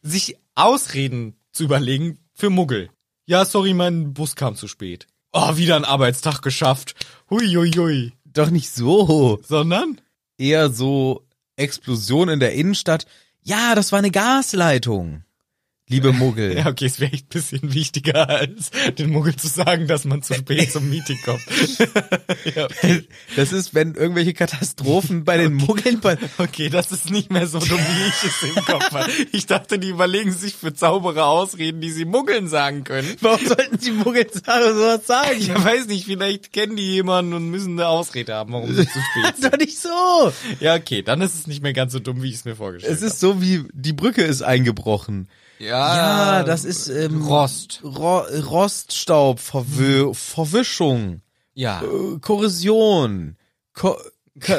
Speaker 2: sich Ausreden zu überlegen für Muggel. Ja, sorry, mein Bus kam zu spät. Oh, wieder ein Arbeitstag geschafft. Hui, hui, hui.
Speaker 1: Doch nicht so.
Speaker 2: Sondern?
Speaker 1: Eher so Explosion in der Innenstadt. Ja, das war eine Gasleitung. Liebe Muggel.
Speaker 2: [laughs] Ja, okay, es wäre echt ein bisschen wichtiger, als den Muggel zu sagen, dass man zu spät zum Meeting kommt. ja, okay.
Speaker 1: Das ist, wenn irgendwelche Katastrophen bei
Speaker 2: [laughs]
Speaker 1: den Muggeln bei
Speaker 2: okay, das ist nicht mehr so dumm, wie ich es im Kopf hatte. Ich dachte, die überlegen sich für Zauberer Ausreden, die sie Muggeln sagen können.
Speaker 1: Warum sollten die Muggel sowas sagen?
Speaker 2: Ich weiß nicht, vielleicht kennen die jemanden und müssen eine Ausrede haben, warum sie zu
Speaker 1: [laughs]
Speaker 2: spät sind.
Speaker 1: Doch nicht so.
Speaker 2: Ja, okay, dann ist es nicht mehr ganz so dumm, wie ich es mir vorgestellt
Speaker 1: Es ist so wie die Brücke ist eingebrochen.
Speaker 2: habe. Ah,
Speaker 1: Ja, das ist ähm,
Speaker 2: Rost.
Speaker 1: Ro Roststaub, Verw Verwischung,
Speaker 2: Ja.
Speaker 1: äh, Korrosion, Ko Ka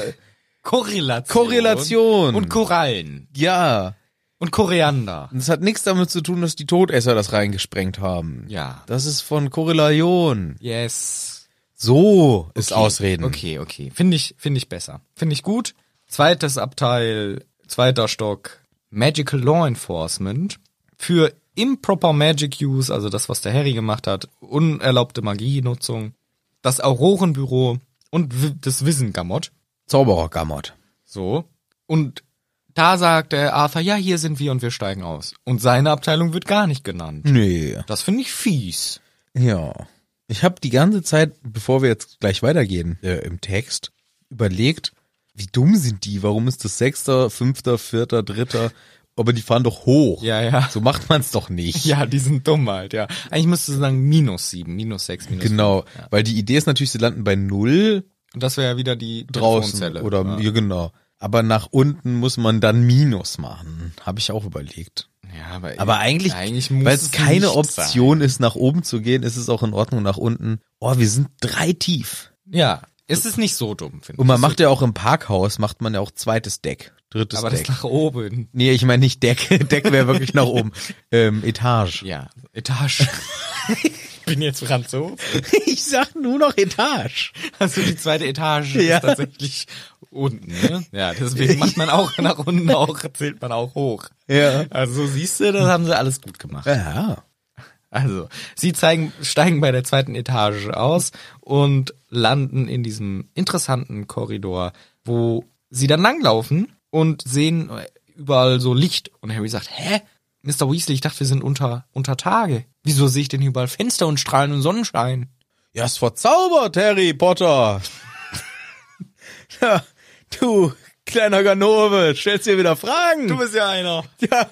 Speaker 2: Korrelation.
Speaker 1: Korrelation.
Speaker 2: Und Korallen.
Speaker 1: ja.
Speaker 2: Und Koriander.
Speaker 1: Und es hat nichts damit zu tun, dass die Todesser das reingesprengt haben.
Speaker 2: Ja.
Speaker 1: Das ist von Korrelation.
Speaker 2: Yes.
Speaker 1: So ist
Speaker 2: Okay,
Speaker 1: Ausreden.
Speaker 2: Okay, okay. Finde ich, finde ich besser. Finde ich gut. Zweites Abteil, zweiter Stock, Magical Law Enforcement für Improper Magic Use, also das, was der Harry gemacht hat, unerlaubte Magienutzung, das Aurorenbüro und wi- das Wissengamot.
Speaker 1: Zauberer Gamot.
Speaker 2: So. Und da sagt der Arthur, ja, hier sind wir und wir steigen aus. Und seine Abteilung wird gar nicht genannt.
Speaker 1: Nee.
Speaker 2: Das finde ich fies.
Speaker 1: Ja. Ich habe die ganze Zeit, bevor wir jetzt gleich weitergehen, äh, im Text überlegt, wie dumm sind die? Warum ist das Sechster, Fünfter, Vierter, Dritter? Aber die fahren doch hoch.
Speaker 2: Ja, ja.
Speaker 1: So macht man es doch nicht.
Speaker 2: Ja, die sind dumm halt, ja. Eigentlich müsste es sagen minus sieben, minus sechs, minus
Speaker 1: Genau. Weil die Idee ist natürlich, sie landen bei Null
Speaker 2: Und das wäre ja wieder die
Speaker 1: draußen.
Speaker 2: Telefonzelle.
Speaker 1: Oder, ja.
Speaker 2: ja.
Speaker 1: genau. Aber nach unten muss man dann Minus machen. Habe ich auch überlegt.
Speaker 2: Ja, aber, e-
Speaker 1: Aber eigentlich,
Speaker 2: eigentlich muss
Speaker 1: weil es keine
Speaker 2: nicht
Speaker 1: Option ist, nach oben zu gehen, ist es auch in Ordnung nach unten. Oh, wir sind drei tief.
Speaker 2: Sein. Ja, es ist nicht so dumm, finde ich.
Speaker 1: Und man macht ja auch im Parkhaus, macht man ja auch zweites Deck, drittes
Speaker 2: aber
Speaker 1: Deck.
Speaker 2: das nach oben.
Speaker 1: Nee, ich meine nicht Deck. [laughs] Deck wäre wirklich nach
Speaker 2: [laughs]
Speaker 1: oben. Ähm, Etage.
Speaker 2: Ja, [laughs] Etage. Bin jetzt Franzose.
Speaker 1: [laughs] Ich sag nur noch Etage.
Speaker 2: Also die zweite Etage
Speaker 1: Ja.
Speaker 2: ist tatsächlich unten. Ne? Ja, deswegen macht man auch nach unten auch, zählt man auch hoch.
Speaker 1: Ja.
Speaker 2: Also siehst du, das haben sie alles gut gemacht.
Speaker 1: Ja.
Speaker 2: Also, sie zeigen, steigen bei der zweiten Etage aus und landen in diesem interessanten Korridor, wo sie dann langlaufen und sehen überall so Licht. Und Harry sagt, hä? Mr. Weasley, ich dachte, wir sind unter, unter Tage. Wieso sehe ich denn hier überall Fenster und Strahlen und Sonnenschein?
Speaker 1: Ja, ist verzaubert, Harry
Speaker 2: [laughs]
Speaker 1: Potter. ja, du, kleiner Ganove, stellst dir wieder Fragen.
Speaker 2: bist ja einer.
Speaker 1: [laughs] ja,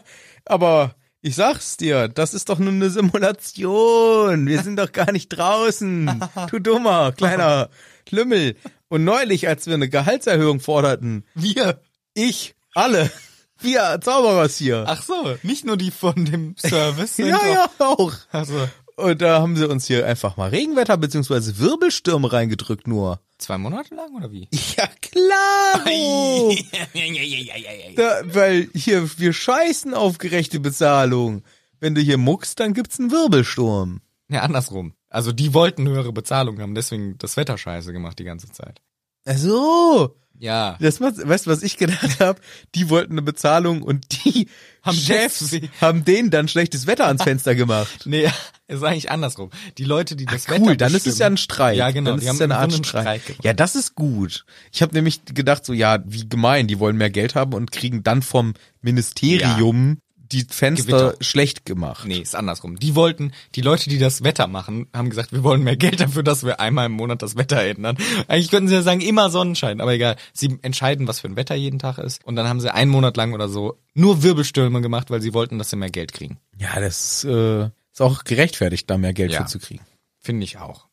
Speaker 1: aber ich sag's dir, das ist doch nur eine Simulation. Wir sind doch gar nicht draußen. Du dummer, kleiner Lümmel. Und neulich, als wir eine Gehaltserhöhung forderten,
Speaker 2: Wir.
Speaker 1: ich, alle, [laughs] wir Zauberers hier.
Speaker 2: Ach so, nicht nur die von dem Service.
Speaker 1: ja, ja, auch.
Speaker 2: Also
Speaker 1: Und da haben sie uns hier einfach mal Regenwetter beziehungsweise Wirbelstürme reingedrückt nur.
Speaker 2: zwei Monate lang oder wie?
Speaker 1: Ja, klar. [laughs] Oh. Da, weil hier, wir scheißen auf gerechte Bezahlung. Wenn du hier muckst, dann gibt's einen Wirbelsturm.
Speaker 2: Ja, andersrum. Also die wollten höhere Bezahlung haben, deswegen das Wetter scheiße gemacht die ganze Zeit.
Speaker 1: Ach so.
Speaker 2: Ja.
Speaker 1: Das, macht- weißt du, was ich gedacht habe? Die wollten eine Bezahlung und die
Speaker 2: [laughs] Haben
Speaker 1: Chefs
Speaker 2: deswegen-
Speaker 1: haben denen dann schlechtes Wetter ans Fenster gemacht.
Speaker 2: Nee, ist eigentlich andersrum. Die Leute, die [laughs] das
Speaker 1: Ah, cool,
Speaker 2: Wetter
Speaker 1: dann ist es ja ein
Speaker 2: bestimmen-
Speaker 1: Streik.
Speaker 2: Ja, genau.
Speaker 1: Dann
Speaker 2: die
Speaker 1: ist es
Speaker 2: haben
Speaker 1: ja eine Art
Speaker 2: im Grunde einen
Speaker 1: Streik.
Speaker 2: gemacht.
Speaker 1: Ja, das ist gut. Ich habe nämlich gedacht, so ja, wie gemein, die wollen mehr Geld haben und kriegen dann vom Ministerium die Fenster
Speaker 2: Gewitter.
Speaker 1: schlecht gemacht.
Speaker 2: Nee, ist andersrum. Die wollten, die Leute, die das Wetter machen, haben gesagt, wir wollen mehr Geld dafür, dass wir einmal im Monat das Wetter ändern. Eigentlich könnten sie ja sagen, immer Sonnenschein, aber egal. Sie entscheiden, was für ein Wetter jeden Tag ist. Und dann haben sie einen Monat lang oder so nur Wirbelstürme gemacht, weil sie wollten, dass sie mehr Geld kriegen.
Speaker 1: Ja, das äh, ist auch gerechtfertigt, da mehr Geld
Speaker 2: Ja.
Speaker 1: für zu kriegen.
Speaker 2: Finde ich auch.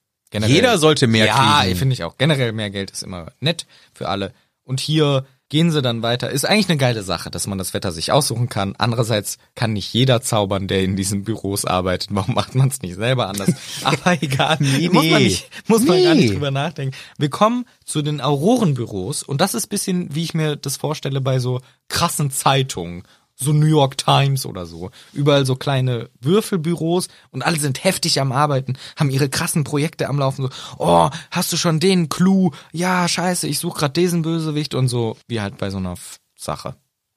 Speaker 1: Jeder sollte mehr
Speaker 2: ja,
Speaker 1: kriegen.
Speaker 2: finde ich auch. Generell mehr Geld ist immer nett für alle. Und hier gehen sie dann weiter. Ist eigentlich eine geile Sache, dass man das Wetter sich aussuchen kann. Andererseits kann nicht jeder zaubern, der in diesen Büros arbeitet. Warum macht man es nicht
Speaker 1: [laughs]
Speaker 2: selber anders? Aber egal.
Speaker 1: Nee,
Speaker 2: muss man,
Speaker 1: nee.
Speaker 2: nicht, muss man gar
Speaker 1: Nee.
Speaker 2: nicht drüber nachdenken. Wir kommen zu den Aurorenbüros. Und das ist bisschen, wie ich mir das vorstelle, bei so krassen Zeitungen. So New York Times oder so. Überall so kleine Würfelbüros und alle sind heftig am Arbeiten, haben ihre krassen Projekte am Laufen. So, oh, hast du schon den Clou? Ja, scheiße, ich suche gerade diesen Bösewicht und so. Wie halt bei so einer F Sache.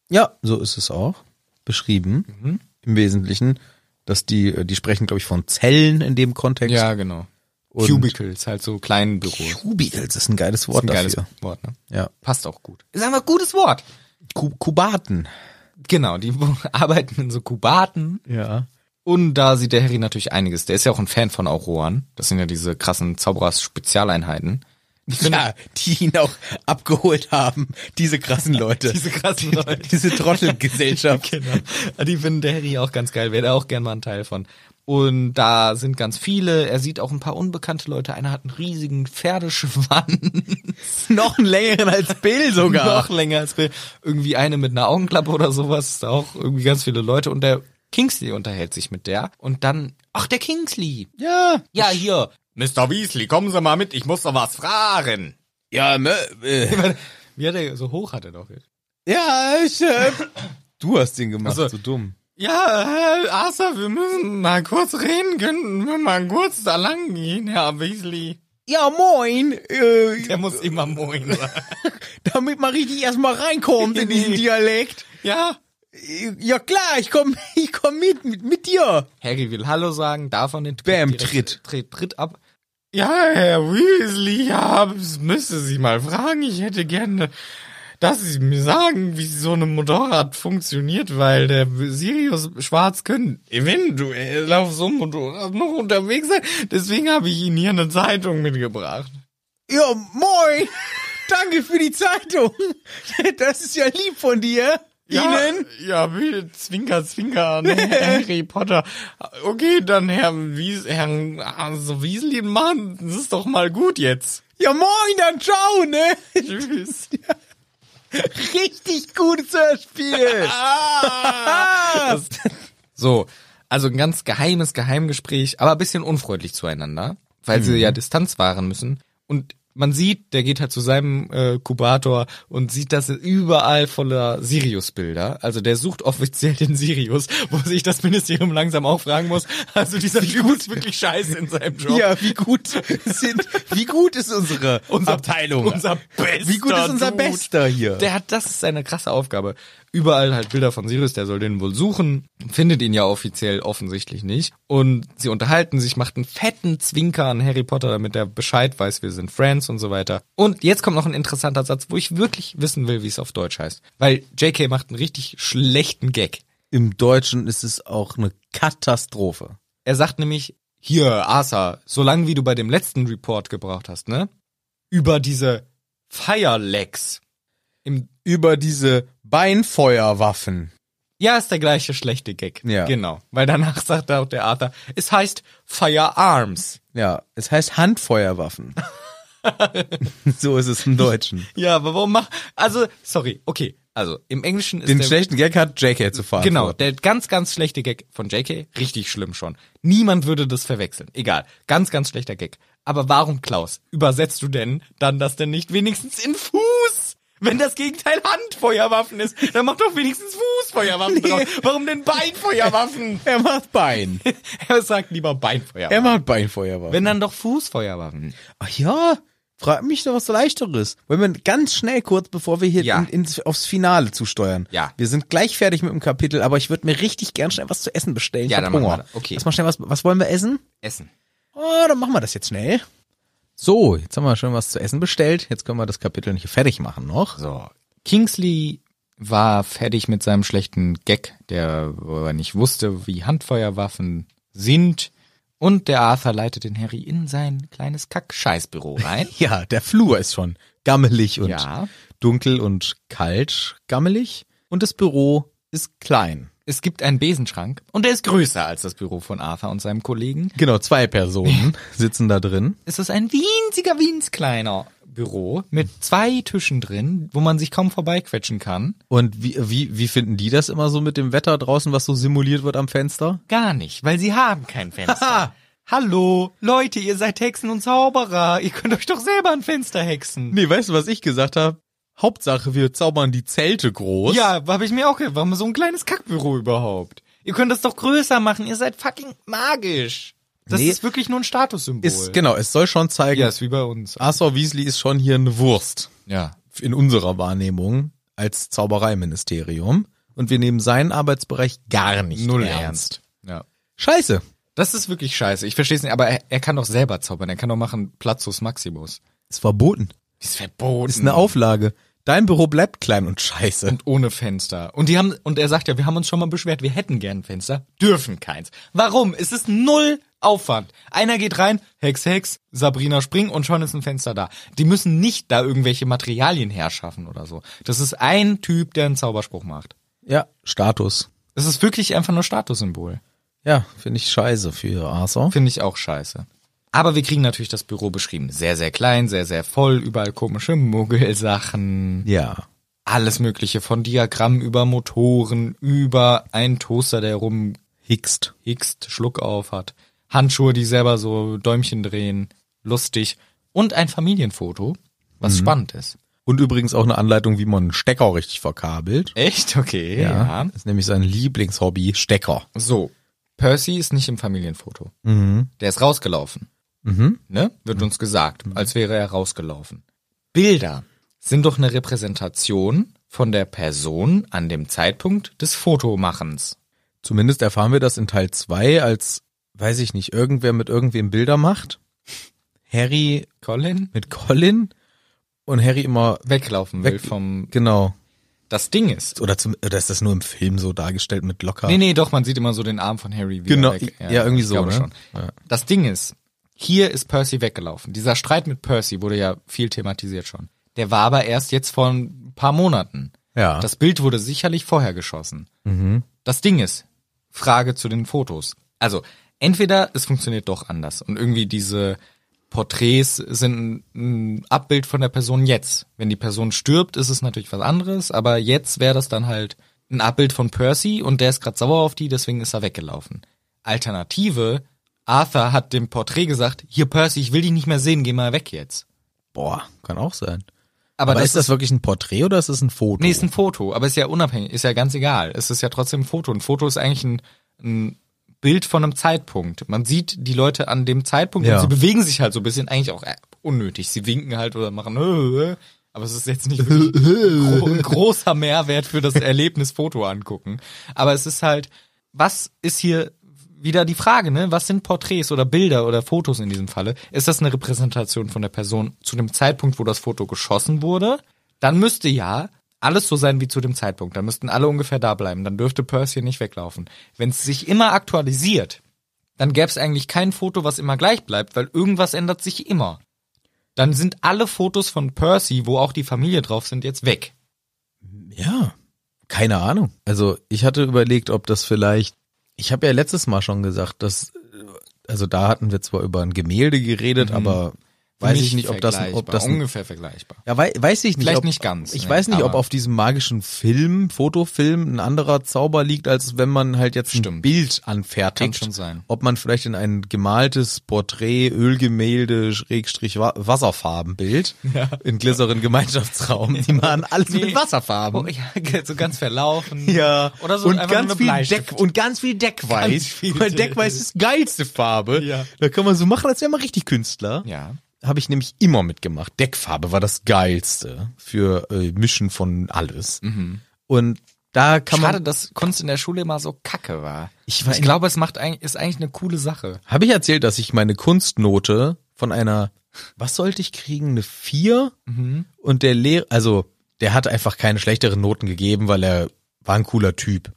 Speaker 1: Ja, so ist es auch beschrieben im Wesentlichen, dass die äh, die sprechen glaube ich von Zellen in dem Kontext.
Speaker 2: genau.
Speaker 1: Und-
Speaker 2: Cubicles, halt so kleinen Büros.
Speaker 1: Cubicles ist ein geiles Wort
Speaker 2: Ein geiles
Speaker 1: dafür.
Speaker 2: Wort, ne?
Speaker 1: Ja,
Speaker 2: Passt auch gut. Ist einfach ein gutes Wort.
Speaker 1: Ku Kubaten.
Speaker 2: Genau, die [laughs] arbeiten in so Kubaten.
Speaker 1: Ja.
Speaker 2: Und da sieht der Harry natürlich einiges. Der ist ja auch ein Fan von Auroren. Das sind ja diese krassen Zauberers-Spezialeinheiten.
Speaker 1: Ja, die ihn auch abgeholt haben, [laughs] diese krassen Leute.
Speaker 2: Diese [laughs]
Speaker 1: [laughs]
Speaker 2: krassen Leute.
Speaker 1: Diese Trottelgesellschaft.
Speaker 2: genau. Die finden der Harry auch ganz geil. Wäre da auch gern mal ein Teil von. Und da sind ganz viele. Er sieht auch ein paar unbekannte Leute. Einer hat einen riesigen
Speaker 1: [laughs]
Speaker 2: Pferdeschwanz.
Speaker 1: Noch einen längeren als Bill
Speaker 2: [laughs] Noch länger als Bill. Irgendwie eine mit einer Augenklappe oder sowas. Ist da auch irgendwie ganz viele Leute. Und der Kingsley unterhält sich mit der. Und dann, ach, der Kingsley.
Speaker 1: [laughs] Ja.
Speaker 2: Ja, hier. Mr. Weasley, kommen Sie mal mit, ich muss noch was fragen.
Speaker 1: Ja, mö, äh.
Speaker 2: Wie hat er, so hoch hat er doch.
Speaker 1: ja ich, äh, du hast den gemacht,
Speaker 2: Also-
Speaker 1: so dumm.
Speaker 2: Ja, äh, Arthur, wir müssen mal kurz reden, könnten wir mal kurz da lang gehen, Herr Weasley.
Speaker 1: Ja, moin. Äh,
Speaker 2: Der muss immer moin sagen.
Speaker 1: damit man richtig erstmal reinkommt in diesen Dialekt.
Speaker 2: Ja.
Speaker 1: Ja klar, ich komm, [laughs] ich komm mit, mit, mit dir.
Speaker 2: Harry will Hallo sagen, davon den
Speaker 1: Bam,
Speaker 2: direkt-
Speaker 1: Tritt.
Speaker 2: Tritt, Tritt ab. Ja, Herr Weasley, ja, das müsste Sie mal fragen. Ich hätte gerne, dass Sie mir sagen, wie so ein Motorrad funktioniert, weil der Sirius Schwarz könnte eventuell auf so einem Motorrad noch unterwegs sein. Deswegen habe ich Ihnen hier eine Zeitung mitgebracht.
Speaker 1: Ja, moin. [laughs] Danke für die Zeitung. [laughs] Das ist ja lieb von dir.
Speaker 2: Ja,
Speaker 1: Ihnen.
Speaker 2: Ja, bitte, Zwinker, Zwinker,
Speaker 1: [laughs]
Speaker 2: an Harry Potter. Okay, dann Herr Wies, Herrn also Weasley, Mann, das ist doch mal gut jetzt.
Speaker 1: Ja, moin, dann ciao, ne? [laughs]
Speaker 2: [laughs] Tschüss.
Speaker 1: Richtig gutes
Speaker 2: [laughs]
Speaker 1: Hörspiel.
Speaker 2: Ah. so, also ein ganz geheimes Geheimgespräch, aber ein bisschen unfreundlich zueinander, weil sie ja Distanz wahren müssen. Und man sieht, der geht halt zu seinem äh, Kubator und sieht das überall voller Sirius-Bilder. Also der sucht offiziell den Sirius, wo sich das Ministerium langsam auch fragen muss. Also dieser Typ ist wirklich scheiße in seinem Job.
Speaker 1: Ja, wie gut sind, wie gut ist unsere Abteilung?
Speaker 2: Unser bester
Speaker 1: wie gut ist unser
Speaker 2: Dude.
Speaker 1: Bester hier?
Speaker 2: Der hat, das ist eine krasse Aufgabe. Überall halt Bilder von Sirius, der soll den wohl suchen, findet ihn ja offiziell offensichtlich nicht. Und sie unterhalten sich, macht einen fetten Zwinker an Harry Potter, damit er Bescheid weiß, wir sind Friends und so weiter. Und jetzt kommt noch ein interessanter Satz, wo ich wirklich wissen will, wie es auf Deutsch heißt. Weil JK macht einen richtig schlechten Gag.
Speaker 1: Im Deutschen ist es auch eine Katastrophe.
Speaker 2: Er sagt nämlich, hier, Asa, solange wie du bei dem letzten Report gebraucht hast, ne? Über diese Firelegs. Im
Speaker 1: Über diese Beinfeuerwaffen.
Speaker 2: Ja, ist der gleiche schlechte Gag.
Speaker 1: Ja.
Speaker 2: Genau. Weil danach sagt auch der Arthur, es heißt Firearms.
Speaker 1: [laughs] Ja, es heißt Handfeuerwaffen. So ist es im Deutschen.
Speaker 2: Ja, aber warum mach, also, sorry, okay. Also, im Englischen ist
Speaker 1: Den
Speaker 2: der,
Speaker 1: schlechten Gag hat JK zu fahren.
Speaker 2: Genau, der ganz, ganz schlechte Gag von JK, richtig schlimm schon. Niemand würde das verwechseln. Egal, ganz, ganz schlechter Gag. Aber warum, Klaus, übersetzt du denn dann das denn nicht wenigstens in Fuß? Wenn das Gegenteil Handfeuerwaffen ist, dann mach doch wenigstens Fußfeuerwaffen draus. Warum denn Beinfeuerwaffen?
Speaker 1: Er macht [laughs] Bein.
Speaker 2: [laughs] er sagt lieber
Speaker 1: Er
Speaker 2: Beinfeuerwaffen.
Speaker 1: macht Beinfeuerwaffen.
Speaker 2: Wenn dann doch Fußfeuerwaffen.
Speaker 1: Ach ja, frag mich noch was Leichteres. Wollen wir ganz schnell kurz, bevor wir hier
Speaker 2: Ja.
Speaker 1: in, ins, aufs Finale zusteuern.
Speaker 2: Ja.
Speaker 1: Wir sind gleich fertig mit dem Kapitel, aber ich würde mir richtig gern schnell was zu essen bestellen. Ich
Speaker 2: Ja,
Speaker 1: hab
Speaker 2: dann machen
Speaker 1: Hunger.
Speaker 2: wir das. Okay.
Speaker 1: Lass mal schnell was, was wollen wir essen?
Speaker 2: Essen.
Speaker 1: Oh, dann machen wir das jetzt schnell. So, jetzt haben wir schon was zu essen bestellt. Jetzt können wir das Kapitel nicht fertig machen noch.
Speaker 2: So, Kingsley war fertig mit seinem schlechten Gag, der wo er nicht wusste, wie Handfeuerwaffen sind. Und der Arthur leitet den Harry in sein kleines Kack-Scheißbüro rein.
Speaker 1: Ja, der Flur ist schon gammelig und
Speaker 2: Ja.
Speaker 1: dunkel und kalt gammelig. Und das Büro ist klein.
Speaker 2: es gibt einen Besenschrank und der ist größer als das Büro von Arthur und seinem Kollegen.
Speaker 1: Genau, zwei Personen sitzen da drin.
Speaker 2: Es ist ein winziger, winz kleiner Büro mit zwei Tischen drin, wo man sich kaum vorbeiquetschen kann.
Speaker 1: Und wie, wie, wie finden die das immer so mit dem Wetter draußen, was so simuliert wird am Fenster?
Speaker 2: Gar nicht, weil sie haben kein Fenster. Hallo, Leute, ihr seid Hexen und Zauberer. Ihr könnt euch doch selber ein Fenster hexen.
Speaker 1: Nee, weißt du, was ich gesagt habe? Hauptsache, wir zaubern die Zelte groß.
Speaker 2: Ja, habe ich mir auch gedacht. Warum so ein kleines Kackbüro überhaupt? Ihr könnt das doch größer machen. Ihr seid fucking magisch. Das
Speaker 1: Nee.
Speaker 2: ist wirklich nur ein Statussymbol.
Speaker 1: Ist, genau, es soll schon zeigen,
Speaker 2: Ja, ist wie bei uns.
Speaker 1: Arthur Weasley ist schon hier eine Wurst.
Speaker 2: Ja.
Speaker 1: In unserer Wahrnehmung als Zaubereiministerium. Und wir nehmen seinen Arbeitsbereich gar nicht
Speaker 2: Null
Speaker 1: ernst.
Speaker 2: ernst. Ja.
Speaker 1: Scheiße.
Speaker 2: Das ist wirklich scheiße. Ich verstehe es nicht, aber er, er kann doch selber zaubern. Er kann doch machen Platus Maximus.
Speaker 1: Ist verboten.
Speaker 2: Ist verboten.
Speaker 1: Ist eine Auflage. Dein Büro bleibt klein Mhm. und scheiße.
Speaker 2: und ohne Fenster. Und die haben und er sagt ja, wir haben uns schon mal beschwert, wir hätten gern ein Fenster, dürfen keins. Warum? Es ist null Aufwand. Einer geht rein, Hex Hex, Sabrina spring und schon ist ein Fenster da. Die müssen nicht da irgendwelche Materialien herschaffen oder so. Das ist ein Typ, der einen Zauberspruch macht.
Speaker 1: Ja, Status.
Speaker 2: Es ist wirklich einfach nur Statussymbol.
Speaker 1: Ja, finde ich scheiße für Arthur.
Speaker 2: Finde ich auch scheiße. Aber wir kriegen natürlich das Büro beschrieben. Sehr, sehr klein, sehr, sehr voll, überall komische Muggelsachen.
Speaker 1: Ja.
Speaker 2: Alles Mögliche, von Diagrammen über Motoren, über einen Toaster, der rum
Speaker 1: Hickst.
Speaker 2: hickst, Schluck auf hat, Handschuhe, die selber so Däumchen drehen, lustig und ein Familienfoto, was spannend ist.
Speaker 1: Und übrigens auch eine Anleitung, wie man einen Stecker richtig verkabelt.
Speaker 2: Echt? Okay.
Speaker 1: Das ist nämlich sein Lieblingshobby, Stecker.
Speaker 2: So, Percy ist nicht im Familienfoto. Der ist rausgelaufen. Ne? Wird uns gesagt, als wäre er rausgelaufen. Bilder sind doch eine Repräsentation von der Person an dem Zeitpunkt des Fotomachens.
Speaker 1: Zumindest erfahren wir das in Teil 2, als, weiß ich nicht, irgendwer mit irgendwem Bilder macht. Harry
Speaker 2: Colin
Speaker 1: mit Colin und Harry immer,
Speaker 2: weglaufen will vom.
Speaker 1: genau.
Speaker 2: Das Ding ist.
Speaker 1: Oder, zum, oder ist das nur im Film so dargestellt mit locker?
Speaker 2: Nee, nee, doch, man sieht immer so den Arm von Harry wieder
Speaker 1: Genau,
Speaker 2: weg.
Speaker 1: ja, irgendwie
Speaker 2: ich
Speaker 1: so,
Speaker 2: glaube
Speaker 1: ne?
Speaker 2: schon.
Speaker 1: Ja.
Speaker 2: Das Ding ist, hier ist Percy weggelaufen. Dieser Streit mit Percy wurde ja viel thematisiert schon. Der war aber erst jetzt vor ein paar Monaten.
Speaker 1: Ja.
Speaker 2: Das Bild wurde sicherlich vorher geschossen. Das Ding ist, Frage zu den Fotos. Also, entweder es funktioniert doch anders und irgendwie diese Porträts sind ein ein Abbild von der Person jetzt. Wenn die Person stirbt, ist es natürlich was anderes, aber jetzt wäre das dann halt ein Abbild von Percy und der ist gerade sauer auf die, deswegen ist er weggelaufen. Alternative, Arthur hat dem Porträt gesagt, hier Percy, ich will dich nicht mehr sehen, geh mal weg jetzt.
Speaker 1: Boah, kann auch sein.
Speaker 2: Aber,
Speaker 1: Aber, ist das wirklich ein Porträt oder ist das ein Foto?
Speaker 2: Nee, ist ein Foto, aber ist ja unabhängig, ist ja ganz egal. Es ist ja trotzdem ein Foto. Ein Foto ist eigentlich ein, ein Bild von einem Zeitpunkt. Man sieht die Leute an dem Zeitpunkt
Speaker 1: Ja.
Speaker 2: und sie bewegen sich halt so ein bisschen, eigentlich auch äh, unnötig. Sie winken halt oder machen, äh, äh, aber es ist jetzt
Speaker 1: [laughs]
Speaker 2: nicht wirklich ein gro ein großer Mehrwert für das Erlebnis Foto angucken. Aber es ist halt, was ist hier wieder die Frage, ne? Was sind Porträts oder Bilder oder Fotos in diesem Falle? Ist das eine Repräsentation von der Person zu dem Zeitpunkt, wo das Foto geschossen wurde? Dann müsste ja alles so sein wie zu dem Zeitpunkt. Dann müssten alle ungefähr da bleiben. Dann dürfte Percy nicht weglaufen. Wenn es sich immer aktualisiert, dann gäbe es eigentlich kein Foto, was immer gleich bleibt, weil irgendwas ändert sich immer. Dann sind alle Fotos von Percy, wo auch die Familie drauf sind, jetzt weg.
Speaker 1: Ja, keine Ahnung. Also ich hatte überlegt, ob das vielleicht, ich habe ja letztes Mal schon gesagt, dass, also da hatten wir zwar über ein Gemälde geredet, aber Weiß
Speaker 2: Nicht
Speaker 1: ich nicht, ob das, ein- ob
Speaker 2: vergleichbar,
Speaker 1: das ein
Speaker 2: ungefähr vergleichbar.
Speaker 1: Ja, wei weiß ich nicht.
Speaker 2: Vielleicht
Speaker 1: ob,
Speaker 2: nicht ganz,
Speaker 1: Ich
Speaker 2: ne,
Speaker 1: weiß nicht, ob
Speaker 2: aber-
Speaker 1: auf diesem magischen Film, Fotofilm, ein anderer Zauber liegt, als wenn man halt jetzt ein
Speaker 2: Stimmt.
Speaker 1: Bild anfertigt.
Speaker 2: Kann schon sein.
Speaker 1: Ob man vielleicht in ein gemaltes Porträt, Ölgemälde, Schrägstrich Wa- Wasserfarbenbild, in glitzeren Gemeinschaftsraum,
Speaker 2: [laughs]
Speaker 1: die machen alles mit Wasserfarben.
Speaker 2: Oh, ja, [laughs] so ganz verlaufen.
Speaker 1: Ja.
Speaker 2: Hm. Oder so
Speaker 1: und
Speaker 2: einfach
Speaker 1: ganz
Speaker 2: nur mit
Speaker 1: viel
Speaker 2: Bleistift.
Speaker 1: Deck und ganz viel Deckweiß.
Speaker 2: Ganz viel
Speaker 1: weil Deckweiß ist geilste Farbe.
Speaker 2: Ja.
Speaker 1: Da kann man so machen, als wäre man richtig Künstler.
Speaker 2: Ja.
Speaker 1: Habe ich nämlich immer mitgemacht. Deckfarbe war das geilste für äh, Mischen von alles. Und da kann
Speaker 2: Mhm. Schade,
Speaker 1: man
Speaker 2: dass Kunst in der Schule immer so kacke war.
Speaker 1: Ich weiß-
Speaker 2: ich glaube, es macht eigentlich, ist eigentlich eine coole Sache.
Speaker 1: habe ich erzählt, dass ich meine Kunstnote von einer was sollte ich kriegen eine vier und der Lehrer also der hat einfach keine schlechteren Noten gegeben, weil er war ein cooler Typ.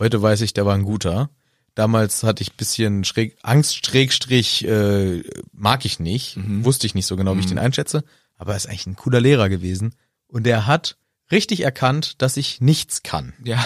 Speaker 1: Heute weiß ich, der war ein guter. Damals hatte ich bisschen schräg, Angst, Schrägstrich, äh, mag ich nicht. Wusste ich nicht so genau, wie ich den einschätze. Aber er ist eigentlich ein cooler Lehrer gewesen. Und er hat richtig erkannt, dass ich nichts kann.
Speaker 2: Ja.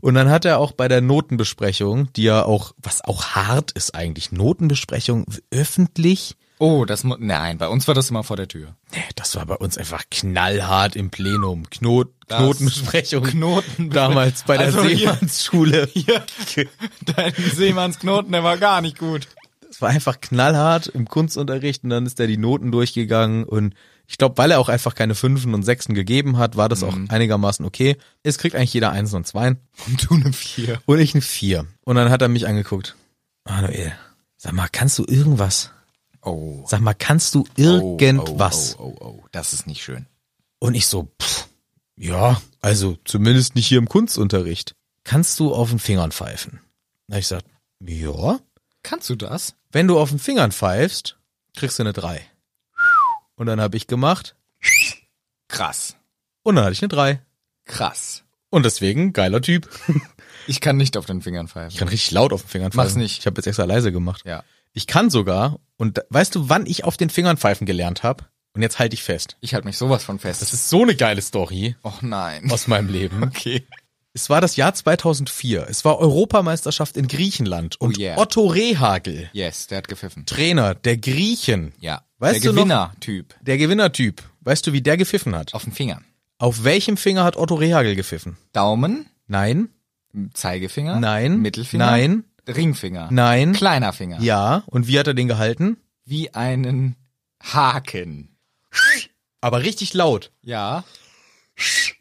Speaker 1: Und dann hat er auch bei der Notenbesprechung, die ja auch, was auch hart ist eigentlich, Notenbesprechung öffentlich.
Speaker 2: Oh, das mu- nein, bei uns war das immer vor der Tür.
Speaker 1: Nee, das war bei uns einfach knallhart im Plenum. Knot,
Speaker 2: Das-
Speaker 1: Knotenbesprechung.
Speaker 2: [laughs] Knoten-
Speaker 1: Damals bei der
Speaker 2: Also hier-
Speaker 1: Seemannsschule.
Speaker 2: Ja. [laughs] Dein Seemannsknoten, der war gar nicht gut.
Speaker 1: Es war einfach knallhart im Kunstunterricht und dann ist er die Noten durchgegangen und ich glaube, weil er auch einfach keine Fünfen und Sechsen gegeben hat, war das auch
Speaker 2: Mhm.
Speaker 1: einigermaßen okay. Es kriegt eigentlich jeder Einsen und Zweien.
Speaker 2: Und du eine Vier.
Speaker 1: Und ich eine Vier. Und dann hat er mich angeguckt. Manuel, sag mal, kannst du irgendwas?
Speaker 2: Oh.
Speaker 1: Sag mal, kannst du
Speaker 2: Oh,
Speaker 1: irgendwas?
Speaker 2: Oh, oh, oh, oh. Das ist nicht schön.
Speaker 1: Und ich so, pff, ja, also zumindest nicht hier im Kunstunterricht. Kannst du auf den Fingern pfeifen? Na, ich sag, ja.
Speaker 2: Kannst du das?
Speaker 1: Wenn du auf den Fingern pfeifst, kriegst du eine 3. Und dann habe ich gemacht
Speaker 2: Krass.
Speaker 1: und dann hatte ich eine 3.
Speaker 2: Krass.
Speaker 1: Und deswegen, geiler Typ.
Speaker 2: Ich kann nicht auf den Fingern pfeifen.
Speaker 1: Ich kann richtig laut auf den Fingern pfeifen.
Speaker 2: Mach's nicht.
Speaker 1: Ich habe jetzt extra leise gemacht.
Speaker 2: ja.
Speaker 1: Ich kann sogar, und da- weißt du, wann ich auf den Fingern pfeifen gelernt habe? Und jetzt halte ich fest.
Speaker 2: Ich halte mich sowas von fest.
Speaker 1: Das ist so eine geile Story
Speaker 2: oh nein.
Speaker 1: aus meinem Leben.
Speaker 2: Okay.
Speaker 1: Es war das Jahr 2004. Es war Europameisterschaft in Griechenland und
Speaker 2: Oh yeah.
Speaker 1: Otto Rehagel,
Speaker 2: Yes, der hat gepfiffen.
Speaker 1: Trainer der Griechen.
Speaker 2: Ja.
Speaker 1: Weißt
Speaker 2: der
Speaker 1: du noch-
Speaker 2: Gewinner-Typ.
Speaker 1: Der Gewinnertyp. Weißt du, wie der gepfiffen hat?
Speaker 2: Auf den Fingern.
Speaker 1: Auf welchem Finger hat Otto Rehagel gepfiffen?
Speaker 2: Daumen,
Speaker 1: Nein,
Speaker 2: Zeigefinger,
Speaker 1: Nein.
Speaker 2: Ah, Mittelfinger,
Speaker 1: Nein.
Speaker 2: Ringfinger,
Speaker 1: nein,
Speaker 2: kleiner Finger,
Speaker 1: ja. Und wie hat er den gehalten?
Speaker 2: wie einen Haken.
Speaker 1: Aber richtig laut.
Speaker 2: Ja.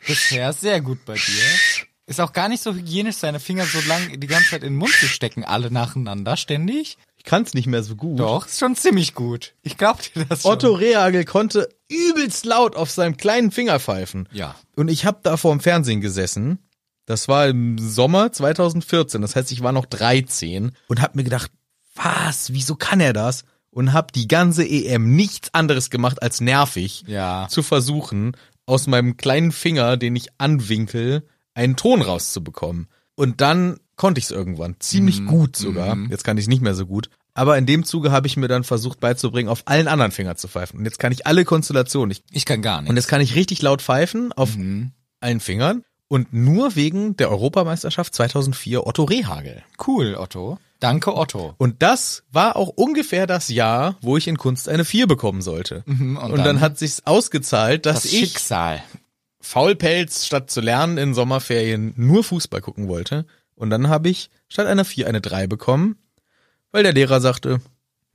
Speaker 2: Bisher sehr gut bei dir. Ist auch gar nicht so hygienisch, seine Finger so lang die ganze Zeit in den Mund zu stecken, alle nacheinander ständig.
Speaker 1: Ich kann's nicht mehr so gut.
Speaker 2: Doch, ist schon ziemlich gut. Ich glaub dir das schon.
Speaker 1: Otto Rehagel konnte übelst laut auf seinem kleinen Finger pfeifen.
Speaker 2: Ja.
Speaker 1: Und ich habe da vor dem Fernsehen gesessen. Das war im Sommer 2014. Das heißt, ich war noch 13 und habe mir gedacht, was, wieso kann er das? Und habe die ganze EM nichts anderes gemacht als nervig
Speaker 2: Ja.
Speaker 1: zu versuchen, aus meinem kleinen Finger, den ich anwinkel, einen Ton rauszubekommen. Und dann konnte ich es irgendwann. Ziemlich gut sogar. Jetzt kann ich es nicht mehr so gut. Aber in dem Zuge habe ich mir dann versucht beizubringen, auf allen anderen Fingern zu pfeifen. Und jetzt kann ich alle Konstellationen. Ich,
Speaker 2: Ich kann gar
Speaker 1: und
Speaker 2: nicht.
Speaker 1: jetzt kann ich richtig laut pfeifen auf
Speaker 2: Mhm.
Speaker 1: allen Fingern. Und nur wegen der Europameisterschaft 2004 Otto Rehagel.
Speaker 2: Cool, Otto. Danke, Otto.
Speaker 1: Und das war auch ungefähr das Jahr, wo ich in Kunst eine 4 bekommen sollte.
Speaker 2: Mhm,
Speaker 1: und,
Speaker 2: und
Speaker 1: dann,
Speaker 2: dann
Speaker 1: hat sich's ausgezahlt, dass
Speaker 2: Das
Speaker 1: ich
Speaker 2: Schicksal.
Speaker 1: Faulpelz statt zu lernen in Sommerferien nur Fußball gucken wollte. Und dann habe ich statt einer 4 eine 3 bekommen, weil der Lehrer sagte,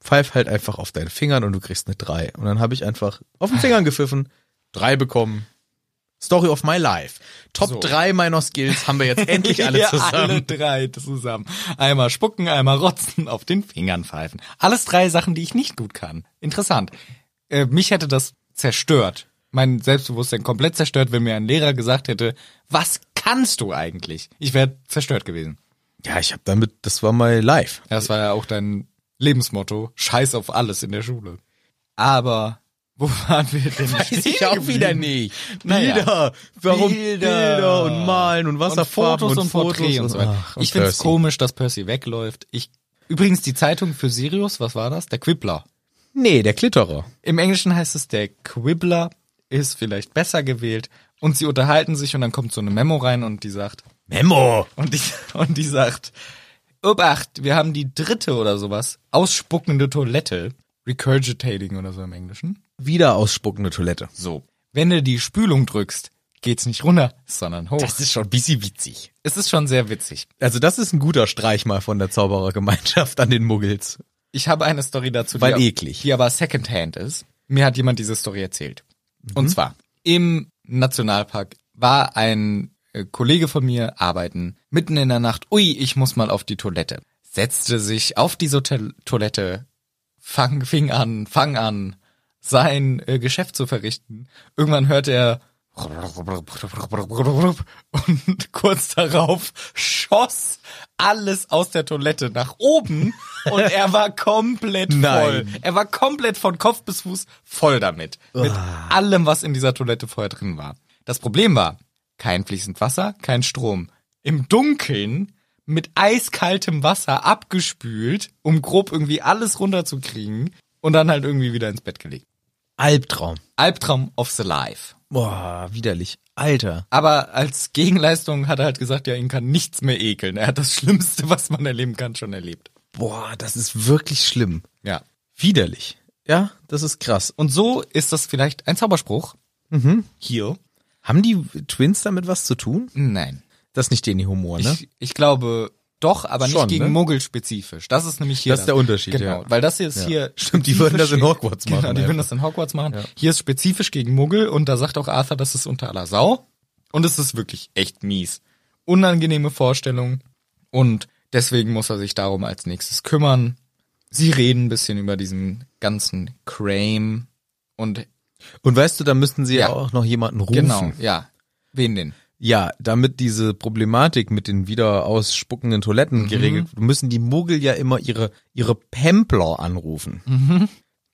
Speaker 1: pfeif halt einfach auf deinen Fingern und du kriegst eine 3. Und dann habe ich einfach auf den Fingern gepfiffen, 3 bekommen. Story of my life. Top
Speaker 2: So.
Speaker 1: 3 meiner Skills haben wir
Speaker 2: [laughs]
Speaker 1: jetzt endlich alle
Speaker 2: Ja, Alle
Speaker 1: zusammen.
Speaker 2: drei zusammen. Einmal spucken, einmal rotzen, auf den Fingern pfeifen. Alles drei Sachen, die ich nicht gut kann. Interessant. Äh, mich hätte das zerstört. Mein Selbstbewusstsein komplett zerstört, wenn mir ein Lehrer gesagt hätte, was kannst du eigentlich? Ich wäre zerstört gewesen.
Speaker 1: Ja, ich habe damit, das war my
Speaker 2: [laughs]
Speaker 1: life.
Speaker 2: Das war ja auch dein Lebensmotto. Scheiß auf alles in der Schule. Aber wo [laughs] waren wir denn?
Speaker 1: Weiß ich
Speaker 2: stehen
Speaker 1: auch wieder
Speaker 2: geblieben?
Speaker 1: nicht.
Speaker 2: Naja.
Speaker 1: Bilder. Warum Bilder.
Speaker 2: Bilder.
Speaker 1: und Malen und Wasserfarben
Speaker 2: Fotos und, Porträts und so weiter.
Speaker 1: Ach, und
Speaker 2: Ich find's
Speaker 1: Percy.
Speaker 2: komisch, dass Percy wegläuft. Ich übrigens die Zeitung für Sirius, was war das? Der Quibbler.
Speaker 1: Nee, der Klitterer.
Speaker 2: Im Englischen heißt es der Quibbler ist vielleicht besser gewählt und sie unterhalten sich und dann kommt so eine Memo rein und die sagt
Speaker 1: Memo.
Speaker 2: und die [laughs] und die sagt Obacht, wir haben die dritte oder sowas ausspuckende Toilette Recurgitating oder so im Englischen.
Speaker 1: Wieder ausspuckende Toilette.
Speaker 2: So. Wenn du die Spülung drückst, geht's nicht runter, sondern hoch.
Speaker 1: ist schon ein bisschen witzig.
Speaker 2: es ist schon sehr witzig.
Speaker 1: Also das ist ein guter Streich mal von der Zauberergemeinschaft an den Muggels.
Speaker 2: Ich habe eine Story dazu,
Speaker 1: Weil
Speaker 2: die,
Speaker 1: eklig.
Speaker 2: die aber secondhand ist. Mir hat jemand diese Story erzählt.
Speaker 1: Mhm.
Speaker 2: Und zwar, im Nationalpark war ein äh, Kollege von mir arbeiten, mitten in der Nacht, ui, ich muss mal auf die Toilette. Setzte sich auf diese Toil- Toilette, fang, fing an, fang an, sein äh, Geschäft zu verrichten. Irgendwann hört er und [laughs] kurz darauf schoss alles aus der Toilette nach oben und er war komplett voll.
Speaker 1: Nein.
Speaker 2: Er war komplett von Kopf bis Fuß voll damit. Mit allem, was in dieser Toilette vorher drin war. Das Problem war, kein fließend Wasser, kein Strom. Im Dunkeln mit eiskaltem Wasser abgespült, um grob irgendwie alles runterzukriegen und dann halt irgendwie wieder ins Bett gelegt.
Speaker 1: Albtraum.
Speaker 2: Albtraum of the Life.
Speaker 1: Boah, widerlich. Alter.
Speaker 2: Aber als Gegenleistung hat er halt gesagt, ja, ihn kann nichts mehr ekeln. Er hat das [laughs] Schlimmste, was man erleben kann, schon erlebt.
Speaker 1: Boah, das ist wirklich schlimm.
Speaker 2: Ja.
Speaker 1: Widerlich. Ja, das ist krass.
Speaker 2: Und so ist das vielleicht ein Zauberspruch. Mhm. Hier.
Speaker 1: Haben die Twins damit was zu tun?
Speaker 2: Nein.
Speaker 1: Das ist nicht denen ihr Humor, ne?
Speaker 2: Ich, ich glaube doch, aber
Speaker 1: Schon,
Speaker 2: nicht gegen
Speaker 1: ne?
Speaker 2: Muggel spezifisch. Das ist nämlich hier.
Speaker 1: Das ist der Unterschied,
Speaker 2: Genau,
Speaker 1: ja.
Speaker 2: weil das hier ist
Speaker 1: Ja.
Speaker 2: hier.
Speaker 1: Stimmt, die würden das in
Speaker 2: spezifisch-
Speaker 1: Hogwarts
Speaker 2: Genau,
Speaker 1: machen
Speaker 2: die würden
Speaker 1: einfach.
Speaker 2: das in Hogwarts machen. Hier ist spezifisch gegen Muggel und da sagt auch Arthur, das ist unter aller Sau. Und es ist wirklich echt mies. Unangenehme Vorstellung. Und deswegen muss er sich darum als nächstes kümmern. Sie reden ein bisschen über diesen ganzen Crame und
Speaker 1: Und weißt du, da müssten sie ja
Speaker 2: Ja.
Speaker 1: auch noch jemanden rufen.
Speaker 2: genau, ja. Wen denn?
Speaker 1: Ja, damit diese Problematik mit den wieder ausspuckenden Toiletten
Speaker 2: Mhm.
Speaker 1: geregelt, wird, müssen die Muggel ja immer ihre, ihre Pempler anrufen.
Speaker 2: Mhm.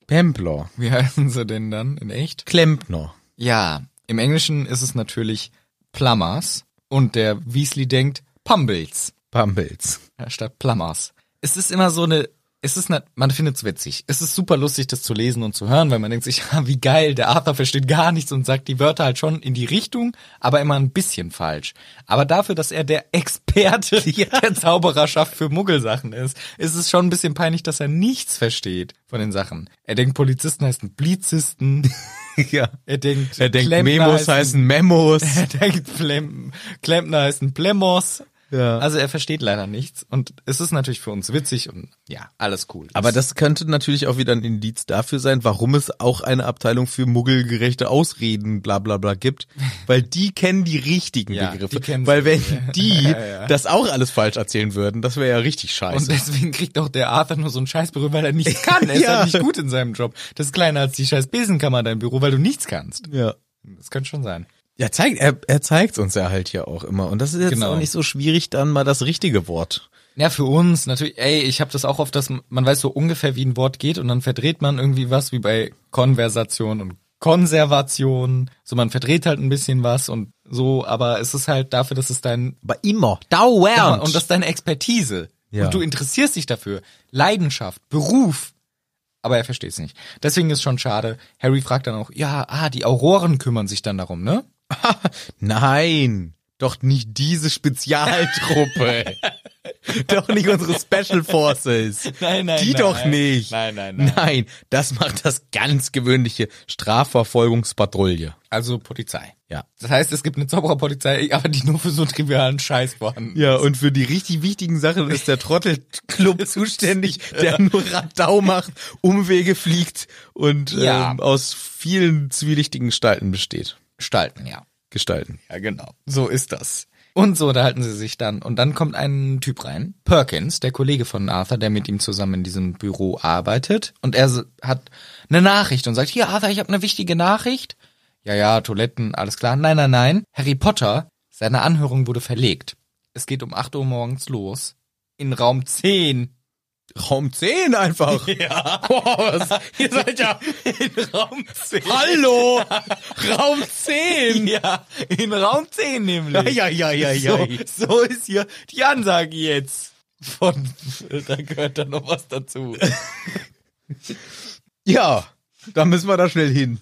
Speaker 1: Pempler.
Speaker 2: Wie [laughs] heißen sie denn dann in echt?
Speaker 1: Klempner.
Speaker 2: Ja, im Englischen ist es natürlich Plumbers und der Weasley denkt Pumbles [laughs]
Speaker 1: Pumpels.
Speaker 2: ja, statt Plumbers. Es ist immer so eine, es ist eine, man findet es witzig. Es ist super lustig, das zu lesen und zu hören, weil man denkt sich, [laughs] ah, wie geil, der Arthur versteht gar nichts und sagt die Wörter halt schon in die Richtung, aber immer ein bisschen falsch. Aber dafür, dass er der [laughs]
Speaker 1: [laughs]
Speaker 2: Experte der Zaubererschaft für Muggelsachen ist, ist es schon ein bisschen peinlich, dass er nichts versteht von den Sachen. Er denkt, Polizisten heißen
Speaker 1: [laughs]
Speaker 2: Blizisten.
Speaker 1: ja.
Speaker 2: Er denkt,
Speaker 1: Er denkt,
Speaker 2: Klempner
Speaker 1: Memos heißen
Speaker 2: [laughs]
Speaker 1: Memos.
Speaker 2: er denkt, Plem Klempner heißt ein Plemmos.
Speaker 1: Ja.
Speaker 2: Also er versteht leider nichts. Und es ist natürlich für uns witzig und ja, alles cool.
Speaker 1: Aber
Speaker 2: Es-
Speaker 1: das könnte natürlich auch wieder ein Indiz dafür sein, warum es auch eine Abteilung für muggelgerechte Ausreden bla bla bla
Speaker 2: [laughs]
Speaker 1: gibt, weil die kennen die richtigen
Speaker 2: Ja, die
Speaker 1: Begriffe.
Speaker 2: kennen sie.
Speaker 1: weil wenn die
Speaker 2: [laughs] ja.
Speaker 1: das auch alles falsch erzählen würden, das wäre ja richtig
Speaker 2: und [laughs]
Speaker 1: scheiße.
Speaker 2: deswegen kriegt auch der Arthur nur so einen Scheißberuf, weil er nichts kann. [laughs] Er ist
Speaker 1: Ja.
Speaker 2: halt nicht gut in seinem Job. Das ist kleiner als die scheiß Besenkammer dein Büro, weil du nichts kannst.
Speaker 1: ja.
Speaker 2: Das könnte schon sein.
Speaker 1: Ja, zeigt, er, er zeigt uns ja halt hier auch immer. Und das ist jetzt
Speaker 2: Genau.
Speaker 1: auch nicht so schwierig, dann mal das richtige Wort.
Speaker 2: Ja, für uns natürlich, ey, ich habe das auch oft, dass man weiß so ungefähr, wie ein Wort geht und dann verdreht man irgendwie was, wie bei Konversation und Konservation. So, man verdreht halt ein bisschen was und so, aber es ist halt dafür, dass es dein
Speaker 1: Aber immer. Dauernd.
Speaker 2: Ja, und das ist deine Expertise.
Speaker 1: Ja.
Speaker 2: Und du interessierst dich dafür. Leidenschaft, Beruf. Aber er versteht es nicht. Deswegen ist schon schade. Harry fragt dann auch, ja, ah, die Auroren kümmern sich dann darum, ne?
Speaker 1: Nein. Doch nicht diese
Speaker 2: [laughs]
Speaker 1: Spezialtruppe. doch nicht unsere Special Forces.
Speaker 2: Nein, nein,
Speaker 1: Die
Speaker 2: nein.
Speaker 1: doch nicht.
Speaker 2: Nein, nein, nein.
Speaker 1: Nein, das macht das ganz gewöhnliche Strafverfolgungspatrouille.
Speaker 2: [laughs] Also Polizei.
Speaker 1: Ja.
Speaker 2: Das heißt, es gibt eine Zaubererpolizei, aber die nur für so trivialen Scheiß vorhanden.
Speaker 1: Ja, und für die richtig wichtigen Sachen ist der
Speaker 2: [laughs]
Speaker 1: Trottelclub zuständig, der nur Radau macht, Umwege fliegt und
Speaker 2: Ja.
Speaker 1: ähm, aus vielen zwielichtigen Gestalten besteht.
Speaker 2: Gestalten, ja.
Speaker 1: Gestalten.
Speaker 2: Ja, genau. So ist das. Und so unterhalten sie sich dann. Und dann kommt ein Typ rein, Perkins, der Kollege von Arthur, der mit ihm zusammen in diesem Büro arbeitet. Und er s- hat eine Nachricht und sagt, hier Arthur, ich habe eine wichtige Nachricht. Ja, ja, Toiletten, alles klar. Nein, nein, nein. Harry Potter, seine Anhörung wurde verlegt. Es geht um 8 Uhr morgens los. In Raum 10.
Speaker 1: Raum 10 einfach.
Speaker 2: [laughs] Ja.
Speaker 1: Boah,
Speaker 2: [laughs]
Speaker 1: was, ihr seid ja,
Speaker 2: In Raum 10.
Speaker 1: hallo,
Speaker 2: [laughs]
Speaker 1: Raum 10.
Speaker 2: Ja, in Raum 10 nämlich.
Speaker 1: Ja, ja, ja, ja, ja.
Speaker 2: So, so ist hier die Ansage jetzt. Von, [laughs] da gehört dann noch was dazu.
Speaker 1: Ja, da müssen wir da schnell hin.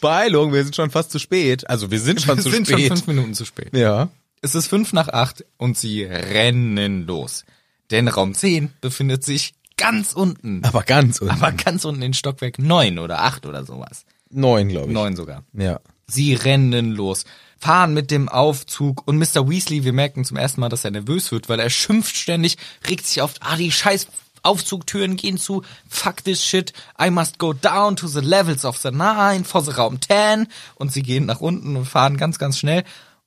Speaker 1: Beeilung, wir sind schon fast zu spät. Also wir sind schon
Speaker 2: Wir
Speaker 1: zu
Speaker 2: sind
Speaker 1: spät.
Speaker 2: schon fünf Minuten zu spät.
Speaker 1: ja.
Speaker 2: Es ist fünf nach acht und sie rennen los. Denn Raum 10 befindet sich ganz unten.
Speaker 1: Aber ganz unten.
Speaker 2: Aber ganz unten in Stockwerk neun oder acht oder sowas.
Speaker 1: neun, glaube ich.
Speaker 2: neun sogar.
Speaker 1: Ja.
Speaker 2: Sie rennen los, fahren mit dem Aufzug und Mr. Weasley, wir merken zum ersten Mal, dass er nervös wird, weil er schimpft ständig, regt sich auf, ah, die scheiß Aufzugtüren gehen zu, fuck this shit, I must go down to the levels of the nine for the Raum 10 und sie gehen nach unten und fahren ganz, ganz schnell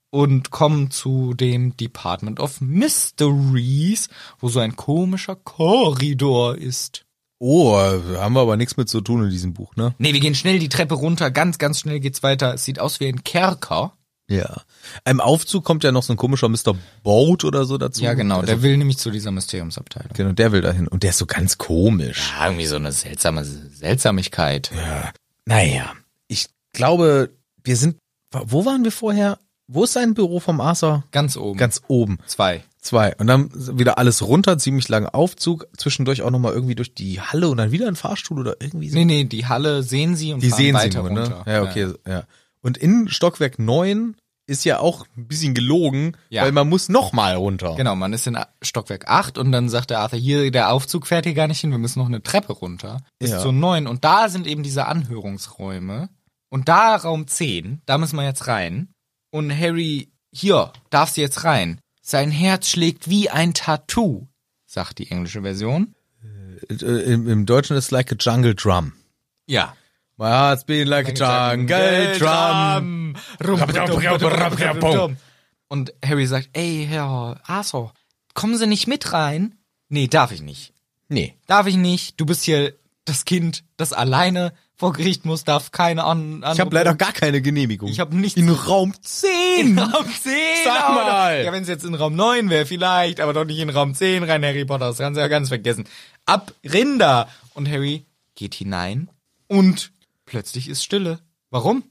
Speaker 2: und kommen zu dem Department of Mysteries, wo so ein komischer Korridor ist.
Speaker 1: Oh, äh, haben wir aber nichts mit zu tun in diesem Buch, ne?
Speaker 2: Nee, wir gehen schnell die Treppe runter, ganz, ganz schnell geht's weiter. Es sieht aus wie ein Kerker.
Speaker 1: Ja. Im Aufzug kommt ja noch so ein komischer Mr. Boat oder so dazu.
Speaker 2: Ja, genau.
Speaker 1: Der,
Speaker 2: Der will nämlich zu dieser Mysteriumsabteilung.
Speaker 1: genau, der will dahin. Und der ist so ganz komisch.
Speaker 2: Ja, irgendwie so eine seltsame Seltsamigkeit.
Speaker 1: Naja, ich glaube, wir sind, wo waren wir vorher? Wo ist sein Büro vom Arthur?
Speaker 2: Ganz oben.
Speaker 1: Ganz oben.
Speaker 2: zwei.
Speaker 1: Zwei. Und dann wieder alles runter, ziemlich langen Aufzug, zwischendurch auch nochmal irgendwie durch die Halle und dann wieder ein Fahrstuhl oder irgendwie so.
Speaker 2: Nee, nee, die Halle sehen sie und
Speaker 1: die
Speaker 2: fahren
Speaker 1: sehen sie
Speaker 2: weiter
Speaker 1: nur, ne?
Speaker 2: runter.
Speaker 1: Ja, okay, ja. Und in Stockwerk 9 ist ja auch ein bisschen gelogen,
Speaker 2: Ja.
Speaker 1: weil man muss nochmal runter.
Speaker 2: Genau, man ist in Stockwerk 8 und dann sagt der Arthur, hier, der Aufzug fährt hier gar nicht hin, wir müssen noch eine Treppe runter. Bis
Speaker 1: Ja.
Speaker 2: zu 9 und da sind eben diese Anhörungsräume. Und da Raum 10, da müssen wir jetzt rein. Und Harry, hier, darfst du jetzt rein. Sein Herz schlägt wie ein Tattoo, sagt die englische Version.
Speaker 1: Äh, Im, Im Deutschen ist like a jungle drum.
Speaker 2: Ja.
Speaker 1: My heart's beating like a jungle drum.
Speaker 2: Und Harry sagt, ey, Herr Arthur, kommen Sie nicht mit rein? Nee, darf ich nicht.
Speaker 1: Nee.
Speaker 2: darf ich nicht, du bist hier das Kind, das alleine vor Gericht muss, darf keine an
Speaker 1: Ich habe leider gar keine Genehmigung.
Speaker 2: Ich hab nichts-
Speaker 1: In Raum 10.
Speaker 2: in Raum 10.
Speaker 1: Sag
Speaker 2: aber-
Speaker 1: mal.
Speaker 2: Ja, wenn es jetzt in Raum 9 wäre, vielleicht, aber doch nicht in Raum 10 rein, Harry Potter, das kannst du ja ganz vergessen. Ab Rinder! Und Harry geht hinein und plötzlich ist Stille. Warum?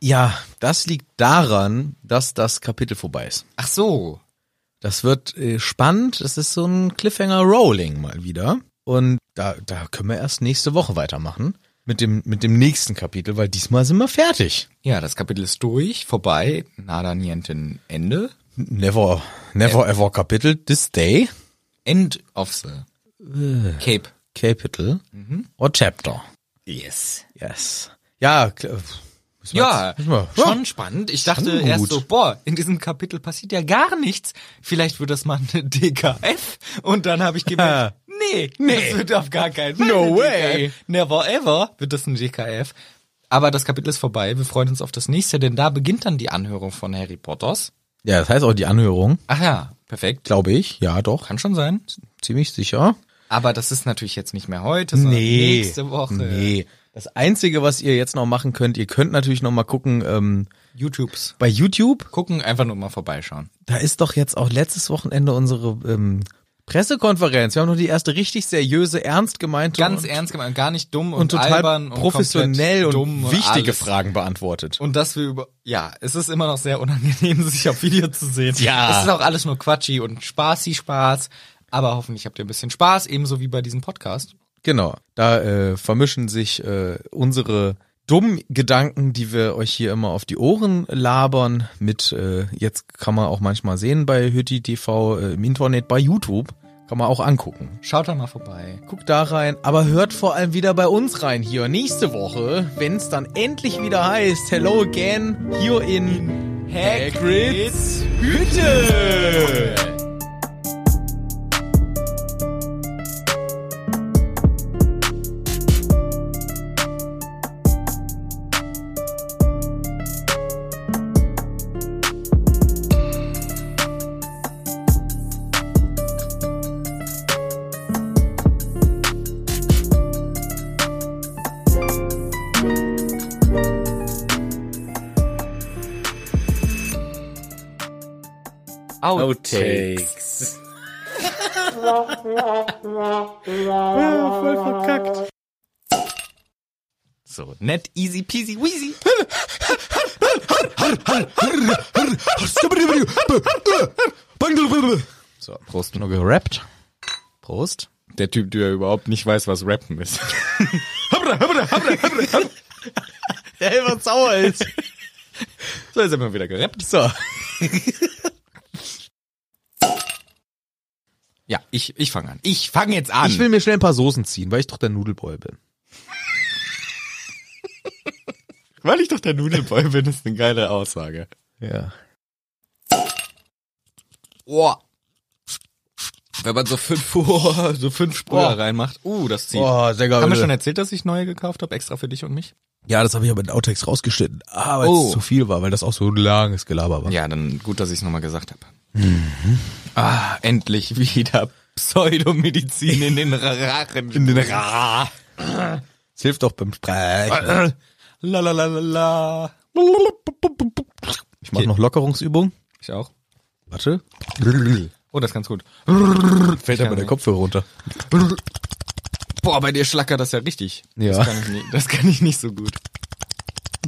Speaker 1: Ja, das liegt daran, dass das Kapitel vorbei ist.
Speaker 2: Ach so.
Speaker 1: Das wird äh, spannend. Das ist so ein Cliffhanger Rolling mal wieder. Und da, da können wir erst nächste Woche weitermachen. Mit dem, mit dem nächsten Kapitel, weil diesmal sind wir fertig.
Speaker 2: Ja, das Kapitel ist durch, vorbei, nada niente Ende.
Speaker 1: Never, never ever Kapitel this day.
Speaker 2: End of the Cape.
Speaker 1: Kapitel or Chapter.
Speaker 2: Yes.
Speaker 1: Yes. Ja, kl- müssen wir
Speaker 2: Ja,
Speaker 1: jetzt- müssen wir-
Speaker 2: schon spannend. Ich dachte
Speaker 1: Schon gut.
Speaker 2: erst so, boah, in diesem Kapitel passiert ja gar nichts. Vielleicht wird das mal eine [laughs] DKF. Und dann habe ich gemerkt,
Speaker 1: [laughs]
Speaker 2: nee, nee, das wird auf gar keinen Fall.
Speaker 1: No
Speaker 2: eine
Speaker 1: way.
Speaker 2: DKF. Never ever wird das eine DKF. Aber das Kapitel ist vorbei. Wir freuen uns auf das nächste, denn da beginnt dann die Anhörung von Harry Potters.
Speaker 1: Ja, das heißt auch die Anhörung,
Speaker 2: Ach ja, perfekt.
Speaker 1: glaube ich. Ja, doch.
Speaker 2: Kann schon sein.
Speaker 1: Ziemlich sicher.
Speaker 2: Aber das ist natürlich jetzt nicht mehr heute, sondern nächste Woche.
Speaker 1: Nee. Das Einzige, was ihr jetzt noch machen könnt, ihr könnt natürlich noch mal gucken ähm,
Speaker 2: YouTubes.
Speaker 1: bei YouTube.
Speaker 2: Gucken, einfach nur mal vorbeischauen.
Speaker 1: Da ist doch jetzt auch letztes Wochenende unsere ähm, Pressekonferenz. Wir haben noch die erste richtig seriöse, ernst gemeinte
Speaker 2: Ganz
Speaker 1: und,
Speaker 2: ernst gemeint, gar nicht dumm und,
Speaker 1: und total
Speaker 2: albern und
Speaker 1: professionell
Speaker 2: komplett
Speaker 1: und,
Speaker 2: dumm
Speaker 1: wichtige
Speaker 2: alles.
Speaker 1: Fragen beantwortet.
Speaker 2: Und dass wir über, ja, es ist immer noch sehr unangenehm, [laughs] sich auf Video zu sehen.
Speaker 1: Ja.
Speaker 2: Es ist auch alles nur Quatschi und Spaßi Spaß. Aber hoffentlich habt ihr ein bisschen Spaß, ebenso wie bei diesem Podcast.
Speaker 1: Genau, da äh, vermischen sich äh, unsere dummen Gedanken, die wir euch hier immer auf die Ohren labern, mit äh, jetzt kann man auch manchmal sehen bei Hütti TV äh, im Internet bei YouTube, kann man auch angucken.
Speaker 2: Schaut da mal vorbei.
Speaker 1: Guckt da rein, aber hört vor allem wieder bei uns rein hier nächste Woche, wenn es dann endlich wieder heißt Hello again hier in Hagrid's Hütte.
Speaker 2: Outtakes.
Speaker 1: Voll verkackt.
Speaker 2: [laughs] So, nett, easy peasy, wheezy.
Speaker 1: So, Prost. Nur gerappt. Prost.
Speaker 2: Der Typ, der überhaupt nicht weiß, was Rappen ist. [laughs]
Speaker 1: Der immer sauer ist.
Speaker 2: so, jetzt haben wir wieder gerappt.
Speaker 1: So.
Speaker 2: [laughs] Ja, ich, ich fange an. Ich fange jetzt an.
Speaker 1: Ich will mir schnell ein paar Soßen ziehen, weil ich doch der Nudelboy bin.
Speaker 2: weil ich doch der Nudelboy bin, ist eine geile Aussage.
Speaker 1: Ja.
Speaker 2: Boah. Wenn man so fünf, oh, so fünf Sprüher reinmacht, uh, das zieht.
Speaker 1: Oh, sehr geil.
Speaker 2: Haben wir schon erzählt, dass ich neue gekauft habe, extra für dich und mich?
Speaker 1: ja, das habe ich aber in Outtakes rausgeschnitten. Ah, weil
Speaker 2: Oh.
Speaker 1: es zu viel war, weil das auch so ein langes Gelaber war.
Speaker 2: Ja, dann gut, dass ich es nochmal gesagt habe.
Speaker 1: Mhm.
Speaker 2: Ah, endlich wieder Pseudomedizin in den Rachen. In den Ra.
Speaker 1: Es hilft auch beim Sprechen.
Speaker 2: La la la la la.
Speaker 1: Ich mache noch Lockerungsübungen.
Speaker 2: Ich auch.
Speaker 1: Warte.
Speaker 2: Oh, das ist ganz gut.
Speaker 1: Fällt aber der Kopfhörer runter.
Speaker 2: Boah, bei dir schlackert das ja richtig.
Speaker 1: Ja.
Speaker 2: Das kann ich nicht, das kann ich nicht so gut.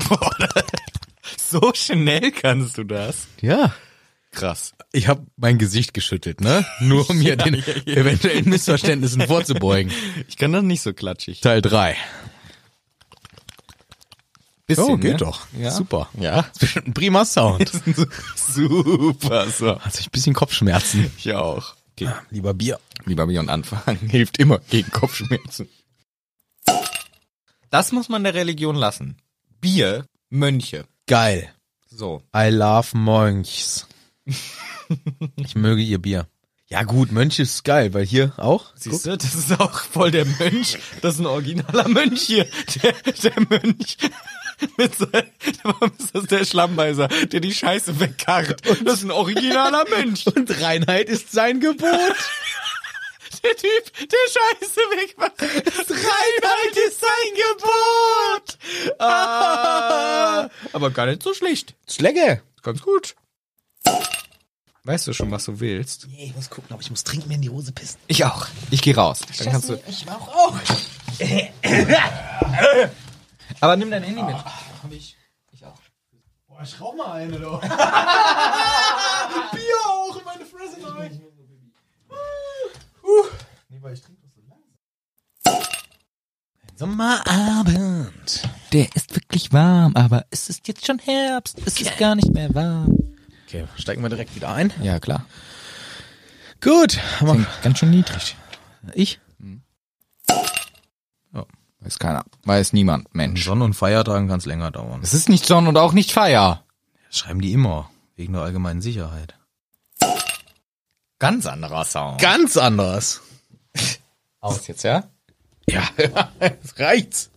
Speaker 2: Boah, [laughs] so schnell kannst du das.
Speaker 1: Ja.
Speaker 2: Krass.
Speaker 1: Ich habe mein Gesicht geschüttelt,
Speaker 2: [laughs]
Speaker 1: ne? Nur um hier den eventuellen Missverständnissen
Speaker 2: [laughs]
Speaker 1: vorzubeugen.
Speaker 2: Ich kann das nicht so klatschig.
Speaker 1: Teil 3.
Speaker 2: Oh, Bisschen,
Speaker 1: oh, geht
Speaker 2: ne?
Speaker 1: doch.
Speaker 2: Ja.
Speaker 1: Super.
Speaker 2: Ja. [laughs]
Speaker 1: Das ist bestimmt ein [laughs] prima Sound.
Speaker 2: Das ist ein Super so.
Speaker 1: Hat sich ein bisschen Kopfschmerzen.
Speaker 2: Ich auch. Okay.
Speaker 1: Lieber Bier.
Speaker 2: Lieber Beyond anfangen [laughs] hilft immer gegen Kopfschmerzen. Das muss man der Religion lassen. Bier, Mönche.
Speaker 1: Geil.
Speaker 2: So.
Speaker 1: I love Mönchs. ich möge ihr Bier. Ja gut, Mönch ist geil, weil hier auch.
Speaker 2: Siehst du, das ist auch voll der Mönch. Das ist ein originaler Mönch hier. Der, der Mönch. [laughs] Mit so, [laughs] warum ist das der Schlammbeißer, der die Scheiße wegkarrt? Das ist ein originaler [laughs] Mönch.
Speaker 1: Und Reinheit ist sein Gebot.
Speaker 2: [laughs] Der Typ, der Scheiße wegmacht. [laughs] Reinheit ist sein Gebot. Ah, aber gar nicht so schlecht.
Speaker 1: Schläge.
Speaker 2: Ganz gut. Weißt du schon, was du willst?
Speaker 1: Ich muss gucken, aber ich muss dringend mir in die Hose pissen.
Speaker 2: Ich auch. Ich gehe raus. Dann kannst du.
Speaker 1: Ich mach auch.
Speaker 2: [coughs] Aber nimm dein Handy mit.
Speaker 1: Boah, ich rauch mal eine, doch. Bier auch in meine Fresse rein. Nee, weil ich trinke das so langsam. Sommerabend.
Speaker 2: Der ist wirklich warm, aber es ist jetzt schon Herbst. Es ist gar nicht mehr warm.
Speaker 1: Okay, steigen wir direkt wieder ein.
Speaker 2: Ja, klar.
Speaker 1: Gut.
Speaker 2: Klingt ganz schön niedrig.
Speaker 1: Ich?
Speaker 2: Weiß keiner. Weiß niemand, Mensch.
Speaker 1: Sonn- und Feiertagen kann es länger dauern.
Speaker 2: Es ist nicht Sonn und auch nicht Feier.
Speaker 1: schreiben die immer. Wegen der allgemeinen Sicherheit.
Speaker 2: Ganz anderer Sound.
Speaker 1: Ganz anders.
Speaker 2: Aus jetzt, ja?
Speaker 1: Ja, es reicht's.